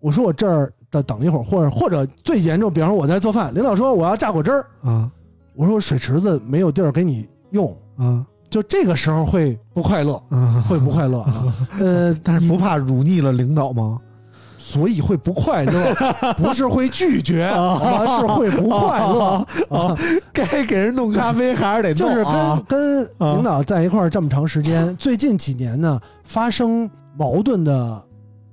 S4: 我说我这儿等等一会儿，或者或者最严重，比方说我在做饭，领导说我要榨果汁儿，
S3: 啊
S4: 我说我水池子没有地儿给你用，
S3: 啊
S4: 就这个时候会不快乐，
S3: 啊！
S4: 会 不快乐啊？呃，
S3: 但是不怕辱逆了领导 吗？
S4: 所以会不快乐，不是会拒绝，而是会不快乐。
S3: 啊，哦该给人弄咖啡还是得
S4: 就是
S3: 弄啊
S4: 跟。跟领导在一块儿这么长 时间，最近几年呢，发生矛盾的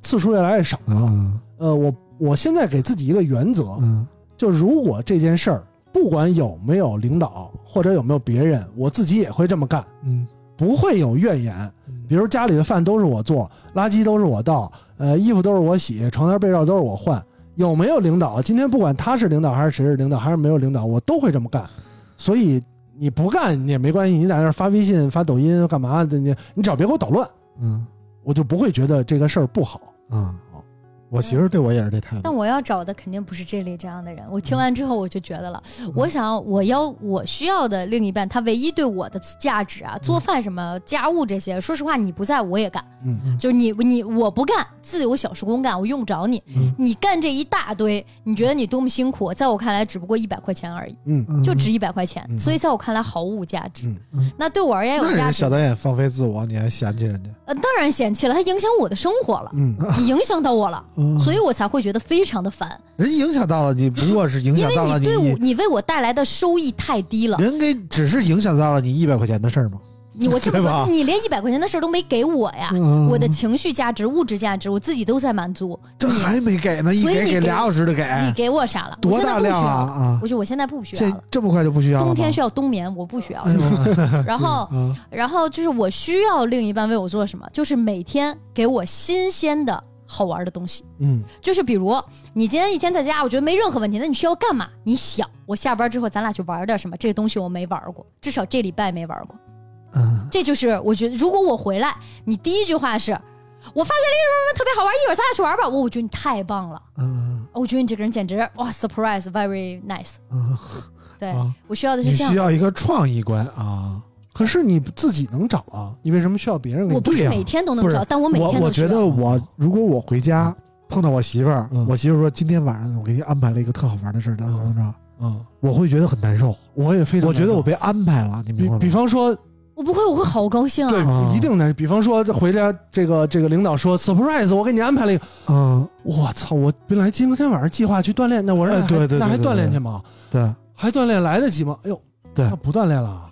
S4: 次数越来越少了。
S3: 嗯
S4: 呃，我我现在给自己一个原则，
S3: 嗯
S4: 就如果这件事儿不管有没有领导或者有没有别人，我自己也会这么干，
S3: 嗯，
S4: 不会有怨言。比
S3: 如
S4: 如家里的饭都是我做，垃圾都是我倒，呃，衣服都是我洗，床单被罩都是我换。有没有领导？今天不管他是领导还是谁是领导，还是没有领导，我都会这么干。所以你不干也没关系，你在那儿发微信、发抖音干嘛的？你你只要别给我捣乱，
S3: 嗯
S4: 我就不会觉得这个事儿不好。
S3: 啊，我媳妇儿对我也是这态
S2: 但
S3: 度。
S2: 我要找的肯定不是这类这样的人。我听完之后我就觉得了，我想我要我需要的另一半，他唯一对我的价值啊，做饭什么、家务这些，说实话你不在我也干，
S4: 嗯
S2: 就是你你我不干，自有小时工干，我用不着你。
S3: 嗯
S2: 你干这一大堆，你觉得你多么辛苦，在我看来只不过一百块钱而已，
S4: 嗯
S3: 嗯
S2: 就值一百块钱，
S4: 嗯
S2: 所以在我看来毫无价值。
S4: 嗯
S2: 那对我而言
S3: 那
S2: 有
S3: 人
S2: 价
S3: 家
S2: 值
S3: 小，导演放飞自我，你还嫌弃人家？
S2: 呃，当然嫌弃了，它影响我的生活 了，
S4: 嗯，
S3: 啊
S2: 你影响到我了，
S3: 嗯
S2: 所以我才会觉得非常的烦，
S3: 人影响到了你，不过是影
S2: 因
S3: 响
S2: 为
S3: 到了
S2: 你
S3: 你嗯
S2: 对我，你为我带来的收益太低了。
S3: 人给只是影响到了你一百块钱的事儿吗？
S2: 你我这么
S3: 对吧
S2: 说，你连一百块钱的事儿都没给我呀！
S3: 嗯
S2: 我的情绪价值、物质价值，我自己都在满足。
S3: 这还没给呢，一
S2: 嗯所以
S3: 给
S2: 你
S3: 给
S2: 给
S3: 俩小时的给，
S2: 你给我啥了？
S3: 哎多大量
S2: 我现
S3: 啊
S2: 在不需要了
S3: 啊！
S2: 我说我现在不需要
S3: 这
S2: 了。
S3: 这么快就不需要了吗？
S2: 冬天需要冬眠，我不需要
S3: 哎。呦
S2: 然后，
S3: 嗯
S2: 然后就是我需要另一半为我做什么，就是每天给我新鲜的好玩的东西。
S4: 嗯
S2: 就是比如你今天一天在家，我觉得没任何问题，那你需要干嘛？你想，我下班之后咱俩去玩点什么？这个东西我没玩过，至少这礼拜没玩过。
S3: 嗯
S2: 这就是我觉得，如果我回来，你第一句话是，我发现了一个什么特别好玩，一会儿咱俩去玩吧。我我觉得你太棒了，
S3: 嗯
S2: 我觉得你这个人简直哇，surprise very nice。
S3: 嗯，
S2: 对、
S3: 啊
S2: 我需要的
S3: 你
S2: 是这样
S3: 需
S2: 的。
S3: 要一个创意观啊！
S4: 可是你自己能找啊，你为什么需要别人给
S2: 我
S4: 你？
S2: 不
S3: 对
S2: 是
S3: 呀
S2: 每天都能
S3: 不是
S2: 找，但我每
S3: 我
S2: 天
S3: 我
S2: 都需
S3: 觉
S2: 要。
S3: 得我如果我回家碰到我媳妇儿
S4: 嗯，
S3: 我媳妇儿说今天晚上我给你安排了一个特好玩的事儿，大家怎么着？
S4: 嗯，
S3: 我会觉得很难受，
S4: 我也非常
S3: 我觉得我
S4: 难
S3: 被安排了，你
S4: 受
S3: 明白
S4: 比
S3: 吗？
S4: 比方说
S2: 我不会，我会好高兴啊！
S4: 对，
S3: 啊
S4: 一定的。比方说回家，这个这个领导说 surprise，我给你安排了一个。
S3: 嗯，
S4: 我操！我本来今天晚上计划去锻炼，那我
S3: 哎
S4: 说那还
S3: 对对对
S4: 那还
S3: 对
S4: 锻炼
S3: 对
S4: 去吗？
S3: 对，
S4: 还锻炼来得及吗？哎呦，
S3: 对
S4: 那不锻炼了啊。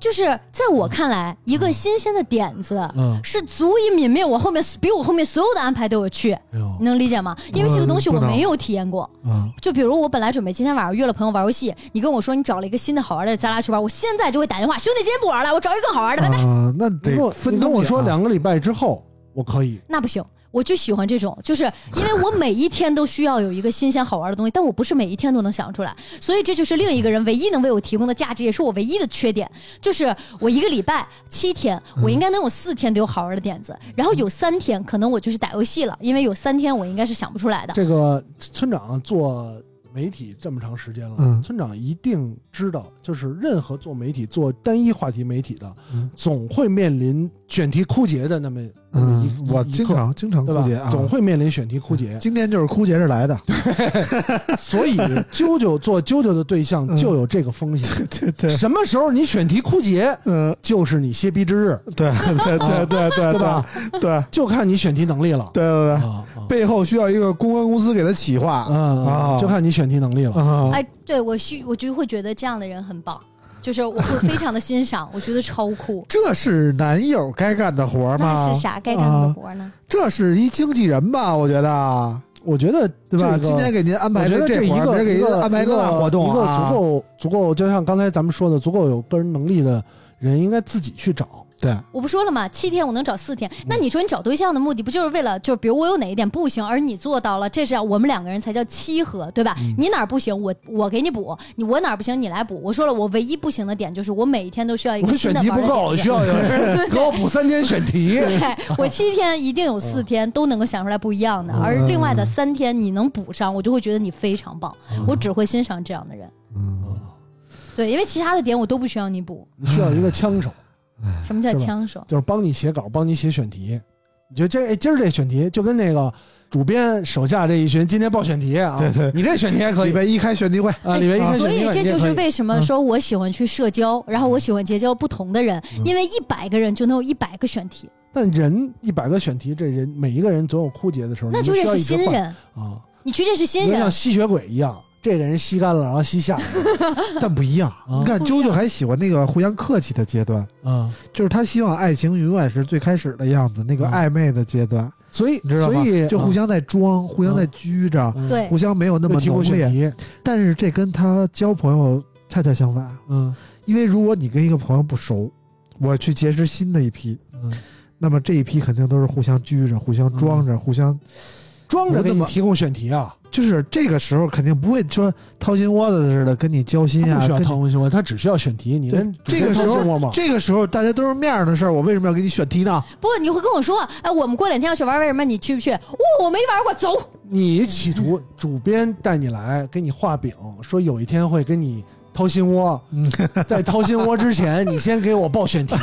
S2: 就是在我看来，一个新鲜的点子
S4: 嗯，
S2: 是足以泯灭我后面比我后面所有的安排都有趣，
S4: 哎呦
S2: 你，能理解吗？因为这个东西
S3: 嗯
S2: 我
S3: 不能
S2: 没有体验过。
S3: 嗯
S2: 就比如我本来准备今天晚上约了朋友玩游戏，你跟我说你找了一个新的好玩的，咱俩去玩，我现
S3: 嗯
S2: 在就会打电话，兄弟，今天不玩了，我找一个更好玩的，拜拜。
S3: 啊，那
S4: 你跟
S3: 得
S4: 我
S3: 分
S4: 你跟
S3: 东
S4: 我
S3: 西
S4: 说
S3: 啊
S4: 两个礼拜之后，我可以。
S2: 那不行，我就喜欢这种，就是因为我每一天都需要有一个新鲜好玩的东西，但我不是每一天都能想出来，所以这就是另一个人唯一能为我提供的价值，也是我唯一的缺点，就是我一个礼拜七天，我应该能有四天都有好玩的点子，然后有三天可能我就是打游戏了，因为有三天我应该是想不出来的。
S4: 这个村长做媒体这么长时间了，
S3: 嗯
S4: 村长一定知道，就是任何做媒体、做单一话题媒体的，
S3: 嗯
S4: 总会面临选题枯竭的那么那么一、
S3: 嗯，我
S4: 一
S3: 经
S4: 刻
S3: 常经常
S4: 对
S3: 枯
S4: 吧
S3: 竭啊，
S4: 总会面临选题 枯竭。
S3: 今天就是枯竭着 来的，
S4: 所以啾啾做啾啾的对象
S3: 嗯
S4: 就有这个风险。
S3: 对对，
S4: 什么时候你选题枯竭，
S3: 嗯，
S4: 就是你歇逼之日，
S3: 对 对对对对
S4: 对吧？
S3: 对对
S4: 就看你选题能力了。
S3: 对对，
S4: 啊啊
S3: 背后需要一个公关公司给他企划
S4: 啊，
S3: 啊，
S4: 就看你选题能力了。
S3: 啊，
S2: 哎，对我需我就会觉得这样的人很棒，就是我会非常的欣赏，我觉得超酷。
S3: 这是男友该干的活儿吗？
S2: 那是啥该干的
S3: 啊
S2: 活呢？
S3: 这是一经纪人吧？我觉得，
S4: 我觉得
S3: 对吧？
S4: 这个
S3: 今天给您安
S4: 我
S3: 排
S4: 觉得
S3: 这
S4: 一
S3: 活儿明
S4: 个
S3: 儿给
S4: 一
S3: 您
S4: 个
S3: 安排
S4: 一个
S3: 大活动
S4: 一个
S3: 啊，
S4: 足够足够，就像刚才咱们说的，足够有个人能力的人应该自己去找。
S3: 对，
S2: 我不说了嘛，七天我能找四天。
S4: 嗯
S2: 那你说你找对象的目的不就是为了，就是比如我有哪一点不行，而你做到了，这是我们两个人才叫契合，对吧？
S4: 嗯
S2: 你哪儿不行，我我给你补；你我哪儿不行，你来补。我说了，我唯一不行的点就是我每一天都需要一
S4: 我
S2: 个
S4: 选
S2: 新的
S4: 题
S2: 玩
S4: 不
S2: 儿的
S4: 够，
S2: 点子。
S4: 需要 有人给我补三天选题。
S2: 对 我七天一定有四天都能够想出来不一样的，
S4: 嗯
S2: 而另外的三天你能补上，我就会觉得你非常棒。
S4: 嗯
S2: 我只会欣赏这样的人，
S3: 嗯，
S2: 对，因为其他的点我都不需要你补。
S4: 你需要一个枪手，
S2: 什么叫
S4: 哎是吧
S2: 枪手？
S4: 就是帮你写稿，帮你写选题。你觉得这哎今儿这选题就跟那个主编手下这一群今天报选题啊，
S3: 对对
S4: 你这选题还可
S3: 礼
S4: 以
S3: 拜一开选题会，
S4: 啊，里面一
S3: 哎
S4: 开
S2: 所
S4: 选题
S2: 以
S4: 会
S2: 这
S4: 你也
S2: 就
S4: 可
S2: 是
S4: 以嗯
S2: 为什么说我喜欢去社交，然后我喜欢结交不同的人，
S4: 嗯
S2: 因为一百个人就能有一百个选题，
S4: 但人一百个选题，这人每一个人总有枯竭的时候，
S2: 那
S4: 嗯你
S2: 就
S4: 需
S2: 认
S4: 要
S2: 识
S4: 一直
S2: 新
S4: 换
S2: 人，
S4: 啊，
S2: 你去认识新
S4: 就像
S2: 人。
S4: 吸血鬼一样，这个人吸干了，然后吸下
S3: 但不一样。
S4: 啊
S3: 你看，
S2: 不一
S3: 啾
S2: 样
S3: 啾还喜欢那个互相客气的阶段，
S4: 啊，
S3: 就是他希望爱情永远是最开始的样子，那个
S4: 嗯
S3: 暧昧的阶段，
S4: 所以
S3: 你知道吗
S4: 所以？啊
S3: 就互相在装，互相在拘着，
S4: 嗯
S2: 对
S3: 互相没有那么
S4: 提
S3: 浓
S4: 供选
S3: 烈。
S4: 题，
S3: 但是这跟他交朋友恰恰相反，啊
S4: 嗯
S3: 因为如果你跟一个朋友不熟，我去结识新的一批，
S4: 嗯，
S3: 那么这一批肯定都是互相拘着、互相装
S4: 嗯
S3: 着、互相，
S4: 装着给
S3: 不那
S4: 你
S3: 么
S4: 提供选题啊，
S3: 就是这个时候肯定不会说掏心窝子似的跟你交
S4: 他
S3: 心
S4: 不
S3: 啊。
S4: 需要
S3: 跟你
S4: 掏空心窝，他只需要选题，你
S3: 对
S4: 跟主
S3: 这个
S4: 编掏
S3: 时候
S4: 心窝吗？
S3: 这个时候大家都是面儿的事儿，我为什么要给你选题呢？
S2: 不，你会跟我说，哎，我们过两天要去玩，为什么你去不去？哦，我没玩过，走。
S4: 你企图主编带你来，给你画饼，说有一天会跟你掏心窝，在掏心窝之前，你先给我报选题。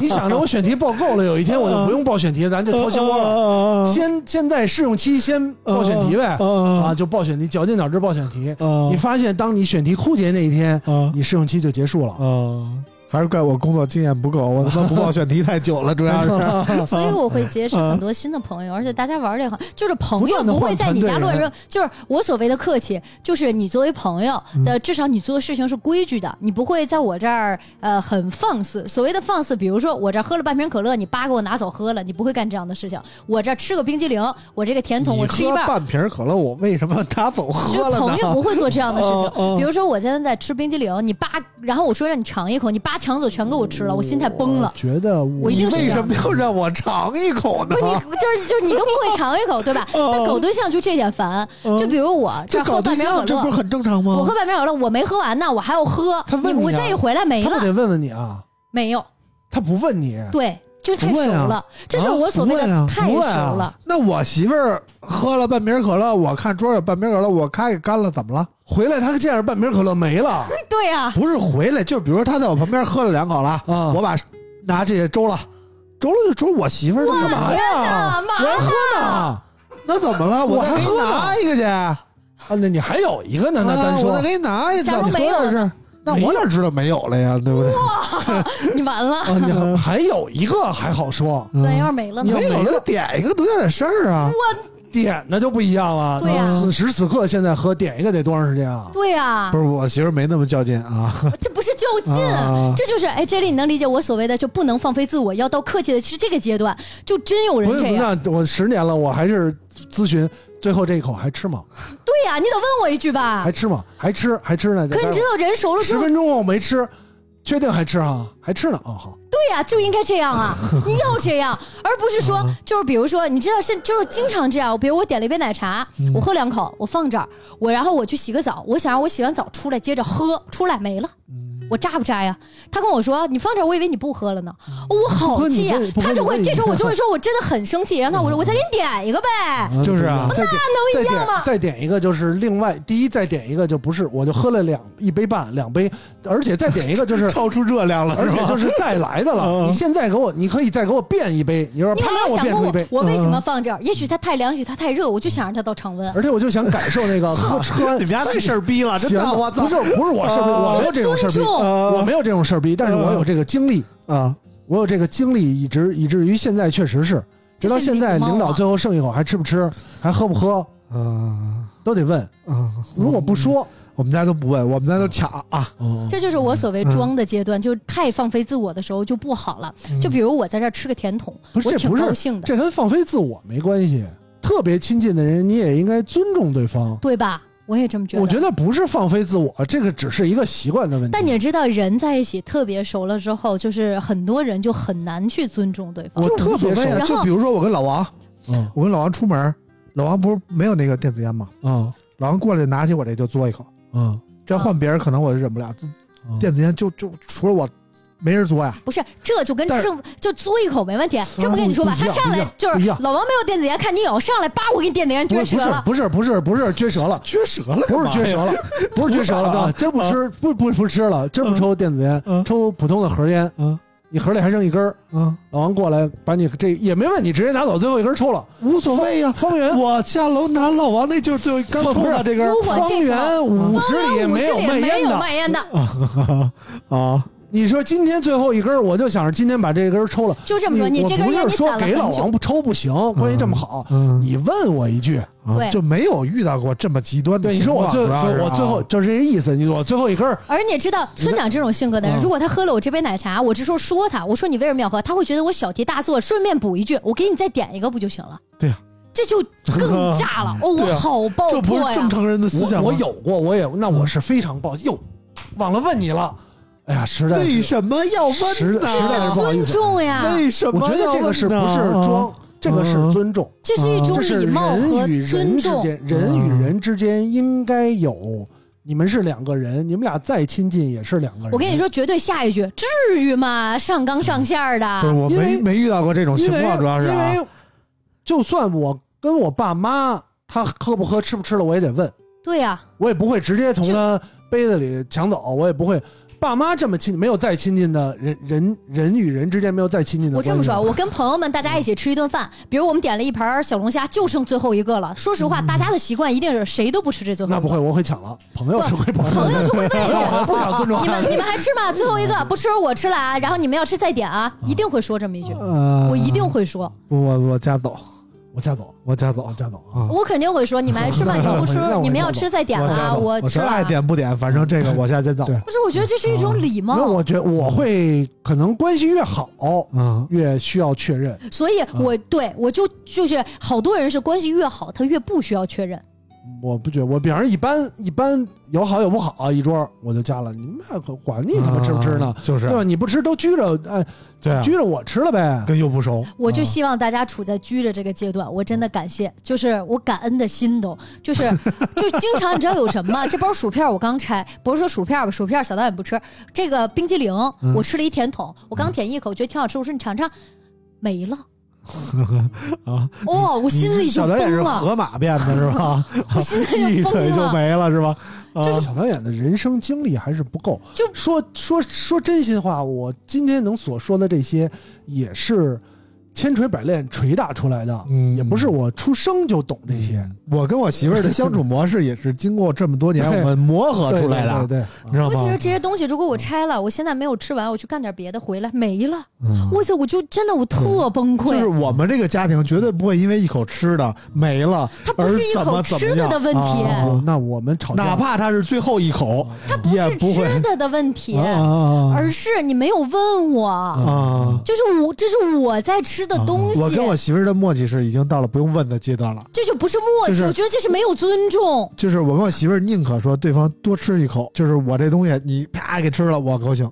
S4: 你想着我选题报够了，有一天我就不用报选题，咱就掏心窝
S3: 嗯
S4: 了。
S3: 了
S4: 先现在试用期先报选题呗，啊，
S3: 啊
S4: 就报选题，绞尽脑汁报选题。
S3: 啊
S4: 你发现，当你选题枯竭那一天，
S3: 啊
S4: 你试用期就结束了。
S3: 啊！还是怪我工作经验不够，我他妈不报选题太久了，主要是。
S2: 所以我会结识很多新的朋友，而且大家玩这行，就是朋友
S4: 不断地
S2: 不会
S4: 换
S2: 在你家
S4: 团队
S2: 乱
S4: 人
S2: 扔。就是我所谓的客气，就是你作为朋友的，至少你做事情是规矩的，你不会在我这儿呃很放肆。所谓的放肆，比如说我这儿喝了半瓶可乐，你叭给我拿走喝了，你不会干这样的事情。我这儿吃个冰激凌，我这个甜筒我
S3: 你
S2: 吃一
S3: 喝
S2: 半儿。
S3: 半瓶可乐，我为什么拿走
S2: 就
S3: 喝
S2: 是
S3: 了
S2: 朋友
S3: 呢？
S2: 不会做这样的事情，
S3: 哦哦
S2: 比如说我现在在吃冰激凌，你叭，然后我说让你尝一口，你叭抢走全给我吃了，我心态崩了
S4: 我。觉得
S2: 我
S4: 我
S2: 一定是这
S3: 为
S2: 样
S3: 什
S2: 的
S3: 么要让我尝一口呢
S2: 不？是你， 就是就是你都不会尝一口，对吧？但搞对象就这点烦。就比如我这
S3: 这
S2: 儿喝
S3: 搞对
S2: 半瓶可
S3: 象，这不是
S2: 乐，
S3: 很正常
S2: 我
S3: 吗
S2: 喝？半瓶可乐，我没喝完呢，我还要喝
S4: 他。问
S2: 你我
S4: 你啊
S2: 再一回来没
S4: 他不得
S2: 了，
S4: 问问你啊，
S2: 没有，
S4: 他不问你，
S2: 对，就是太
S3: 不
S2: 熟
S3: 问啊
S2: 了，这就是我所谓
S3: 不问啊
S2: 的太
S4: 不
S2: 熟
S4: 问啊
S2: 了。
S3: 那我媳妇儿喝了半瓶可乐，我看桌上有半瓶可乐，我咔给干了，怎么了？
S4: 回来他见着半瓶可乐没了，
S2: 对啊呀，
S3: 不是回来，就比如说他在我旁边喝了两口了，
S4: 啊
S3: 我把拿这些周了，周了就周我媳妇儿那
S4: 干
S3: 干嘛
S4: 嘛
S3: 呀？
S4: 哎呀？
S2: 哪
S4: 我还喝呢。
S3: 那怎么了？
S4: 我
S3: 再
S4: 还
S3: 给你
S4: 喝呢
S3: 拿一个去，
S4: 啊，那你还有一个呢？那单
S3: 啊
S4: 说
S3: 我再给你拿一个，
S2: 假如
S3: 怎么
S2: 没有
S3: 回事
S2: 呢
S3: 那我哪知道没有了呀？对不对？
S2: 你完了，
S4: 啊，你还还有一个还 好说，
S2: 对，要是没了呢
S4: 你？
S3: 没有了点一个多大点事儿啊？
S4: 点的就不一样了。
S2: 对呀
S4: 此时此刻现在喝点一个得多长时间啊？
S2: 对呀
S3: 不，是我媳妇儿没那么较劲啊，
S2: 这不是较劲
S3: 啊，
S2: 这就是哎，这里你能理解我所谓的就不能放飞自我，要到客气的是这个阶段，就真有人
S4: 不是
S2: 这样。
S4: 那我十年了，我还是咨询最后这一口还吃吗？
S2: 对呀，你得问我一句吧
S4: 还。吃吗？还吃还吃呢？
S2: 可你知道人熟了之
S4: 十
S2: 后，
S4: 分钟后没吃，确定还吃哈？还吃呢？哦，好，
S2: 对哎呀、就应该这样 啊！你要这样，而不是说
S4: 嗯
S3: 啊
S2: 就是比如说，你知道是就是经常这样。比如我点了一杯奶茶，
S4: 嗯
S2: 我喝两口，我放这儿，我然后我去洗个澡，我想让我洗完澡出来接着喝，出来没了，
S4: 嗯
S2: 我扎不扎呀？他跟我说你放这儿，我以为你不喝了呢，哦我
S4: 不
S2: 好
S4: 喝你
S2: 气呀
S4: 嗯问！不喝
S2: 他
S4: 你嗯
S2: 就会
S4: 问
S2: 这时候
S4: 一
S2: 我
S4: 下
S2: 就会说我真的很生气，然后我说我再给你点一个呗。
S3: 就是啊
S4: 再点
S2: 那能一样吗
S4: 再点再点一个就是另外第一，再点一个就不是，我就喝了两一杯半两杯，而且再点一个就是。
S3: 超出热量了，
S4: 而且就是是再来的了，
S3: 嗯
S4: 你现在给我，你可以再给我变一杯，你说
S2: 你有没
S4: 啪，
S2: 有
S4: 我
S2: 想
S4: 变
S2: 过
S4: 出一
S2: 我
S4: 杯，嗯
S2: 我为什么放这儿？也许它太凉，也许它太热，我就想让它到常温。
S4: 而且我就想感受 那个喝喝完
S3: 你们家太事儿逼了，真
S4: 行
S3: 的，
S4: 了
S3: 我操嗯
S4: 不是不是 我事儿逼，
S3: 啊
S4: 我没有这种事儿逼
S2: 尊，重
S4: 我没有这种事儿逼，但是我
S3: 嗯
S4: 有这个经历，
S3: 呃啊！
S4: 我有这个经历，以至以至于现在确实是，直到现
S2: 这
S4: 在
S2: 是你的猫啊
S4: 领导最后剩一口还吃不吃，还喝不喝，
S3: 啊
S4: 都得问。
S3: 啊！
S4: 如果不说，
S3: 我们家都不问，我们家都抢啊！
S2: 这就是我所谓
S4: 嗯
S2: 装的阶段，就是太放飞自我的时候就不好了。就比如我在这儿吃个甜筒，
S4: 嗯不是
S2: 我
S4: 这
S2: 挺
S4: 不是
S2: 高兴的，
S4: 这跟放飞自我没关系。特别亲近的人，你也应该尊重对方。
S2: 对吧？我也这么觉得。
S4: 我觉得不是放飞自我，这个只是一个习惯的问题。
S2: 但你知道，人在一起特别熟了之后，就是很多人就很难去尊重对方
S4: 我。
S3: 就无所谓啊
S2: 然后
S3: 就比如说我跟老王，
S4: 嗯
S3: 我跟老王出门，老王不是没有那个电子烟吗？
S4: 嗯
S3: 老王过来拿起我这就嘬一口，
S4: 嗯，
S3: 这要换别人可能我忍不了，这
S4: 嗯
S3: 电子烟就就除了我没人嘬呀。
S2: 不是，这就跟
S3: 但是
S2: 正就嘬一口没问题。这么跟你说吧，
S4: 嗯不一
S2: 他
S4: 样
S2: 上来就
S4: 不一
S2: 是
S4: 样
S2: 老王没有电子烟，看你有，上来叭，我给你电子烟
S4: 不
S2: 撅
S4: 是
S2: 折了。
S4: 不是不是不是不是撅折 了，
S3: 撅舌了，
S4: 不是撅舌了，不是撅舌了啊！真不吃不不不吃了，真不抽电子烟，
S3: 嗯
S4: 抽普通的盒烟。
S3: 嗯
S4: 你盒里还剩一根儿，
S3: 嗯，
S4: 老王过来把你这也没问你，直接拿走最后一根儿抽了。
S3: 无所谓呀。
S4: 啊方圆
S3: 我下楼拿老王那就是最后一根抽的这根
S2: 如果
S4: 方
S2: 这时候
S4: 圆五十
S2: 方
S4: 里
S2: 圆五
S4: 没
S2: 十
S4: 有
S2: 里
S4: 卖
S2: 没
S4: 烟
S2: 有
S4: 的。
S2: 卖烟的，
S3: 啊，
S4: 你说今天最后一根儿，我就想着今天把这根儿抽了。
S2: 就这么说，你
S4: 我
S2: 这根
S4: 不
S2: 烟
S4: 是
S2: 你攒
S4: 说
S2: 了
S4: 给老
S2: 很
S4: 王
S2: 久，
S4: 不抽不行，关系这么好，
S3: 嗯
S4: 你问我一句，
S3: 啊
S2: 对
S3: 就没有遇到过这么极端的
S4: 对，你
S3: 情
S4: 说
S3: 况。
S4: 我最
S3: 主要是
S4: 我最后
S3: 啊
S4: 就是这意思，你我最后一根儿
S2: 而你知道村长这种性格的人，
S4: 嗯
S2: 如果他喝了我这杯奶茶，我这时候说他，我说你为什么要喝，他会觉得我小题大做，顺便补一句，我给你再点一个不就行了？
S3: 对呀，
S2: 这就更炸 了。哦，
S3: 对
S2: 我
S3: 啊
S2: 好爆
S3: 这不
S2: 破
S3: 是
S2: 呀
S3: 正！常人的思想
S4: 我
S3: 吗
S4: 我有过，我也那我是非常抱歉，哟，忘了问你了，哎呀，实在
S3: 为
S4: 是，
S3: 什么要
S4: 实
S3: 问呢？
S4: 实在是不好意
S2: 尊
S4: 思嗯
S2: 重呀，
S3: 为什
S4: 我
S3: 么
S4: 觉得
S3: 要
S4: 这个
S3: 问
S4: 是不
S3: 呢嗯
S4: 是装，这个是尊重，
S2: 这嗯是一种
S4: 嗯这是
S2: 礼貌和
S4: 人与人
S2: 尊
S4: 之
S2: 重。
S4: 间，人
S3: 嗯
S4: 与人之间应该有，你们是两个人，你们俩再亲近也是两个人。
S2: 我跟你，说，绝对下一句，至于吗？上纲上线儿
S3: 不是
S2: 的，
S3: 我
S4: 因
S3: 没
S4: 为
S3: 没遇到过这种情
S4: 因为
S3: 况，主要是
S4: 因
S3: 啊
S4: 为就算我跟我爸妈，他喝不喝吃不吃了，我也得问。
S2: 对呀，
S4: 我也不会直接从他杯子里抢走，我也不会。爸妈这么亲，没有再亲近的人，人人与人之间没有再亲近的
S2: 我
S4: 关系
S2: 这
S4: 了。
S2: 么说，我跟朋友们大家一起吃一顿饭，比如我们点了一盘小龙虾，就剩最后一个了。说实话，
S4: 嗯
S2: 大家的习惯一定是谁都不吃这最后一
S4: 那
S2: 个。
S4: 不会，我会抢了。朋友是会跑
S2: 朋友就会问一句
S4: 我不想尊重
S2: 你们你们还吃吗？最后一个不吃我吃了啊，然后你们要吃再点啊，一定会说这么一句，
S3: 呃，
S2: 我一定会说，
S3: 我我家走，
S4: 我家走，
S3: 我家
S4: 我
S3: 走，
S4: 家走啊！
S3: 啊
S2: 我肯定会说你们爱吃吗？你们不吃
S4: 那我，
S2: 你们要吃再点
S3: 我家
S2: 啊，
S3: 走，
S2: 我
S3: 是
S2: 吃了
S3: 爱
S2: 啊。
S3: 点不点，反正这个我家先走。
S4: 对
S2: 不是，我觉得这是一种礼
S4: 因为
S2: 貌，
S4: 我觉得我会可能关系越好，
S3: 嗯，
S4: 越需要确认。
S2: 所以我对我就就是好多人是关系越好，他越不需要确认。
S4: 我不觉得，我比方说一般一般有好有不好，啊一桌我就加了。你们还管你他妈吃不吃呢？
S3: 啊？就是
S4: 对吧？你不吃都拘着，哎，
S3: 对啊
S4: 拘着我吃了呗。
S3: 跟又不熟，
S2: 我就希望大家处在拘着这个阶段，我真的感谢，就是我感恩的心都，就是 就经常你知道有什么吗？这包薯片我刚拆，不是说薯片吧，薯片小导演不吃，这个冰激凌
S3: 嗯
S2: 我吃了一甜筒，我刚舔一口觉得挺好吃，我说你尝尝，没了。
S3: 啊，
S2: 哦，我心里就
S3: 小导演
S2: 崩
S3: 是
S2: 了，
S3: 河马变的是 吧？
S2: 我心里
S3: 一
S2: 就
S3: 腿
S2: 崩
S3: 就
S2: 了。
S3: 没了是吧？
S4: 就是小导演的人生经历还是不够。
S2: 就
S4: 说说说真心话，我今天能所说的这些，也是千锤百炼锤打出来的，
S3: 嗯
S4: 也不是我出生就懂这些，
S3: 我跟我媳妇儿的相处模式也是经过这么多 年我们磨合
S4: 对
S3: 出来
S4: 对
S3: 的，
S4: 对
S3: 你
S4: 对
S3: 知道
S2: 尤其
S3: 吗
S2: 是？这些东西，如果我拆了，我现在没有吃完，我去干点别的，回来没了。
S3: 嗯
S2: 我操，我就真的我特崩
S3: 就
S2: 溃。
S3: 是我们这个家庭绝对不会因为一口吃的没了，
S2: 它不是一口吃的的
S3: 而怎么
S2: 问题，
S3: 怎么样啊
S4: 哦那我们吵架，
S3: 哪怕他是最后一口，
S2: 它不
S3: 也
S2: 是
S3: 不会
S2: 吃的的问题。
S3: 啊
S2: 而是你没有问我，
S3: 啊！
S2: 就是我，这是我在吃的东西，
S3: 我跟我媳妇儿的默契是已经到了不用问的阶段了，
S2: 这就不是默契，
S3: 就是
S2: 我觉得这是没有尊重。
S3: 就是我跟我媳妇儿宁可说对方多吃一口，就是我这东西你啪给吃了我高兴，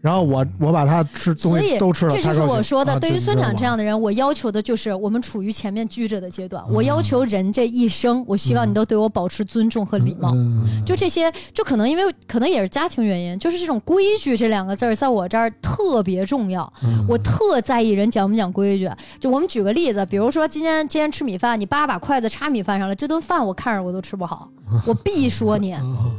S3: 然后我我把他吃东
S2: 所
S3: 西
S2: 以
S3: 都吃了，
S2: 这就
S3: 他
S2: 是
S3: 高兴
S2: 我说的，
S3: 啊
S2: 对于
S3: 就
S2: 村长这
S3: 你知道吗
S2: 样的人，我要求的就是我们处于前面居着的阶段，
S3: 嗯
S2: 我要求人这一生，我希望你都对我保持尊重和礼貌。
S3: 嗯
S2: 就这些，就可能因为可能也是家庭原因，就是这种规矩这两个字儿在我这儿特别重要，
S3: 嗯
S2: 我特在意人讲不讲规矩。就我们举个例子，比如说今天今天吃米饭，你爸把筷子插米饭上了，这顿饭我看着我都吃不好， 我必说你。
S4: 哦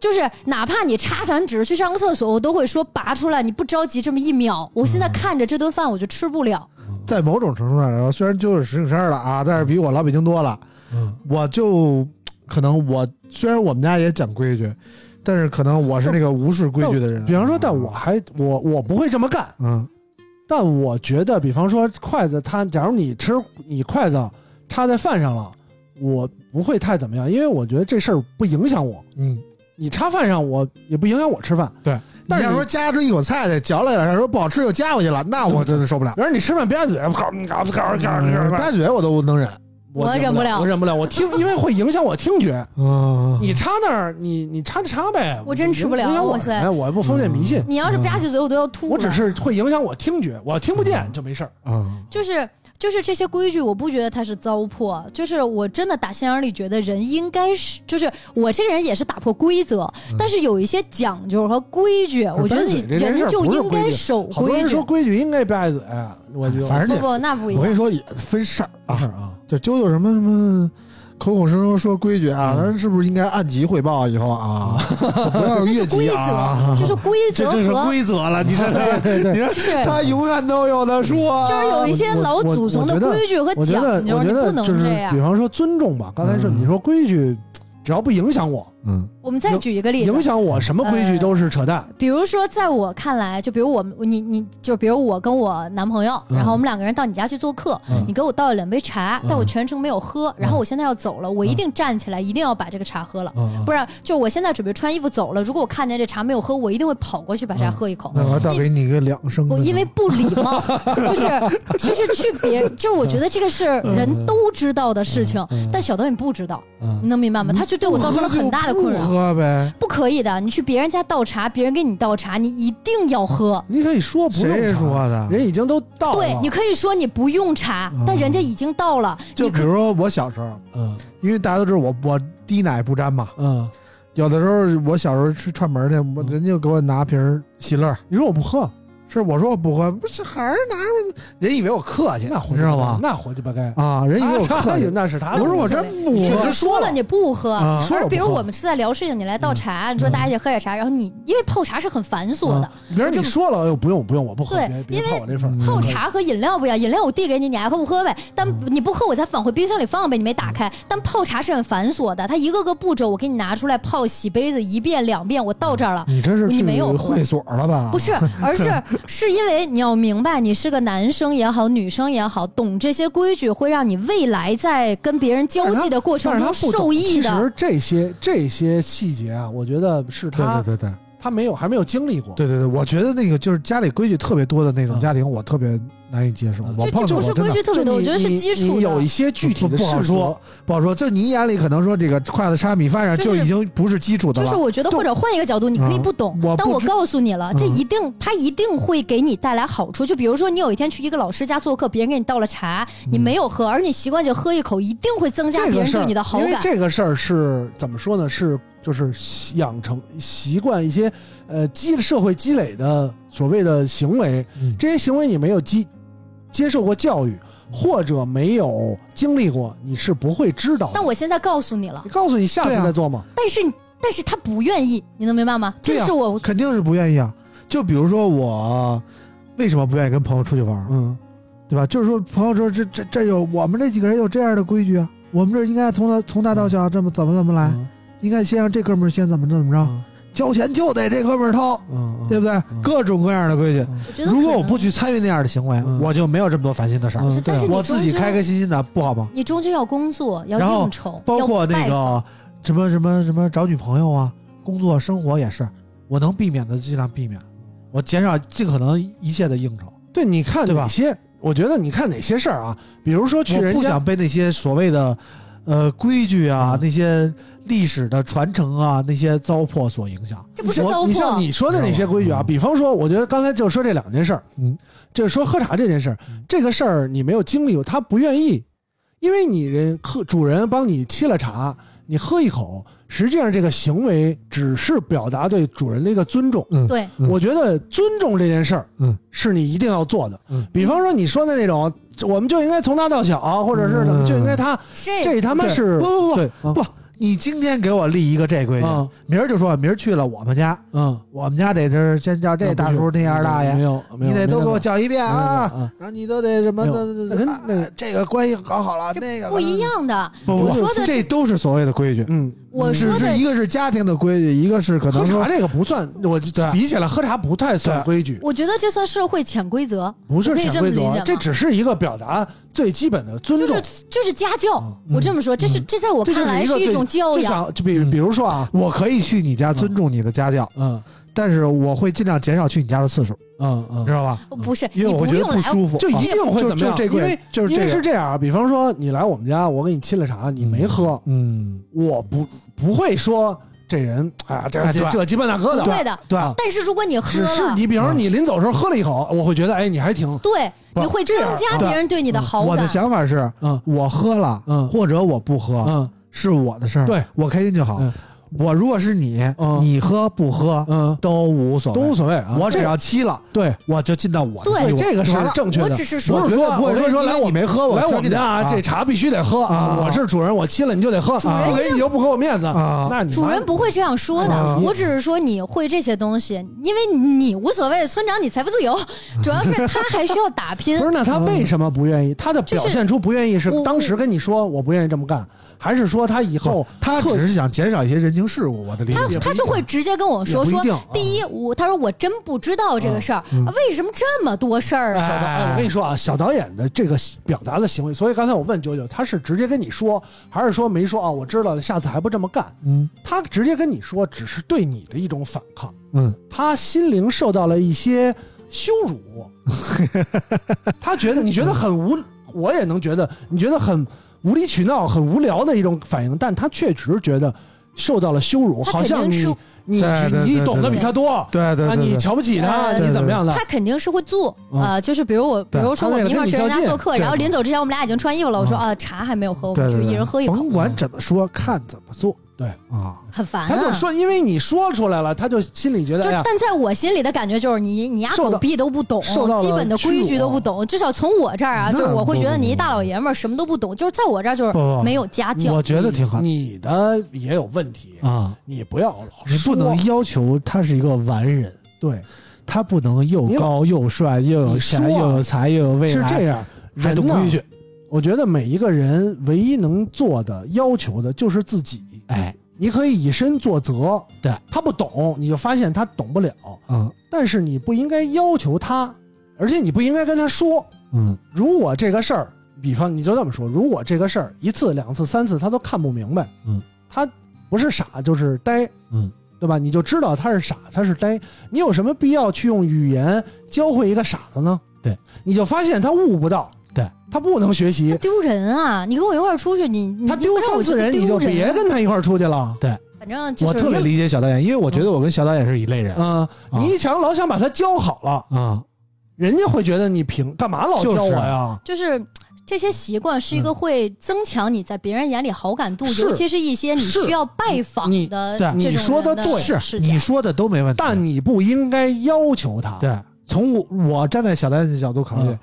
S2: 就是哪怕你插闪纸去上个厕所，我都会说拔出来，你不着急这么一秒。我现在
S4: 嗯
S2: 看着这顿饭我就吃不了，
S3: 在某种程度上来说，虽然就是石景山了啊，但是比我老北京多了。
S4: 嗯
S3: 我就可能我虽然我们家也讲规矩，但是可能我是那个无视规矩的人。啊
S4: 比方说，但我还我我不会这么干，
S3: 嗯
S4: 但我觉得，比方说筷子它，假如你吃你筷子插在饭上了，我不会太怎么样，因为我觉得这事儿不影响我。
S3: 嗯，
S4: 你插饭上我也不影响我吃饭。
S3: 对。
S4: 但
S3: 但
S4: 是
S3: 是
S4: 你
S3: 说夹出一口菜去，嚼了两下，说不好吃又夹回去了，那我真的受不了。
S4: 比如你吃饭吧唧嘴，嘎嘎嘎嘎嘎嘎
S3: 大嘴我都能忍。
S2: 我忍不了哦
S4: 我忍不了，我听，因为会影响我听觉。
S3: 嗯，
S4: 你插那儿，你你插就插呗。
S2: 我真吃不了
S4: 影响我
S2: 哇塞嗯
S4: 什么呀我也不封建迷信，
S2: 你要是吧唧嘴我都要吐了。
S4: 我只是会影响我听觉，我听不见就没事儿。
S3: 嗯
S2: 就是就是这些规矩，我不觉得它是糟粕，就是我真的打心眼里觉得人应该是，就是我这个人也是打破规则，
S4: 嗯
S2: 但是有一些讲究和规矩，我觉得你
S4: 但是嘴这件事儿
S2: 就
S4: 不是
S2: 应该
S4: 规矩
S2: 守
S4: 好多
S2: 规
S4: 人
S2: 矩
S4: 说。规矩应该吧唧嘴，啊我就
S3: 反正
S2: 不
S3: 这
S2: 不，那不一
S3: 嗯我跟
S2: 样
S3: 你。说也分事儿
S4: 没事
S3: 啊，
S4: 儿啊。
S3: 就啾啾什么什么。口口声声说规矩啊，咱是不是应该按级汇报以后 啊？不要
S2: 那
S3: 越
S2: 是规
S3: 级
S2: 则，
S3: 啊！
S2: 就是 规则
S3: 这这是
S2: 和
S3: 规则了， 你这
S4: 对对
S3: 你这
S2: 就是
S3: 他永远都有的说，
S2: 就是有一些老祖宗的规矩和
S4: 我觉得，
S2: 讲究，
S4: 我
S2: 你
S4: 觉
S2: 不
S4: 得
S2: 能
S4: 就是
S2: 这样
S4: 比。方说尊重吧，刚才是
S3: 嗯
S4: 你说规矩，只要不影响我，
S3: 嗯
S2: 我们再举一个例
S4: 影
S2: 子，
S4: 响我什么规
S2: 嗯
S4: 矩都是扯淡。
S2: 比如说，在我看来，就比如我们你你就比如我跟我男朋友，
S4: 嗯
S2: 然后我们两个人到你家去做客，
S4: 嗯
S2: 你给我倒了两杯茶，
S4: 嗯
S2: 但我全程没有喝，然后我现在要走了，我一定站起来，一定要把这个茶喝了。
S4: 嗯，
S2: 不然，就我现在准备穿衣服走了。如果我看见这茶没有喝，我一定会跑过去把茶喝一
S4: 嗯
S2: 口。
S3: 那我倒给你个两升的
S2: 我
S3: 时候。
S2: 因为不礼 貌，就是就是去别，就是我觉得这个是人都知道的事情，但小导演不知道，你
S4: 嗯
S2: 能明白吗？他就对我造成了很大的困
S3: 不
S2: 扰。
S3: 喝呗，
S2: 不可以的，你去别人家倒茶，别人给你倒茶，你一定要喝。
S4: 你可以说不用
S3: 谁
S4: 查
S3: 说的？
S4: 人已经都到了，
S2: 啊对，你可以说你不用茶，但人家已经到了。
S3: 就
S2: 你
S3: 比
S2: 可
S3: 如说我小时候，
S4: 嗯
S3: 因为大家都知道我我滴奶不沾嘛，
S4: 嗯，
S3: 有的时候我小时候去串门去，我
S4: 嗯
S3: 人家就给我拿瓶儿喜乐儿，
S4: 你说我不喝，
S3: 是我说我不喝，不是还是拿着，人以为我客气，
S4: 那活
S3: 你知道吗？
S4: 那活鸡巴该。
S3: 啊，人以为我客
S4: 他有
S3: 气，
S4: 那是他
S3: 我
S4: 的，
S3: 说我真不
S2: 你
S3: 喝
S2: 你说了你不喝，
S3: 啊
S4: 说了
S2: 而比如
S4: 不喝
S2: 我们是在聊事情，你来倒茶，你说大家一起喝点茶，然后你因为泡茶是很繁琐的，
S4: 别人你说了，哎呦不用不用，我不喝，
S2: 对
S4: 别别
S2: 因为
S4: 泡我这份儿。
S3: 嗯
S2: 泡茶和饮料不一样，饮料我递给你，你爱喝不喝呗。但你不喝，我再返回冰箱里放呗，你没打开。但泡茶是很繁琐的，它一个个步骤我给你拿出来泡，洗杯子一遍两遍，我到这儿了。
S3: 你这是
S2: 你
S3: 去
S2: 没有喝
S3: 会所了吧？
S2: 不是，而是啊是因为你要明白，你是个男生也好，女生也好，懂这些规矩会让你未来在跟别人交际的过
S4: 但
S2: 程
S4: 是
S2: 中
S4: 他
S2: 哎
S4: 不懂
S2: 受益
S4: 其
S2: 的。
S4: 实这些这些细节啊，我觉得是
S3: 对
S4: 他
S3: 对对对
S4: 他没有还没有经历过。
S3: 对对对，我觉得那个就是家里规矩特别多的那种
S4: 嗯
S3: 家庭，我特别难以接受。
S4: 嗯
S3: 我
S2: 就
S3: 碰到
S2: 这不
S3: 我
S2: 是
S3: 真
S2: 规
S3: 的
S2: 矩特别多，我
S4: 就
S2: 觉得是
S4: 你
S2: 基础
S4: 你有一
S2: 的。
S4: 些具体的
S3: 不不好
S4: 事
S3: 说
S4: 实，
S3: 不好说，就你眼里可能说这个筷子插米饭上
S2: 就是
S3: 就已经不是基础的
S2: 就
S3: 了，
S2: 是我觉得，或者换一个角度，你可以不懂，
S3: 我不
S2: 但我
S3: 知
S2: 告诉你了，
S3: 嗯
S2: 这一定它一定会给你带来好处。就比如说，你有一天去一个老师家做客，别人给你倒了茶，你没有喝，而你习惯性喝一口，一定会增加
S4: 这
S2: 别
S4: 个
S2: 人
S4: 事
S2: 对
S4: 儿
S2: 你的好
S4: 因为
S2: 感。
S4: 这个事儿是怎么说呢？是就是养成习惯一些呃积社会积累的所谓的行为，
S3: 嗯
S4: 这些行为你没有接接受过教育或者没有经历过，你是不会知道的。
S2: 但我现在告诉你了
S4: 你，告诉你下次
S3: 对啊
S4: 再做嘛。
S2: 但是你但是他不愿意，你能明白吗？这
S3: 对
S2: 个
S3: 呀
S2: 是我
S3: 肯定是不愿意啊。就比如说我为什么不愿意跟朋友出去玩儿，
S4: 嗯，
S3: 对吧？就是说朋友说这这这有我们这几个人有这样的规矩啊，我们这应该从大从大到小这么怎么怎么来，
S4: 嗯
S3: 应该先让这哥们儿先怎么怎么着，交钱就得这哥们儿掏，
S4: 嗯
S3: 对不对
S4: 嗯？
S3: 各种各样的规矩。
S2: 我觉得
S3: 如果
S2: 可
S3: 我
S2: 能
S3: 不去参与那样的行为，
S4: 嗯
S3: 我就没有这么多烦心的事儿。
S4: 嗯
S2: 是但是
S4: 对
S2: 你
S3: 我自己
S2: 终究
S3: 开开心心的不好吗？
S2: 你终究要工作，要
S3: 然后
S2: 应酬，
S3: 包括那
S2: 要拜访
S3: 个什么什么什么找女朋友啊，工作生活也是，我能避免的尽量避免，我减少尽可能一切的应酬。
S4: 对，你看
S3: 对吧
S4: 哪些？我觉得你看哪些事儿啊？比如说去
S3: 我
S4: 人
S3: 不
S4: 家
S3: 想被那些所谓的呃规矩
S4: 嗯
S3: 啊、那些历史的传承啊那些糟粕所影响。
S2: 这不是糟
S4: 你像
S2: 粕，
S4: 你说的那些规矩啊，比方说，我觉得刚才就说这两件事儿，
S3: 嗯，
S4: 就是说喝茶这件事儿，这个事儿你没有经历过，他不愿意，因为你人客主人帮你沏了茶，你喝一口，实际上这个行为只是表达对主人的一个尊重。
S2: 对，
S3: 嗯
S4: 我觉得尊重这件事儿，
S3: 嗯，
S4: 是你一定要做的。
S3: 嗯
S4: 比方说你说的那种，我们就应该从大到小，或者是怎么就应该他，
S2: 这
S4: 这他妈
S3: 对
S4: 是
S3: 嗯不不不
S4: 对啊
S3: 不，你今天给我立一个这规矩，
S4: 啊
S3: 明儿就说明儿去了我们家，
S4: 嗯，
S3: 我们家得是先叫这大叔那样大
S4: 没
S3: 爷，
S4: 有没有，
S3: 你得都给我
S4: 讲
S3: 叫一遍啊，
S4: 啊。
S3: 然后你都得什么的，
S4: 没有哎
S3: 啊
S4: 那跟那
S3: 这个关系搞好了，那个
S2: 不一。样的。
S3: 不不
S2: 我
S3: 不
S2: 说的
S3: 这都是所谓的规矩，
S4: 嗯，
S2: 我
S3: 是
S2: 说
S3: 是
S2: 的
S3: 一个是家庭的规矩，一个是可
S4: 喝
S3: 能说
S4: 茶这个不算，我
S3: 对
S4: 比起来喝茶不太算
S3: 对
S4: 规矩，
S2: 我觉得这算社会潜规则，
S4: 不是
S2: 我可以
S4: 潜
S2: 这么
S4: 规
S2: 理解
S4: 则啊
S2: 吗，
S4: 这只是一个表达最基本的尊
S2: 就
S4: 重
S2: 是。就是家教。
S3: 嗯
S2: 我这么说，这是这在我
S4: 这就
S2: 看来
S4: 一个
S2: 是一
S4: 最
S2: 种教
S4: 就
S2: 养。
S4: 想就比比如说啊，
S3: 我可以去你家尊重你的家教，
S4: 嗯
S3: 但是我会尽量减少去你家的次数，
S4: 嗯嗯
S3: 你知，道吧？
S2: 哦不是，
S3: 因为
S2: 你
S3: 我
S2: 不
S3: 觉得
S2: 用
S3: 不
S2: 来，
S3: 舒服，啊
S4: 就一定会
S3: 就
S4: 怎么样？
S3: 就这
S4: 因
S3: 规
S4: 为
S3: 矩就是
S4: 因为
S3: 这个
S4: 是这样啊，比方说你来我们家，我给你沏了茶，你没喝，
S3: 嗯，
S4: 我不不会说这人，哎呀，这
S3: 哎
S4: 这
S3: 对
S4: 这鸡巴大哥
S2: 不
S4: 的，
S2: 会的。
S3: 对
S4: 啊
S2: 但是如果你喝
S4: 只是
S2: 了，
S4: 你，比
S3: 嗯
S4: 方说你临走的时候喝了一口，我会觉得，哎，你还挺，
S2: 对，
S3: 不
S2: 你会
S4: 这
S2: 增
S4: 样
S2: 加
S4: 啊
S2: 别人对你的好
S3: 我的
S2: 感。
S3: 想法是，
S4: 嗯
S3: 我喝了，
S4: 嗯
S3: 或者我不喝，
S4: 嗯
S3: 是我的事儿，
S4: 对
S3: 我开心就好
S4: 嗯。
S3: 我如果是你
S4: 嗯，
S3: 你喝不喝
S4: 嗯，
S3: 都无所
S4: 都无
S3: 谓，
S4: 所谓啊。
S3: 我只要七了，
S4: 对
S3: 我就尽到我的义
S2: 对
S3: 务。
S4: 哎这个是
S3: 完了
S4: 正确
S2: 我
S4: 的，
S2: 只是
S4: 不
S3: 我
S2: 说，
S4: 是
S3: 绝
S4: 说
S3: 对不会
S4: 我
S3: 说
S4: 是说
S3: 因
S4: 来
S3: 为
S4: 我
S3: 你没喝，我
S4: 来我
S3: 挑你
S4: 们家
S3: 俩
S4: 啊，这茶必须得喝
S3: 啊
S4: 我是主人，我沏了你就得喝，
S3: 主人
S4: 不给你就不给我面子。
S3: 啊，
S4: 那你妈
S2: 主人不会这样说
S3: 啊
S2: 的。我只是说你会这些东西，因为你无所谓，村长你财富自由，主要是他还需要打拼
S4: 不。是？那他为什么不愿意？他的表现出不愿意是
S2: 就是我
S4: 当时跟你说我不愿意这么干，还是说他以后
S3: 哦他只是想减少一些人情世故，我的理解
S2: 他
S3: 是。
S2: 他就会直接跟我
S4: 也
S2: 说
S4: 不一
S2: 说
S4: 定啊，嗯
S2: 第一，我他说我真不知道这个事儿，啊为什么这么多事儿
S4: 小
S2: 啊？
S4: 导，哎，我跟你说啊，小导演的这个表达的行为，所以刚才我问九九，他是直接跟你说，还是说没说啊？我知道了，下次还不这么干。
S3: 嗯
S4: 他直接跟你说，只是对你的一种反抗。
S3: 嗯，
S4: 他心灵受到了一些羞 辱，他觉得你觉得很无，我也能觉得你觉得很无理取闹、很无聊的一种反应，但他确实觉得受到了羞辱，
S2: 他
S4: 好
S2: 肯定
S4: 像你
S2: 是
S4: 你
S3: 对对
S4: 你
S3: 对
S4: 懂得
S3: 对
S4: 比他多
S3: 对对对，
S4: 啊，你
S3: 对
S4: 瞧不起他，
S2: 呃
S4: 你怎么样的？
S2: 他肯定是会做
S4: 哎嗯
S2: 啊、呃就是比如我，比
S3: 对
S2: 如说
S4: 他
S2: 我
S4: 为了
S2: 们一块儿
S4: 跟你
S2: 去人
S4: 较
S2: 家
S4: 劲
S2: 做客，
S4: 对
S2: 然后临走之前我们俩已经穿衣服了，我说
S3: 嗯
S2: 啊茶还没有喝，我
S3: 对
S2: 们就
S3: 对
S2: 一
S3: 对
S2: 人喝一口
S3: 甭，管怎么说，看怎么做。
S4: 对
S3: 啊，
S2: 很烦
S4: 他就
S2: 啊。
S4: 说，因为你说出来了，他就心里觉得
S2: 就
S4: 哎呀，
S2: 但在我心里的感觉就是你你丫
S4: 受到
S2: 狗屁都不懂，
S4: 受到了
S2: 基本的规矩都不懂。至少从我这儿啊，
S3: 那
S2: 就是我会
S3: 不
S2: 觉得
S3: 不
S2: 你一
S3: 不
S2: 大老爷们儿什么都不懂，就是在我这儿就
S3: 不不
S2: 是
S3: 不
S2: 没有家教
S3: 我。觉得挺好
S4: 你的也有问题，
S3: 啊，
S4: 你不要老
S3: 你不能
S4: 说
S3: 要求他是一个完人。
S4: 对，
S3: 他不能又
S4: 你
S3: 高又帅又有钱
S4: 你说啊
S3: 又有才又有未
S4: 是
S3: 来，
S4: 这样，
S3: 还
S4: 人
S3: 懂
S4: 呢
S3: 规矩。
S4: 我觉得每一个人唯一能做的要求的就是自己，
S3: 哎，
S4: 你可以以身作则。
S3: 对
S4: 他不懂，你就发现他懂不了，
S3: 嗯
S4: 但是你不应该要求他，而且你不应该跟他说。
S3: 嗯
S4: 如果这个事儿，比方你就这么说，如果这个事儿一次、两次、三次他都看不明白，
S3: 嗯，
S4: 他不是傻就是呆，
S3: 嗯，
S4: 对吧？你就知道他是傻，他是呆。你有什么必要去用语言教会一个傻子呢？
S3: 对，
S4: 你就发现他悟不到，
S3: 对，
S4: 他不能学习
S2: 他，丢人啊！你跟我一块儿出去，你 你
S4: 他丢
S2: 你让
S4: 三
S2: 我
S4: 次
S2: 觉得
S4: 人，你
S2: 丢
S4: 就
S2: 人啊
S4: 别跟他一块儿出去了。
S2: 反正就
S3: 我
S2: 是
S3: 特别理解小导演，因为我觉得我跟小导演是一类人啊、
S4: 嗯，你一想老想把他教好了，人家会觉得你凭干嘛老教我
S3: 啊
S4: 呀？
S2: 就是这些习惯是一个会增强你在别人眼里好感度，
S4: 嗯是
S2: 尤其是一些你
S4: 是
S2: 需要拜访
S4: 你
S2: 的
S3: 对
S2: 这
S4: 你
S2: 种
S4: 说
S2: 人
S4: 得
S2: 的
S4: 对
S3: 是
S2: 事情
S3: 你说的都没问题，
S4: 但你不应该要求他。
S3: 对，从我我站在小导演的角度考虑。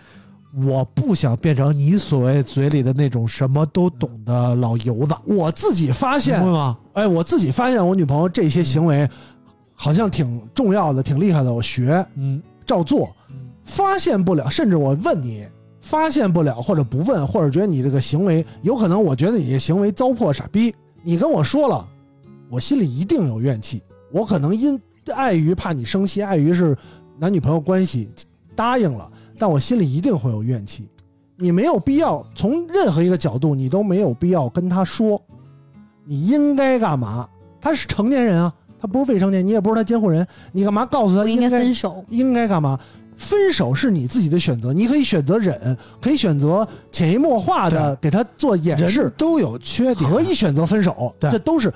S3: 我不想变成你所谓嘴里的那种什么都懂的老油子，
S4: 我自己发
S3: 明
S4: 现
S3: 白，吗？
S4: 哎，我自己发现我女朋友这些行为好像挺重要的，挺厉害的，我学
S3: 嗯，
S4: 照做，发现不了，甚至我问你。发现不了，或者不问，或者觉得你这个行为有可能，我觉得你这行为糟粕、傻逼。你跟我说了，我心里一定有怨气。我可能因碍于怕你生气，碍于是男女朋友关系答应了，但我心里一定会有怨气。你没有必要从任何一个角度，你都没有必要跟他说你应该干嘛。他是成年人啊，他不是未成年，你也不是他监护人，你干嘛告诉他
S2: 不应该
S4: 应该
S2: 分手。
S4: 应该干嘛？分手是你自己的选择，你可以选择忍，可以选择潜移默化的给他做掩饰
S3: 人，都有缺点，
S4: 可以选择分手，
S3: 对
S4: 这都是，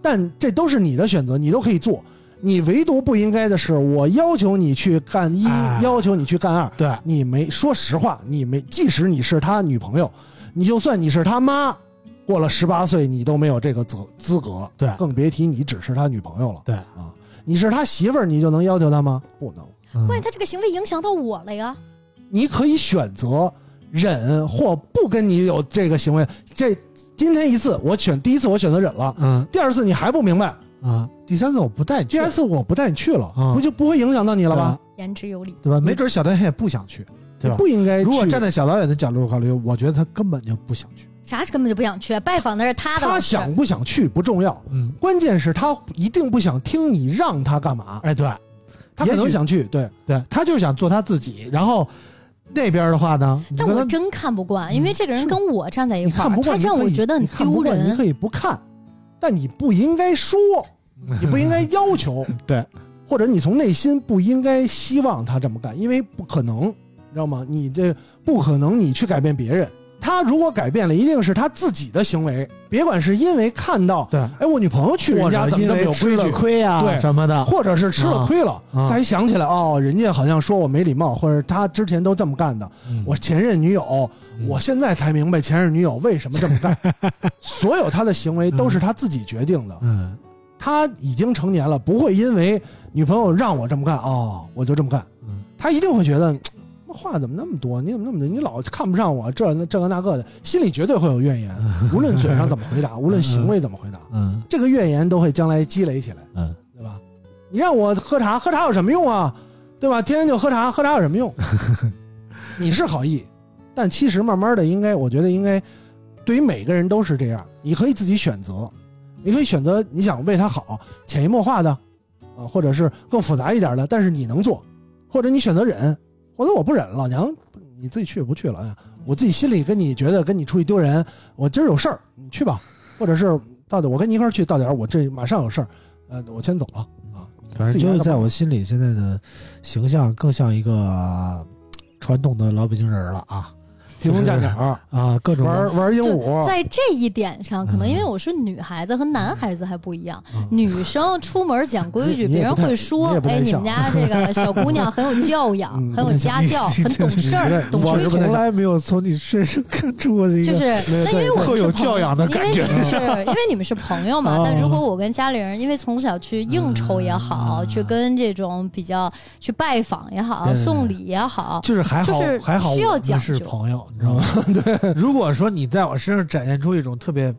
S4: 但这都是你的选择，你都可以做。你唯独不应该的是，我要求你去干一，
S3: 哎
S4: 要求你去干二，
S3: 对，
S4: 你没说实话，你没，即使你是他女朋友，你就算你是他妈，过了十八岁，你都没有这个资资格，
S3: 对
S4: 更别提你只是他女朋友了，
S3: 对
S4: 啊，你是他媳妇儿，你就能要求他吗？不能，
S3: 嗯
S2: 关键他这个行为影响到我了呀。
S4: 你可以选择忍或不跟你有这个行为。这今天一次，我选第一次我选择忍了，
S3: 嗯
S4: 第二次你还不明白，
S3: 啊，第三次我不带你
S4: 第
S3: 去，
S4: 二次我不带你去了，
S3: 嗯
S4: 不就不会影响到你了吧？
S2: 言之有理，
S3: 对吧？没准小导演也嗯不想去，对吧？啊
S4: 不应该去。
S3: 如果站在小导演的角度考虑，我觉得他根本就不想去。
S2: 啥根本就不想去，拜访的是他的老
S4: 他
S2: 师。
S4: 想不想去不重要，
S3: 嗯，
S4: 关键是他一定不想听你让他干嘛，
S3: 哎，对
S4: 他可
S3: 也
S4: 能
S3: 许
S4: 想去，对，
S3: 对，他就想做他自己。然后那边的话呢，你
S2: 但
S3: 跟
S2: 我
S3: 他
S2: 真看不惯，因为这个人
S4: 嗯是
S2: 跟我站在一
S4: 你
S2: 块
S4: 看不
S2: 儿，
S4: 惯
S2: 哎他
S4: 你
S2: 让
S4: 可
S2: 我
S4: 以
S2: 觉得很
S4: 你看不
S2: 丢
S4: 惯你
S2: 人。
S4: 可以不看，但你不应该说，你不应该要求，
S3: 对，
S4: 或者你从内心不应该希望他这么干，因为不可能，你知道吗？你这不可能，你去改变别人。他如果改变了，一定是他自己的行为，别管是因为看到，
S3: 对
S4: 哎，我女朋友去人家怎么这么有规
S3: 或者因为吃了
S4: 矩，
S3: 亏啊，
S4: 对
S3: 什么的，
S4: 或者是吃了亏了，
S3: 啊啊
S4: 才想起来哦，人家好像说我没礼貌，或者他之前都这么干的。
S3: 嗯
S4: 我前任女友，我现在才明白前任女友为什么这 么干。所有他的行为都是他自己决定的。
S3: 嗯，
S4: 他已经成年了，不会因为女朋友让我这么干哦，我就这么干
S3: 嗯。
S4: 他一定会觉得，嘖话怎么那么多？你怎么那么多？你老看不上我，这这个那个的，心里绝对会有怨言。无论嘴上怎么回答，无论行为怎么回答，
S3: 嗯
S4: 这个怨言都会将来积累起来，
S3: 嗯，
S4: 对吧？你让我喝茶，喝茶有什么用啊？对吧？天天就喝茶，喝茶有什 么用？你是好意，但其实慢慢的，应该我觉得应该对于每个人都是这样，你可以自己选择，你可以选择你想为他好，潜移默化的啊，或者是更复杂一点的，但是你能做，或者你选择忍，或者我不忍了，老娘你自己去不去了啊？我自己心里跟你觉得跟你出去丢人，我今儿有事儿，你去吧，或者是到底我跟你一块儿去，到点儿我这马上有事儿，呃，我先走了啊。
S3: 反
S4: 自
S3: 正
S4: 己
S3: 就
S4: 来
S3: 是
S4: 干
S3: 在
S4: 嘛
S3: 我心里，现在的形象更像一个呃传统的老北京人了啊
S4: 披风架鸟儿，
S3: 啊，各种
S4: 玩玩鹦
S2: 就
S4: 鹉，
S2: 在这一点上，可能因为
S4: 嗯
S2: 我是女孩子和男孩子还不一样，女生出门讲规矩，
S4: 你你
S2: 别
S4: 也
S2: 人
S4: 不太
S2: 会说
S4: 你也：“不太
S2: 哎，你
S4: 像
S2: 们家这个小姑娘很有教养，
S4: 嗯
S2: 很有家教，很懂事
S4: 你
S2: 儿
S4: 这，
S2: 懂
S4: 我
S2: 规
S4: 是
S2: 矩
S4: 不。太
S3: 从来没有从你身上看出过这”个，
S2: 就是，那因为我
S3: 特
S2: 是
S3: 有
S2: 朋
S3: 教养的感觉
S2: 因为你 们是，因为你们是朋友
S4: 嗯
S2: 嘛。
S3: 哦
S2: 但如果我跟家里人，因为从小去应酬也好，
S3: 嗯
S2: 去跟这种比较去拜访也好，
S3: 对对对
S2: 送礼也好，
S3: 就是还好，
S2: 就是
S3: 还好
S2: 需要
S3: 我们是
S2: 讲究
S3: 朋友，你知道吗？ 对。如果说你在我身上展现出一种特别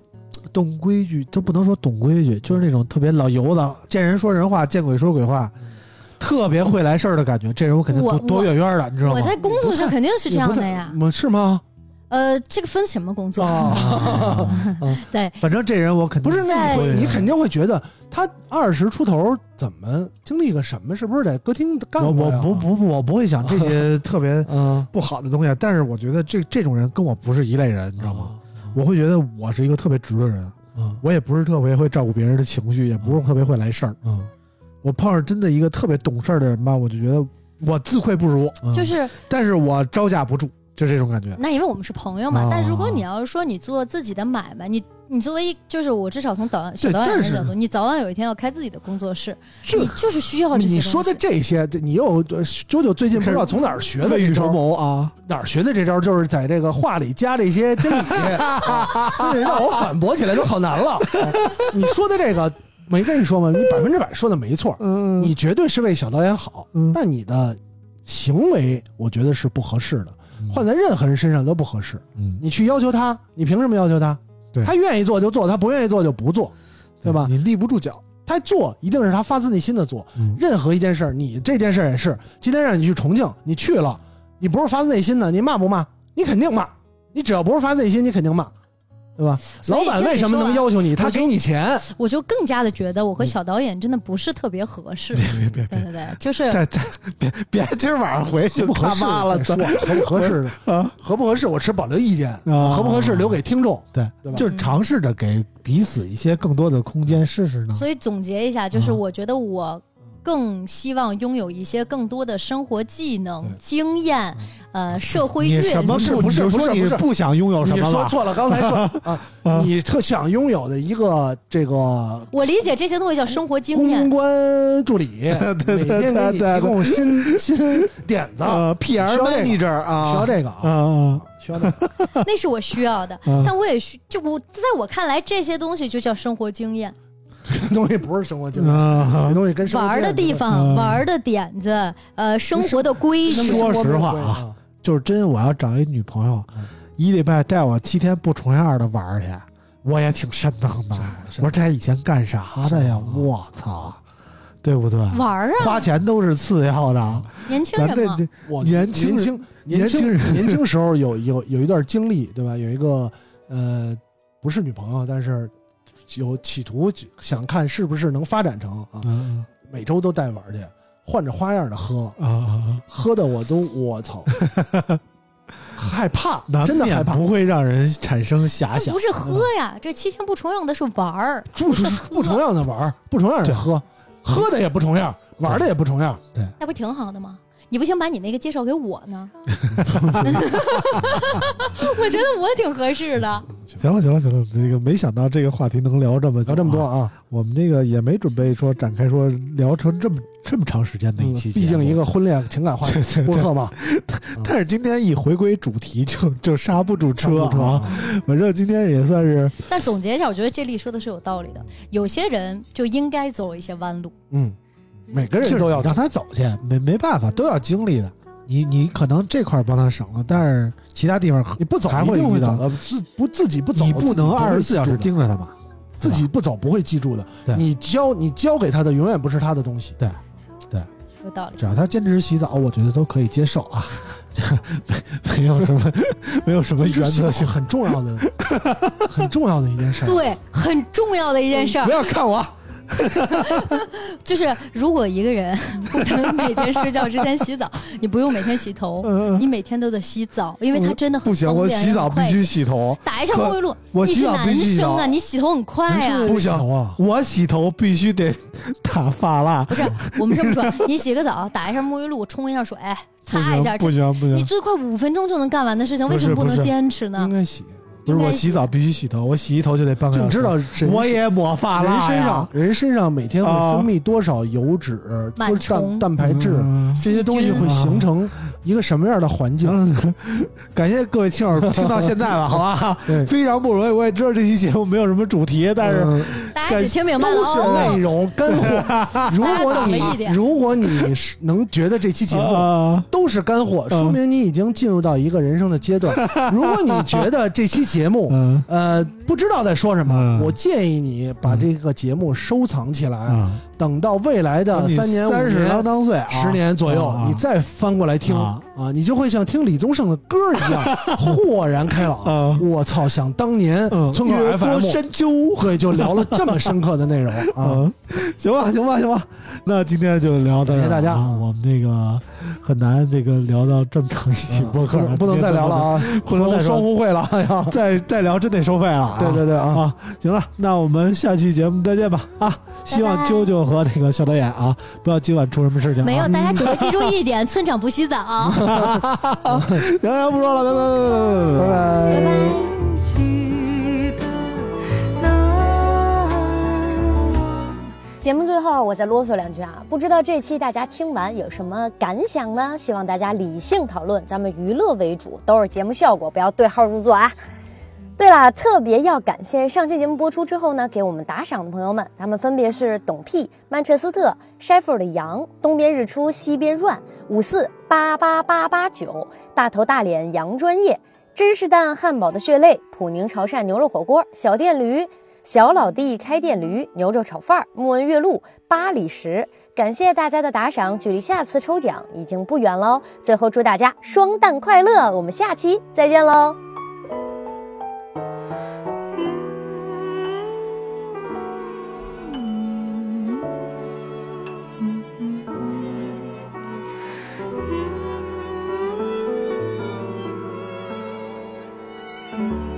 S3: 懂规矩，都不能说懂规矩，就是那种特别老油的，见人说人话，见鬼说鬼话，
S4: 嗯
S3: 特别会来事儿的感觉，这人我肯定
S2: 我
S3: 躲躲
S2: 我
S3: 远远的，你知道吗
S2: 我？在工作上肯定是这样的呀
S4: 你。不太，我嗯是吗？
S2: 呃，这个分什么工 作？
S4: 哦
S3: 啊，
S2: 对，
S3: 反正这人我肯定
S4: 不是
S2: 在
S4: 那
S3: 躲远
S4: 你
S3: 远
S4: 你
S3: 的
S4: 肯定会觉得他二十出头怎么经历个什么？是不是在歌厅干
S3: 我
S4: 过
S3: 我
S4: 呀
S3: 不不不，我不会想这些特别
S4: 嗯，
S3: 不好的东西，但是我觉得这这种人跟我不是一类人，你
S4: 你
S3: 知道吗？？我会觉得我是一个特别直的人，
S4: 嗯
S3: 我也不是特别会照顾别人的情绪，也不是特别会来事儿。
S4: 嗯，
S3: 我碰上真的一个特别懂事儿的人吧，我就觉得我自愧不如，
S4: 嗯
S2: 就是
S3: 但是我招架不住，就这种感觉。
S2: 那因为我们是朋友嘛
S3: 啊。
S2: 但如果你要是说你做自己的买卖，你你作为一就是我至少从导演小导演
S3: 但
S2: 的
S3: 是
S2: 角度，你早晚有一天要开自己的工作室，
S4: 这
S2: 你就是需要这些东西。
S4: 你说的这些，这你又呃九九最近不知道从哪儿学的
S3: 未
S4: 这
S3: 雨绸
S4: 招，
S3: 缪啊，
S4: 哪儿学的这招，就是在这个话里加了一 些真理，啊这得让我反驳起来都好难了。啊你说的这个，没跟你说吗？你百分之百说的没错，
S3: 嗯
S4: 你绝对是为小导演好
S3: 嗯，
S4: 但你的行为我觉得是不合适的，换在任何人身上都不合适。
S3: 嗯，
S4: 你去要求他，你凭什么要求他？
S3: 对
S4: 他愿意做就做，他不愿意做就不做，对吧？
S3: 你立不住脚，
S4: 他做一定是他发自内心的做。
S3: 嗯
S4: 任何一件事儿，你这件事儿也是，今天让你去重庆，你去了，你不是发自内心的，你骂不骂？你肯定骂。你只要不是发自内心，你肯定骂，对吧？
S2: 所
S4: 老
S2: 以
S4: 板
S2: 跟
S4: 为
S2: 你
S4: 什么
S2: 说
S4: 能
S2: 啊
S4: 要求你？他
S2: 我就
S4: 给 你钱，
S2: 我就更加的觉得我和小导演真的不是特别合适。
S3: 别别
S2: 对
S3: 别，
S2: 对对，就是
S3: 再再别别今儿晚上回去
S4: 不
S3: 就
S4: 合
S3: 他
S4: 适
S3: 妈了，
S4: 再说合不合适
S3: 啊，
S4: 合不合适，我持保留意见。
S3: 啊
S4: 合不合适留给听众。
S3: 对
S4: 对吧
S3: 就是尝试着给彼此一些更多的空间试试呢。
S2: 所以总结一下，就是我觉得我更希望拥有一些更多的生活技能、经验，呃，社会阅
S3: 你
S2: 历。
S3: 什么
S4: 不是不
S3: 你
S4: 是不是
S3: 说你
S4: 不是
S3: 不想拥有哦什
S4: 你
S3: 么
S4: 说
S3: 了？
S4: 错了，刚才说 啊，你特想拥有的一个这个
S2: 我理解这些东西叫生活经
S4: 公
S2: 验，
S4: 关助理， 每天给你提供新新点子，
S3: 呃，PR
S4: 需要这
S3: manager
S4: 需要
S3: 啊，
S4: 这个
S3: 啊
S4: 啊，
S3: 啊
S4: 需要这 个。
S2: 那是我需要的。
S3: 啊！
S2: 但我也需就我在我看来，这些东西就叫生活经验，
S4: 这东西不是生活经验，这
S3: 啊
S4: 东西跟生活
S2: 玩儿的地
S3: 嗯
S2: 方、玩儿的点子，呃，生活的规
S4: 经验
S2: 矩
S4: 跟。生活
S3: 说实话
S4: 没有关系啊，
S3: 就是真，我要找一女朋友
S4: 嗯，
S3: 一礼拜带我七天不重样的玩儿去，我也挺瘆得慌的。我
S4: 是
S3: 说这以前干啥的呀？
S4: 是啊
S3: 我操，对不对？
S2: 玩儿啊，
S3: 花钱都是次要的，
S2: 年轻
S3: 咱
S2: 人
S3: 这
S2: 嘛，
S3: 这
S4: 我
S3: 年轻
S4: 轻
S3: 人
S4: 年
S3: 年轻人
S4: 轻年轻时候有有有一段经历，对吧？有一个呃，不是女朋友，但是有企图想看是不是能发展成啊，
S3: 嗯
S4: 每周都带玩儿去，换着花样的喝，
S3: 啊啊，
S4: 喝的我都 我操，害怕，
S3: 难
S4: 真的害
S3: 免
S4: 怕。
S3: 不会让人产生
S2: 那
S3: 遐想
S2: 不。是喝呀，这七天不重样的是玩儿，
S4: 不
S2: 是
S4: 不重样的玩儿，不重样的喝，喝的也不重样，玩的也不重样。
S2: 那不挺好的吗？你不先把你那个介绍给我呢？ 我觉得我挺合适的。
S3: 行了行了行了，这个没想到这个话题能聊这么久
S4: 聊这么多
S3: 啊，
S4: 啊，
S3: 我们这个也没准备说展开说聊成这么这么长时间的一
S4: 嗯
S3: 期节目，
S4: 毕竟一个婚恋情感话题
S3: 对对
S4: 播
S3: 对。
S4: 客嘛，
S3: 但是今天一回归主题就就刹不住车
S4: 差不多
S3: 啊，，反正今天也算是
S2: 但总结一下，我觉得这里说的是有道理的。有些人就应该走一些弯路，
S4: 嗯，每个人都要
S3: 就是让他走去，没没办法，都要经历的。你你可能这块儿帮他省了，但是其他地方
S4: 你不走
S3: 还
S4: 一
S3: 会
S4: 定
S3: 遇
S4: 会
S3: 到
S4: 走的，自不自己不走，
S3: 你不能
S4: 自己
S3: 二
S4: 会
S3: 十四小时
S4: 记住
S3: 盯着他吧？
S4: 的，自己不走不会记住的。
S3: 对
S4: 你教你教给他的永远不是他的东西，
S2: 有道理。
S3: 只要他坚持洗澡，我觉得都可以接受啊， 没没有什么 没有什么原则
S4: 是
S3: 性。
S4: 很重要的，很重要的一件事儿。
S2: 对，啊很重要的一件事儿
S3: 不要看我，
S2: 就是，如果一个人 不能每天睡觉之前洗 澡，你不用每天洗头，你每天都得洗澡，因为它真的很
S3: 不行，
S2: 方
S3: 嗯我
S2: 便
S3: 洗澡
S2: 很快
S3: 必须洗头，
S2: 打一下沐浴露。
S3: 我
S2: 你
S3: 洗
S2: 是
S3: 澡必
S2: 男
S3: 须洗
S2: 生
S3: 头
S2: 啊，，你洗头很快呀、
S3: 不行
S4: 啊，
S3: 我洗头必须得打发蜡
S2: 不，是，我们这么说， 你洗个澡，打一下沐浴露，冲一下水，
S3: 不
S2: 擦一
S3: 行
S2: 下，
S3: 不行不
S2: 你
S3: 行，
S2: 最快五分钟就能干完的事情，为什么
S3: 不是
S2: 能
S3: 不是
S2: 坚持
S4: 应
S2: 呢？
S4: 该洗。
S3: 不是
S2: 应
S3: 我
S2: 该
S3: 洗澡必须洗头，我洗一头就得半个
S4: 就
S3: 小
S4: 你
S3: 时。
S4: 知道谁
S3: 啊我也抹发
S4: 人
S3: 蜡
S4: 身上
S3: 呀，啊
S4: 人身上每天会分泌多少油脂、
S2: 螨
S4: 多
S2: 虫
S4: 蛋蛋白质，
S3: 嗯
S4: 这些东西会形成一个什么样的环境？
S3: 行了，感谢各位听 友听到现在了，好吧？
S4: 对，
S3: 非常不容易，我也知道这期节目没有什么主题，但是
S4: 嗯
S2: 大家只听明白了
S4: 都是
S2: 哦
S4: 内。
S3: 啊
S4: 容干 货。如果
S2: 懂了一
S4: 你
S2: 点嗯
S4: 如果你是能觉得这期节目
S3: 啊，
S4: 都是干货，说明你已经进入到一个人生的阶 段。如果你觉得这期节目
S3: 嗯
S4: 呃不知道在说什么
S3: 嗯，
S4: 我建议你把这个节目收藏起来，
S3: 啊，
S4: 等到未来的三年、五
S3: 三十
S4: 年
S3: 郎当岁啊，
S4: 十年左右
S3: 啊，
S4: 你再翻过来听
S3: 啊
S4: 啊，你就会像听李宗盛的歌一样，豁然开朗。
S3: 啊，
S4: 我操！想当年
S3: 嗯
S4: 村
S3: 越
S4: 口
S3: 过
S4: FM
S3: 究
S4: 对，就聊了这么深刻的内容啊，
S3: 啊，行吧，行吧，行吧，那今天就聊到这儿
S4: 感谢大家
S3: 啊我们这个很难这个聊到这么长一期播客
S4: 嗯，不能再聊了，啊，
S3: 不能再
S4: 双
S3: 说，啊
S4: 互惠了，哎呀，
S3: 再再聊真得收费了啊，
S4: 对对对啊，
S3: 啊，行了，那我们下期节目再见吧啊！希望啾啾和这个小导演啊，不要今晚出什么事情、啊。
S2: 没有，大家只会 记住一点：村长不洗澡。
S3: 行嗯行，不说了，拜拜拜拜拜拜
S4: 拜。
S2: 拜。
S4: 拜
S2: 拜。
S6: 节目最后，我再啰嗦两句啊，不知道这期大家听完有什么感想呢？希望大家理性讨论，咱们娱乐为主，都是节目效果，不要对号入座啊。对啦，特别要感谢上期节目播出之后呢，给我们打赏的朋友们，他们分别是董屁、曼彻斯特、筛富的羊、东边日出西边乱、五四八八八八九、大头大脸杨专业、芝士蛋汉堡的血泪、普宁潮汕牛肉火锅、小电驴、小老弟开电驴、牛肉炒饭、莫文月露、八里石。感谢大家的打赏，距离下次抽奖已经不远喽。最后祝大家双旦快乐，我们下期再见喽。
S1: 嗯